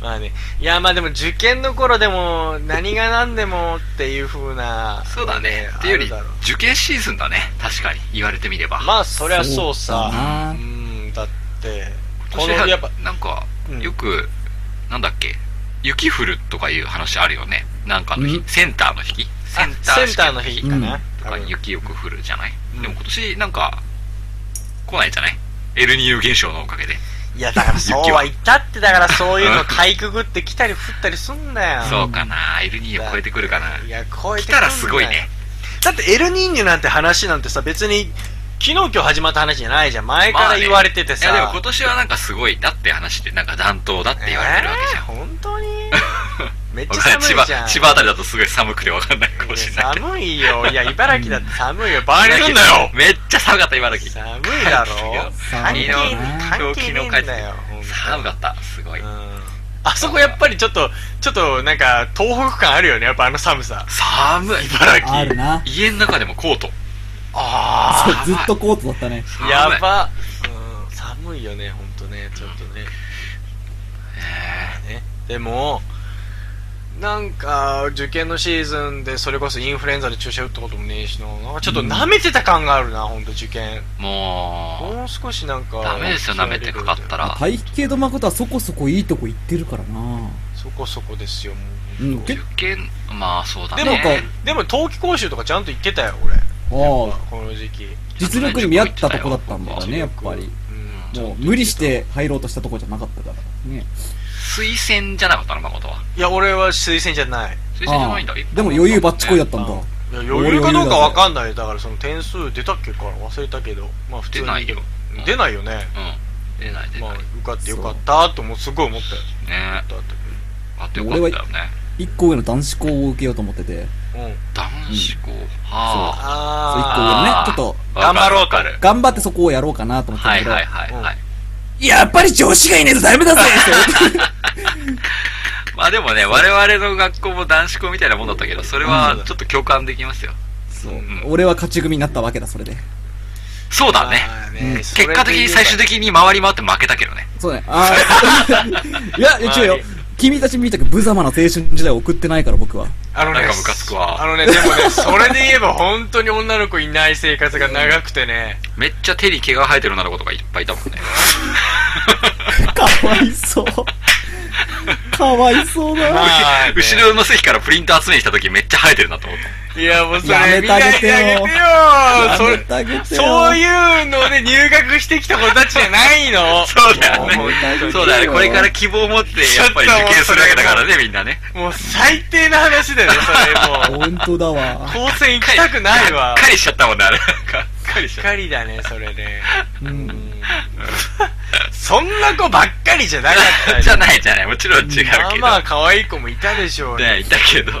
S5: まあねいやまあでも受験の頃でも何が何でもっていう風な
S2: そうだね。っていうより、
S5: あるだろう
S2: 受験シーズンだね。確かに。言われてみれば。
S5: まあそりゃそうさ
S4: そうだな
S5: うんだってこ
S2: 今年
S5: の
S2: は
S5: やっぱ
S2: なんか
S5: うん、
S2: よく、なんだっけ、雪降るとかいう話あるよね。なんかの日
S4: うん、
S2: センターの日
S5: あセンターの日
S2: 試
S5: か
S2: 験
S5: な、
S2: とかに雪よく降るじゃない、
S5: うん
S2: でも今年なんか来ないんじゃないエルニーニョ現象のおかげで、
S5: いやだからそうは言ったってだからそういうのかいくぐって来たり降ったりすんだよ
S2: そうかなエルニーニョ超えてくるかない
S5: や超えて
S2: 来
S5: く
S2: た
S5: んだよ
S2: らすごいね
S5: だってエルニーニョなんて話なんてさ別に昨日今日始まった話じゃないじゃん前から言われててさ、
S2: まあねいやでも今年はなんかすごいだって話でなんか暖冬だって言われてるわけじゃ
S5: えー
S2: ん、
S5: 本当にめっち
S2: わか
S5: ゃ
S2: んない
S5: 寒いじゃ
S2: 千葉
S5: ん
S2: 千葉あたりだとすごい寒くてわかんないかもしれないけど
S5: 寒いよいや茨城だって寒いよバ
S2: すんだよめっちゃ寒かった茨城
S5: 寒いだろ
S4: 寒いよ
S5: 関係ねえんだよ
S2: 寒かったすごい、
S5: うんあそこやっぱりちょっとちょっとなんか東北感あるよねやっぱあの寒さ
S2: 寒い
S4: あ
S2: 茨
S4: るな
S2: 城家の中でもコート
S5: あ
S4: そうずっとコートだったね。
S2: 寒い
S5: やば、うん、寒いよね本当ねちょっとね
S2: え
S5: ねでもなんか受験のシーズンでそれこそインフルエンザで注射打ったこともねえしななんかちょっと舐めてた感があるな本当受験
S2: ーも
S5: もう少しなんか
S2: うダメですよ舐めてかかったら
S4: 体型と誠はそこそこいいとこ行ってるからな
S5: そこそこですよも
S4: う
S5: う、
S4: ん、
S2: 受
S4: 結
S2: 験まあそうだ
S5: で
S2: ね
S5: も
S4: なんか
S5: でも冬季講習とかちゃんと行ってたよ俺
S4: 構、ああ
S5: この時期
S4: 実力に見合ったとこだったんだね、やっぱり。
S5: うん
S4: もう無理して入ろうとしたとこじゃなかったから。ね。
S2: 推薦じゃなかったの誠はい
S5: や俺は推薦じゃない
S2: 推薦じゃないんだ
S4: ああ
S2: 一般
S4: でも余裕バッチコイだったんだ。
S5: いや余裕かどうかわかんないだからその点数出たっけか忘れたけどまあ普通に
S2: 出ないようん
S5: 出ないよね、
S2: うん出ない出
S5: ま
S2: な
S5: あ
S2: い
S5: 受かってよかったともすごい思ったよ
S2: ね
S5: だって
S2: あってよかったよね
S4: 一個上の男子校を受けようと思ってて、
S5: うん
S2: 男子校。は
S4: そう一個
S5: あ
S4: 上のね
S2: あ、ー
S4: ちょっと、
S2: あ。
S5: 頑張ろう
S2: わかる。
S4: 頑張ってそこをやろうかなと思ってた
S2: は
S4: んだ
S2: い
S4: けど、
S2: はいはいはい。
S4: やっぱり上司がいねえとダメだぜって
S2: まあでもね、我々の学校も男子校みたいなもんだったけど、それはちょっと共感できますよ。
S4: そう
S2: うん
S4: 俺は勝ち組になったわけだ、それで。
S2: そうだね。
S5: あー
S4: うん
S5: そ
S2: 結
S5: れで言えば
S2: 果的に最終的に回り回って負けたけどね。
S4: そうね。あーいや、いや違うよ
S5: まあ。
S4: 君たちみたく無様な青春時代を送ってないから、僕は。
S5: あのね
S2: なんかムカつくわ
S5: あのねでもねそれで言えば本当に女の子いない生活が長くてね
S2: めっちゃ手に毛が生えてる女の子とかいっぱいいたもんね。
S4: かわいそう。かわいそうだ
S5: ま
S4: な。
S5: あね
S2: 後ろの席からプリント集めにした時めっちゃ生えてるなと思った。
S5: いやもうそれ
S4: やめてあげてよ
S5: 見ないであげてよ
S4: やめてあげてよ
S5: それそういうので入学してきた子たちじゃないの
S2: そうだよ
S5: もう本当
S2: ね。
S5: に
S2: そうだよね。これから希望を持って、やっぱり受験するわけだからね、みんなね。
S5: もう最低な話だよねそれもう
S4: 本当だわ。
S5: 高専行きたくないわ
S2: がっかりしちゃったもんね、あれ。がっかりし
S5: し
S2: ち
S5: っ
S2: ゃっ
S5: かりだねそれね
S4: うん。
S5: そんな子ばっかりじゃなかった
S2: た。
S5: よ
S2: じゃないじゃない。もちろん違うけど。
S5: まあまあ可愛い子もいたでしょう
S2: ね、いたけど。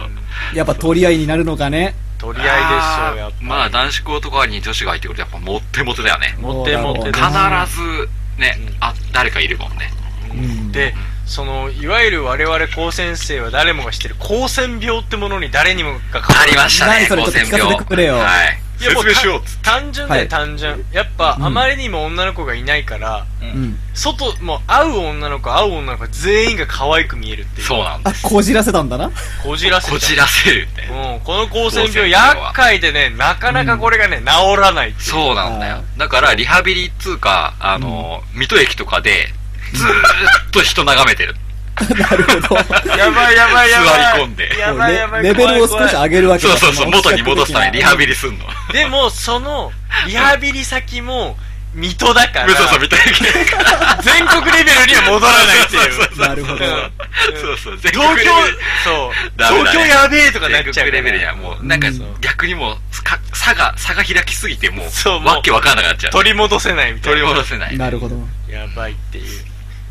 S4: やっぱ取り合いになるのかね。
S5: 取り合いでしょうやっぱり
S2: まあ男子校とかに女子が入ってくるとやっぱモテモテだよね。
S5: モテモテ
S2: 必
S5: だ
S2: ず、ね、あ、誰かいるもんね。
S4: うん
S5: でそのいわゆる我々高専生は誰もが知ってる高専病ってものに誰にもがか
S2: ありましたね、
S4: 何それ
S2: 高専
S4: ちょっと聞かせてくれよ
S2: はい。
S5: いやもう
S2: っつって
S5: 単純だ
S4: は
S5: よ
S4: い
S5: 単純やっぱ
S4: うん
S5: あまりにも女の子がいないから
S4: うん。
S5: 外もう会う女の子会う女の子全員が可愛く見えるっていう
S2: そうなんだ。
S4: あ、こじらせたんだな。
S5: こじらせた
S2: こじらせるって。
S5: うんこの高専
S2: 高専
S5: 病
S2: 病は
S5: 厄介でねなかなかこれがね治らないっていう
S2: そうなんだ
S4: あ
S2: よ。だから、リハビリっつうか、あの、水戸駅とかで、ずーっと人眺めてる。
S4: なるほど。
S5: やばいやばいやばい
S2: 座り込んで
S5: やばいやばい
S4: レベルを少し上げるわけ
S2: そう
S4: だ
S2: そう そう、元に戻すためにリハビリすんの。
S5: でもそのリハビリ先も水戸だから
S2: 嘘そう、水戸駅だから。
S5: 全国レベルには戻らないっていう
S2: そうそうそう
S4: なるほど
S2: そうそう、全国
S5: 東
S2: レベ
S5: 京
S2: ル。
S5: そう
S2: ダメだね
S5: 東京やべえとかなっち
S2: 全
S5: ゃ
S2: 国
S5: うから
S2: レベルにはもう、なんか
S5: うん
S2: 逆にもう、か差が、差が開きすぎて、も
S5: そう
S2: う、
S5: もう
S2: わけわかんなくなっちゃう。
S5: 取り戻せないみたい
S2: 取
S5: な
S2: り戻せない。
S4: なるほど。
S5: やばいっていう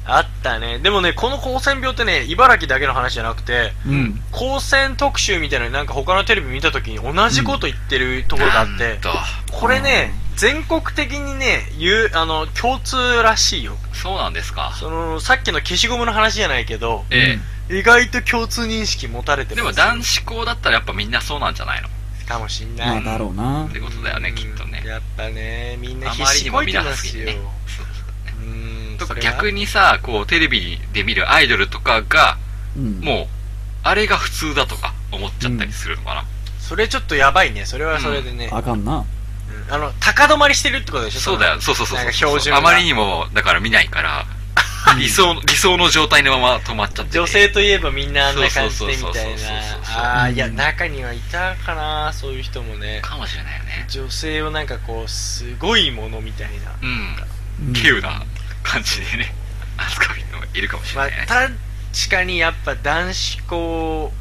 S5: あったねでもねこの高専病ってね茨城だけの話じゃなくて
S4: うん。
S5: 高専特集みたいなのなんか他のテレビ見た時に同じこと言ってるところがあって、
S2: なんと
S5: これね全国的にね言うあの共通らしいよ
S2: そうなんですか。
S5: そのさっきの消しゴムの話じゃないけど
S2: え
S5: 意外と共通認識持たれて
S2: え。
S5: る
S2: でも男子校だったらやっぱみんなそうなんじゃないのっ
S5: かもしんない、
S4: まあ、だろうな
S2: て。ことだよね、きっとね。
S5: やっぱねみんな
S2: あ
S5: 必
S2: まり
S5: 死
S2: に
S5: こ
S2: も
S5: い
S2: 見
S5: て
S2: な
S5: ますす
S2: ぎ
S5: よ
S2: てね。
S5: うーん
S2: と
S5: そ
S2: か
S5: れは
S2: 逆にさ、こう、テレビで見るアイドルとかが、
S4: うん。
S2: もう、あれが普通だとか思っちゃったりするのかな。
S5: それちょっとやばいねそれはそれでね、
S4: あかんな。
S5: うんあの高止まりしてるってことでしょ
S2: そうだよ、そうそうそう
S5: な
S2: そ
S5: んか
S2: う。
S5: 標準が
S2: あまりにも、だから見ないから、理想の、理想の状態のまま止まっちゃってて。
S5: 女性といえばみんなあんな感じでみ
S2: そうそうそう
S5: たい
S2: そうそうそう
S5: なああーいや
S4: うん
S5: 中にはいたかなそういう人もね
S2: かもしれないよね。
S5: 女性をなんかこうすごいものみたいな
S2: う
S4: う
S2: ん。
S4: ん
S2: 稀有な感じでね、扱う人もいるかもしれ
S5: ま
S2: な
S5: あ
S2: いね。
S5: 確かにやっぱ男子校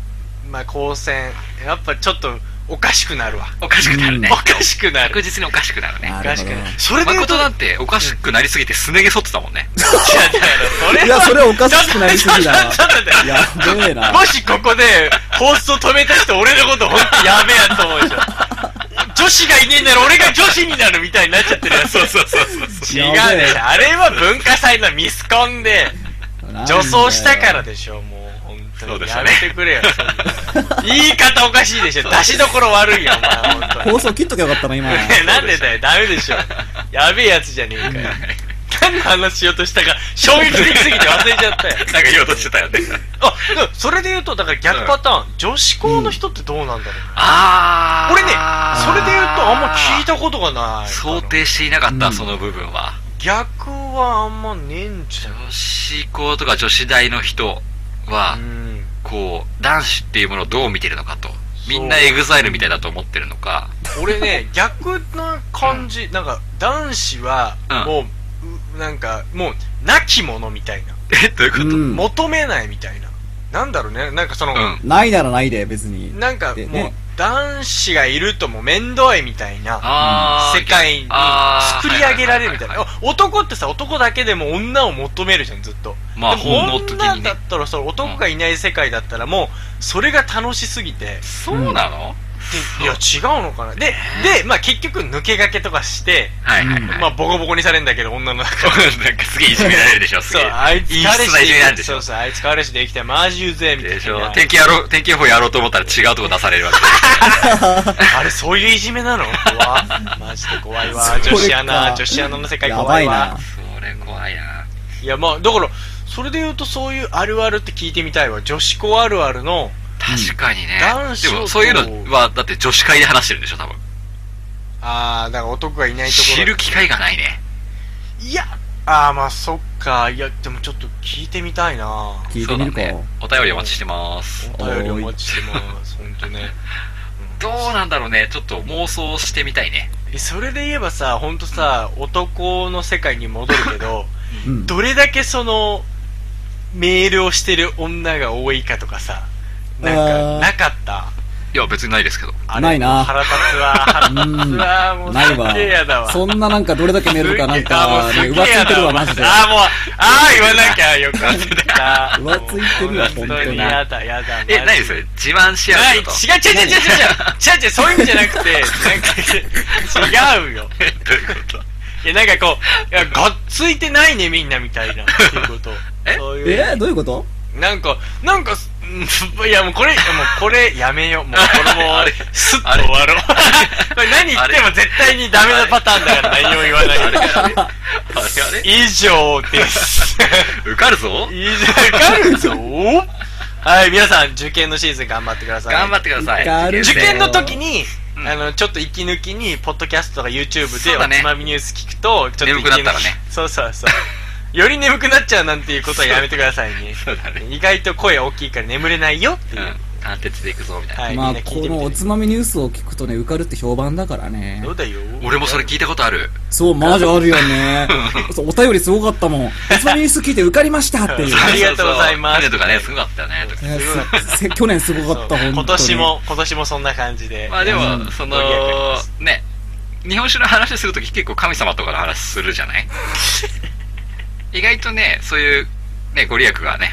S5: まあ高専やっぱちょっとおかしくなるわ
S2: おかしくなるね
S5: お。かしくなる
S2: 確実におかしくなるね。
S4: な
S5: お
S4: る
S5: か
S4: ほ
S5: しく
S4: ど。
S5: なるそれで言う
S2: 誠
S5: と
S2: なんておかしくなりすぎてすね毛剃ってたもんね。
S5: それはい
S4: や、それはおかしくなりすぎだ
S5: ちょっと待って
S4: な。やべえな。
S5: もしここで放送止めた人俺のこと本当 やべえやと思うでしょ女子がいねえなら俺が女子になるみたいになっちゃってるやつ
S2: そうそうそうそうそう。
S5: 違うでしょあれは文化祭のミスコンで女装したからでしょもう本
S2: そう
S5: 当
S2: で
S5: に
S2: し
S5: や
S2: た
S5: め
S2: ね
S5: てくれよそんな言い方おかしいでしょ出しどころ悪いよお前本当に
S4: 放送切っときゃよかったな、今。
S5: ね なんでだよダメでしょやべえやつじゃねえかよ何の話しようとしたか衝撃的すぎて忘れちゃった よ
S2: なんか言おうとしてたよね。
S5: あでもそれで言うとだから逆パターン、女子校の人ってどうなんだろう、
S2: あー。
S5: 俺ねそれで言うとあんま聞いたことがない
S2: 想定していなかった、
S4: うん
S2: その部分は。
S5: 逆はあんまねえんじゃん
S2: 女子校とか女子大の人は、
S5: うん
S2: こう、男子っていうものをどう見てるのかと。みんな
S5: そう
S2: エグザイルみたいだと思ってるの か。
S5: 俺ね逆な感じ、なんか男子は
S2: うん
S5: もう、うなんかもうなきものみたいな、
S2: え、どういうこと、
S4: うん。
S5: 求めないみたいななんだろうねなんかその、
S2: うん
S4: ないならないで、別に。
S5: なんかもう
S4: でね
S5: 男子がいるともう面倒いみたいな
S3: あー
S5: 世界に
S3: あー
S5: 作り上げられるみたい
S3: はは
S5: な男ってさ男だけでも女を求めるじゃんずっと
S3: まあ
S5: でも
S3: 本能的にね
S5: 女だったらその男がいない世界だったらもうそれが楽しすぎて
S3: そうなの、
S5: でいや違うのかなでで、まあ、結局抜け駆けとかして、
S3: はい はいはい、
S5: まあ、ボコボコにされるんだけど女の中で
S2: なんかすげえいじめられるでしょ、す
S5: そ
S2: げ
S5: う
S2: え。
S5: あいつ
S2: いい
S5: 彼
S2: 質な
S5: 氏
S2: いじめなん
S5: で
S2: で
S5: き
S2: しょ
S5: そう。そうあいつ彼氏できたマジ言うぜみたい
S2: でしょ
S5: な
S2: 天気やろう、天気予報やろうと思ったら違うとこ出されるわ け。
S5: あれそういういじめなの怖っマジで怖いわ
S4: それか
S5: 女子アナ女子アナの世界
S4: や
S5: 怖
S4: ば
S5: い
S4: い
S5: わ
S4: な。
S2: それ怖いな。
S5: いやまあだからそれで言うとそういうあるあるって聞いてみたいわ女子校あるあるの
S2: 確かにね。
S5: 男子を
S2: でもそういうのは、だって女子会で話してるんでしょ、多分。
S5: ああだから男がいないところ
S2: 知る機会がないね。
S5: いやああまあそっかいやでもちょっと聞いてみたいな
S4: 聞いてみるか。
S2: そうだねお便りお待ちしてます。
S5: お便りお待ちしてます本当ね
S2: どうなんだろうね。ちょっと妄想してみたいね。
S5: えそれで言えばさ本当さ男の世界に戻るけ ど
S4: うん。
S5: どれだけそのメールをしてる女が多いかとかさなん
S4: あ
S5: か
S4: ー
S5: なかった
S2: いや、別にないですけど。
S5: あれ
S4: ないな
S5: 腹立つわ腹立つわもう
S4: ない
S5: す
S4: わ
S5: っげえやだわ。
S4: そんななんかどれだけ寝るかなん
S5: あも
S4: か
S5: う、す
S4: ね、
S5: っ
S4: 浮
S5: げえ
S4: つ
S5: や
S4: いて
S5: だわ
S4: るわ、マジで。
S5: あーもうあー言わなきゃよかった
S4: 浮ついて るわ
S5: もう
S4: 本当に
S5: やだやだ
S2: え、
S5: マジ
S2: 何それ自慢し合
S5: ないう違
S2: っ
S5: う
S2: てこと
S5: 違う違う違う違う違う違うそういうんじゃなくてなんか違うよ
S2: えどういうこと
S5: いやなんかこういやがっついてないねみんなみたいなっていう こと
S2: え
S5: そういう
S4: えーどういうこと
S5: なんか、なんか、うんいやもうこれ、いやもうこれやめよう。もうこれ も
S2: あれ
S5: う、スッと
S2: あれ
S5: 終わろう。 これ何言っても絶対にダメなパターンだから何も言わ
S2: あれ
S5: ない。
S2: あれあれあれ
S5: 以上です。
S2: 受かるぞ
S5: 以上、かるぞ。はい、皆さん、受験のシーズン頑張ってください。
S2: 頑張ってください。
S4: 受かる
S5: 受
S4: ぜ
S5: 験の時に、
S2: うん
S5: あの、ちょっと息抜きに、ポッドキャストとか YouTube
S2: そ
S5: で
S2: う
S5: お
S2: だね
S5: つまみニュース聞くと、ちょっと息抜
S2: 眠
S5: き
S2: くなったらね。
S5: そうそうそう。より眠くなっちゃうなんていうことはやめてください ね。
S2: そうだね
S5: 意外と声大きいから眠れないよって
S2: う
S5: い
S2: ん
S5: う。。
S2: 貫徹でいくぞ、みたいな。
S5: はい、
S4: ま
S5: み
S4: あ
S5: んな、聞い
S4: こ
S5: てみ
S4: のお
S5: て。
S4: つまみニュースを聞くとね、受かるって評判だからね
S5: ど。うだよ。
S2: 俺もそれ聞いたことある。
S4: そう、マジあるよ ね。そうお便りすごかったもん。おつまみニュース聞いて受かりましたっていう。
S5: ありがとうございます
S2: そうそうそう去年とかね、すごかったよね。とか
S4: ねすせ去年すごかった、本当に。
S5: 今年。も、今年もそんな感じで。
S2: まあで
S4: う
S2: も、
S4: ん
S2: そ
S5: 盛り上がり
S2: の
S5: ます、
S2: ね、日本酒の話するとき結構神様とかの話するじゃ ない意外とね、そういう、ね、ご利益がね、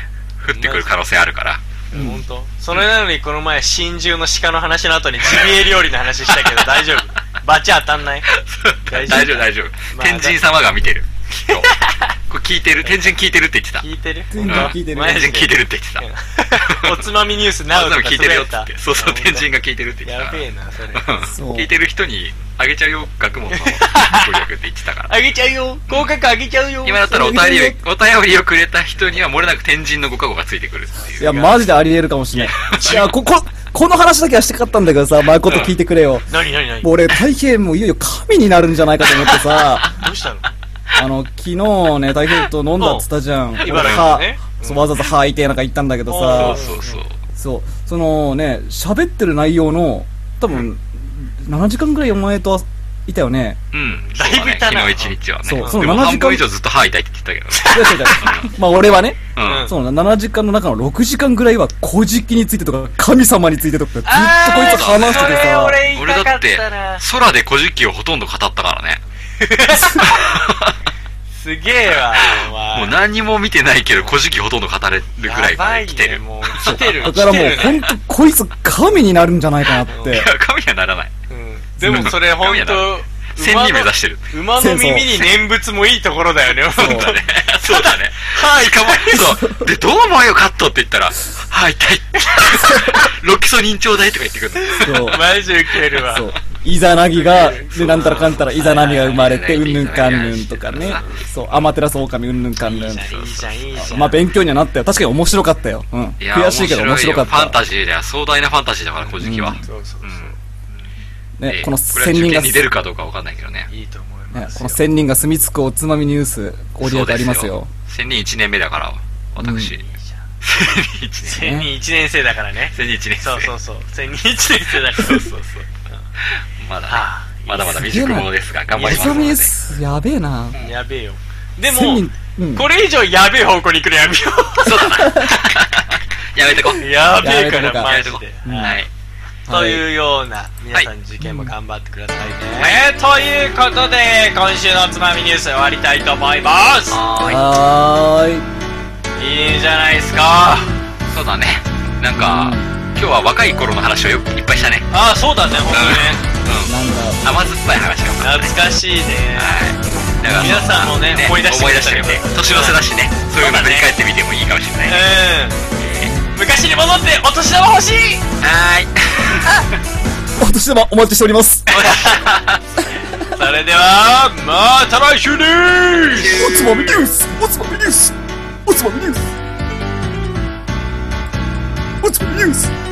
S2: 降ってくる可能性あるから。
S5: うん本当。それなのにこの前、真珠の鹿の話の後にジビエ料理の話した けど大丈夫。バチ当たんない。
S2: 大丈夫、大丈夫。
S5: まあ
S2: 天神様が見てる。きっとこれ聞いてる、天神聞いてるって言ってた。
S5: 聞いてる
S4: 全部聞いてる
S5: うん
S2: 天神聞いてるって言ってた。
S5: おつまみニュースな
S2: あ
S5: お
S2: で
S5: と
S2: も
S5: か
S2: 聞いてるよって言って。そうそう、天神
S5: が。
S2: が聞いてるって言ってた。
S5: やべえな、それ。
S4: そう
S2: うん聞いてる人にあげちゃうよ、学問のご利益って言ってたから。
S5: あげちゃうよ合格あげちゃうよ
S2: 今だったら お便 りを、お便りをくれた人には漏れなく天神のご加護がついてくるっていう。
S4: いや、マジであり得るかもしれない。いや、こ、こ、この話だけはしたかったんだけどさ、前こと聞いてくれよ。
S5: なになになに
S4: もう
S5: ど
S4: 俺、太平もういよいよ神になるんじゃないかと思ってさ、
S5: うしたの
S4: あの、昨日ね、太平と飲んだっつったじゃん。俺
S5: 茨城の
S4: 歯
S5: ね
S4: そう、わざわざ歯痛いてなんか言ったんだけど
S5: あ
S4: さ、
S2: そうそうそう。
S4: そう、そのね、喋ってる内容の、多分、7時間ぐらいお前といたよね。
S2: うん。
S5: だいぶいたな
S2: そうだね昨日一日はね。
S4: そうそう
S2: でも
S4: 7時間
S2: 半分以上ずっと歯痛いって言ってたけどね。
S4: 違う違う違うまあ俺はね、
S2: うん。
S4: その7時間の中の6時間ぐらいは、古事記についてとか、神様についてとか、ずっとこいつ話しててさ、
S2: 俺だって、空で古事記をほとんど語ったからね。
S5: すげえわ、お前。
S2: もう何にも見てないけど、古事記ほとんど語れるぐらいまで来て
S5: やばいね
S2: る。
S5: もう来てる。
S4: だからもう
S5: 来て
S4: ほ
S5: る
S4: ん
S5: ね
S4: とこいつ神になるんじゃないかなっ
S2: い
S4: て
S2: や。、神にはならない。
S5: うんでもそれほんと
S2: う、千人目指してる。
S5: 馬の耳に念仏もいいところだよね、ほん
S2: そ
S5: と
S2: うだね。 そうだね。はい。しかも、 そう。で、どう思うよ、カットって言ったら、はい、痛い。ロキソニンちょうだいとか言ってくるの。
S4: そう。
S5: マジウケるわ。
S4: そう。 イザナギが、で、なんたらかんたら、イザナギが生ま れて、うんぬんかんぬんとかね。そう、アマテラスオオカミうんぬんかんぬん。
S5: いいじゃん、いいじゃん。
S4: まあ勉強にはなったよ。確かに面白かったよ。うん。
S2: いや
S4: 悔しいけど面白かっ
S2: 面よファン
S4: た。
S2: タジーだよ。壮大なファンタジーだから、古事記は。
S5: そうそう
S4: ね、この
S2: 1000
S4: 1000人が、
S2: に出るかどうかわかんないけどね。
S5: そう。いいと思い
S4: ね
S5: ま、す
S4: こ
S5: よ
S4: の。1000人が住み着くおつまみニュース、ご利益ありますよ。
S2: 千人1年目だから、私。
S4: うん
S2: 千人1年
S5: 千人一年生だからね。
S2: 千人1年生。
S5: そうそうそう。千人一年生だから。そうそうそう。
S2: まだね、
S5: あ
S2: まだまだ未熟者ですが、頑張
S4: お
S2: ります
S4: つま
S2: の
S4: みニュ
S2: で
S4: ー。ス、やべえな。
S5: あ、やべえよ。でも、
S4: 1000人、うん。
S5: これ以上やべえ方向に行くのやめよ
S2: やめてこ。
S5: う。やべえから、マ
S2: やめ
S5: ジ
S2: てこ
S5: で。。
S2: はい。
S5: というような、皆さん受験も頑張ってくださいね、ということで今週のおつまみニュース終わりたいと思います
S4: はーい。
S5: いいじゃないですか
S2: そうだね。なんか、今日は若い頃の話をよくいっぱいしたね。
S5: ああそうだね本当
S2: う
S4: なんだ
S2: ん。甘酸っぱい話が多かっ
S5: ね懐かしいね
S2: た。はい。だから
S5: 皆さんもね思い出して
S2: 思
S5: く
S2: い
S5: だ
S2: 出し
S5: さ
S2: て
S5: い
S2: みて。年の瀬だしね。そういうの
S5: そうだ
S2: 振
S5: ね
S2: り返ってみてもいいかもしれないね。
S5: うん昔に戻ってお年玉欲しい
S2: はーい。
S4: お年玉お待ちしております。
S5: それではまた来週でーす
S4: おつまみニュースおつまみニュースおつまみニュースおつまみニュース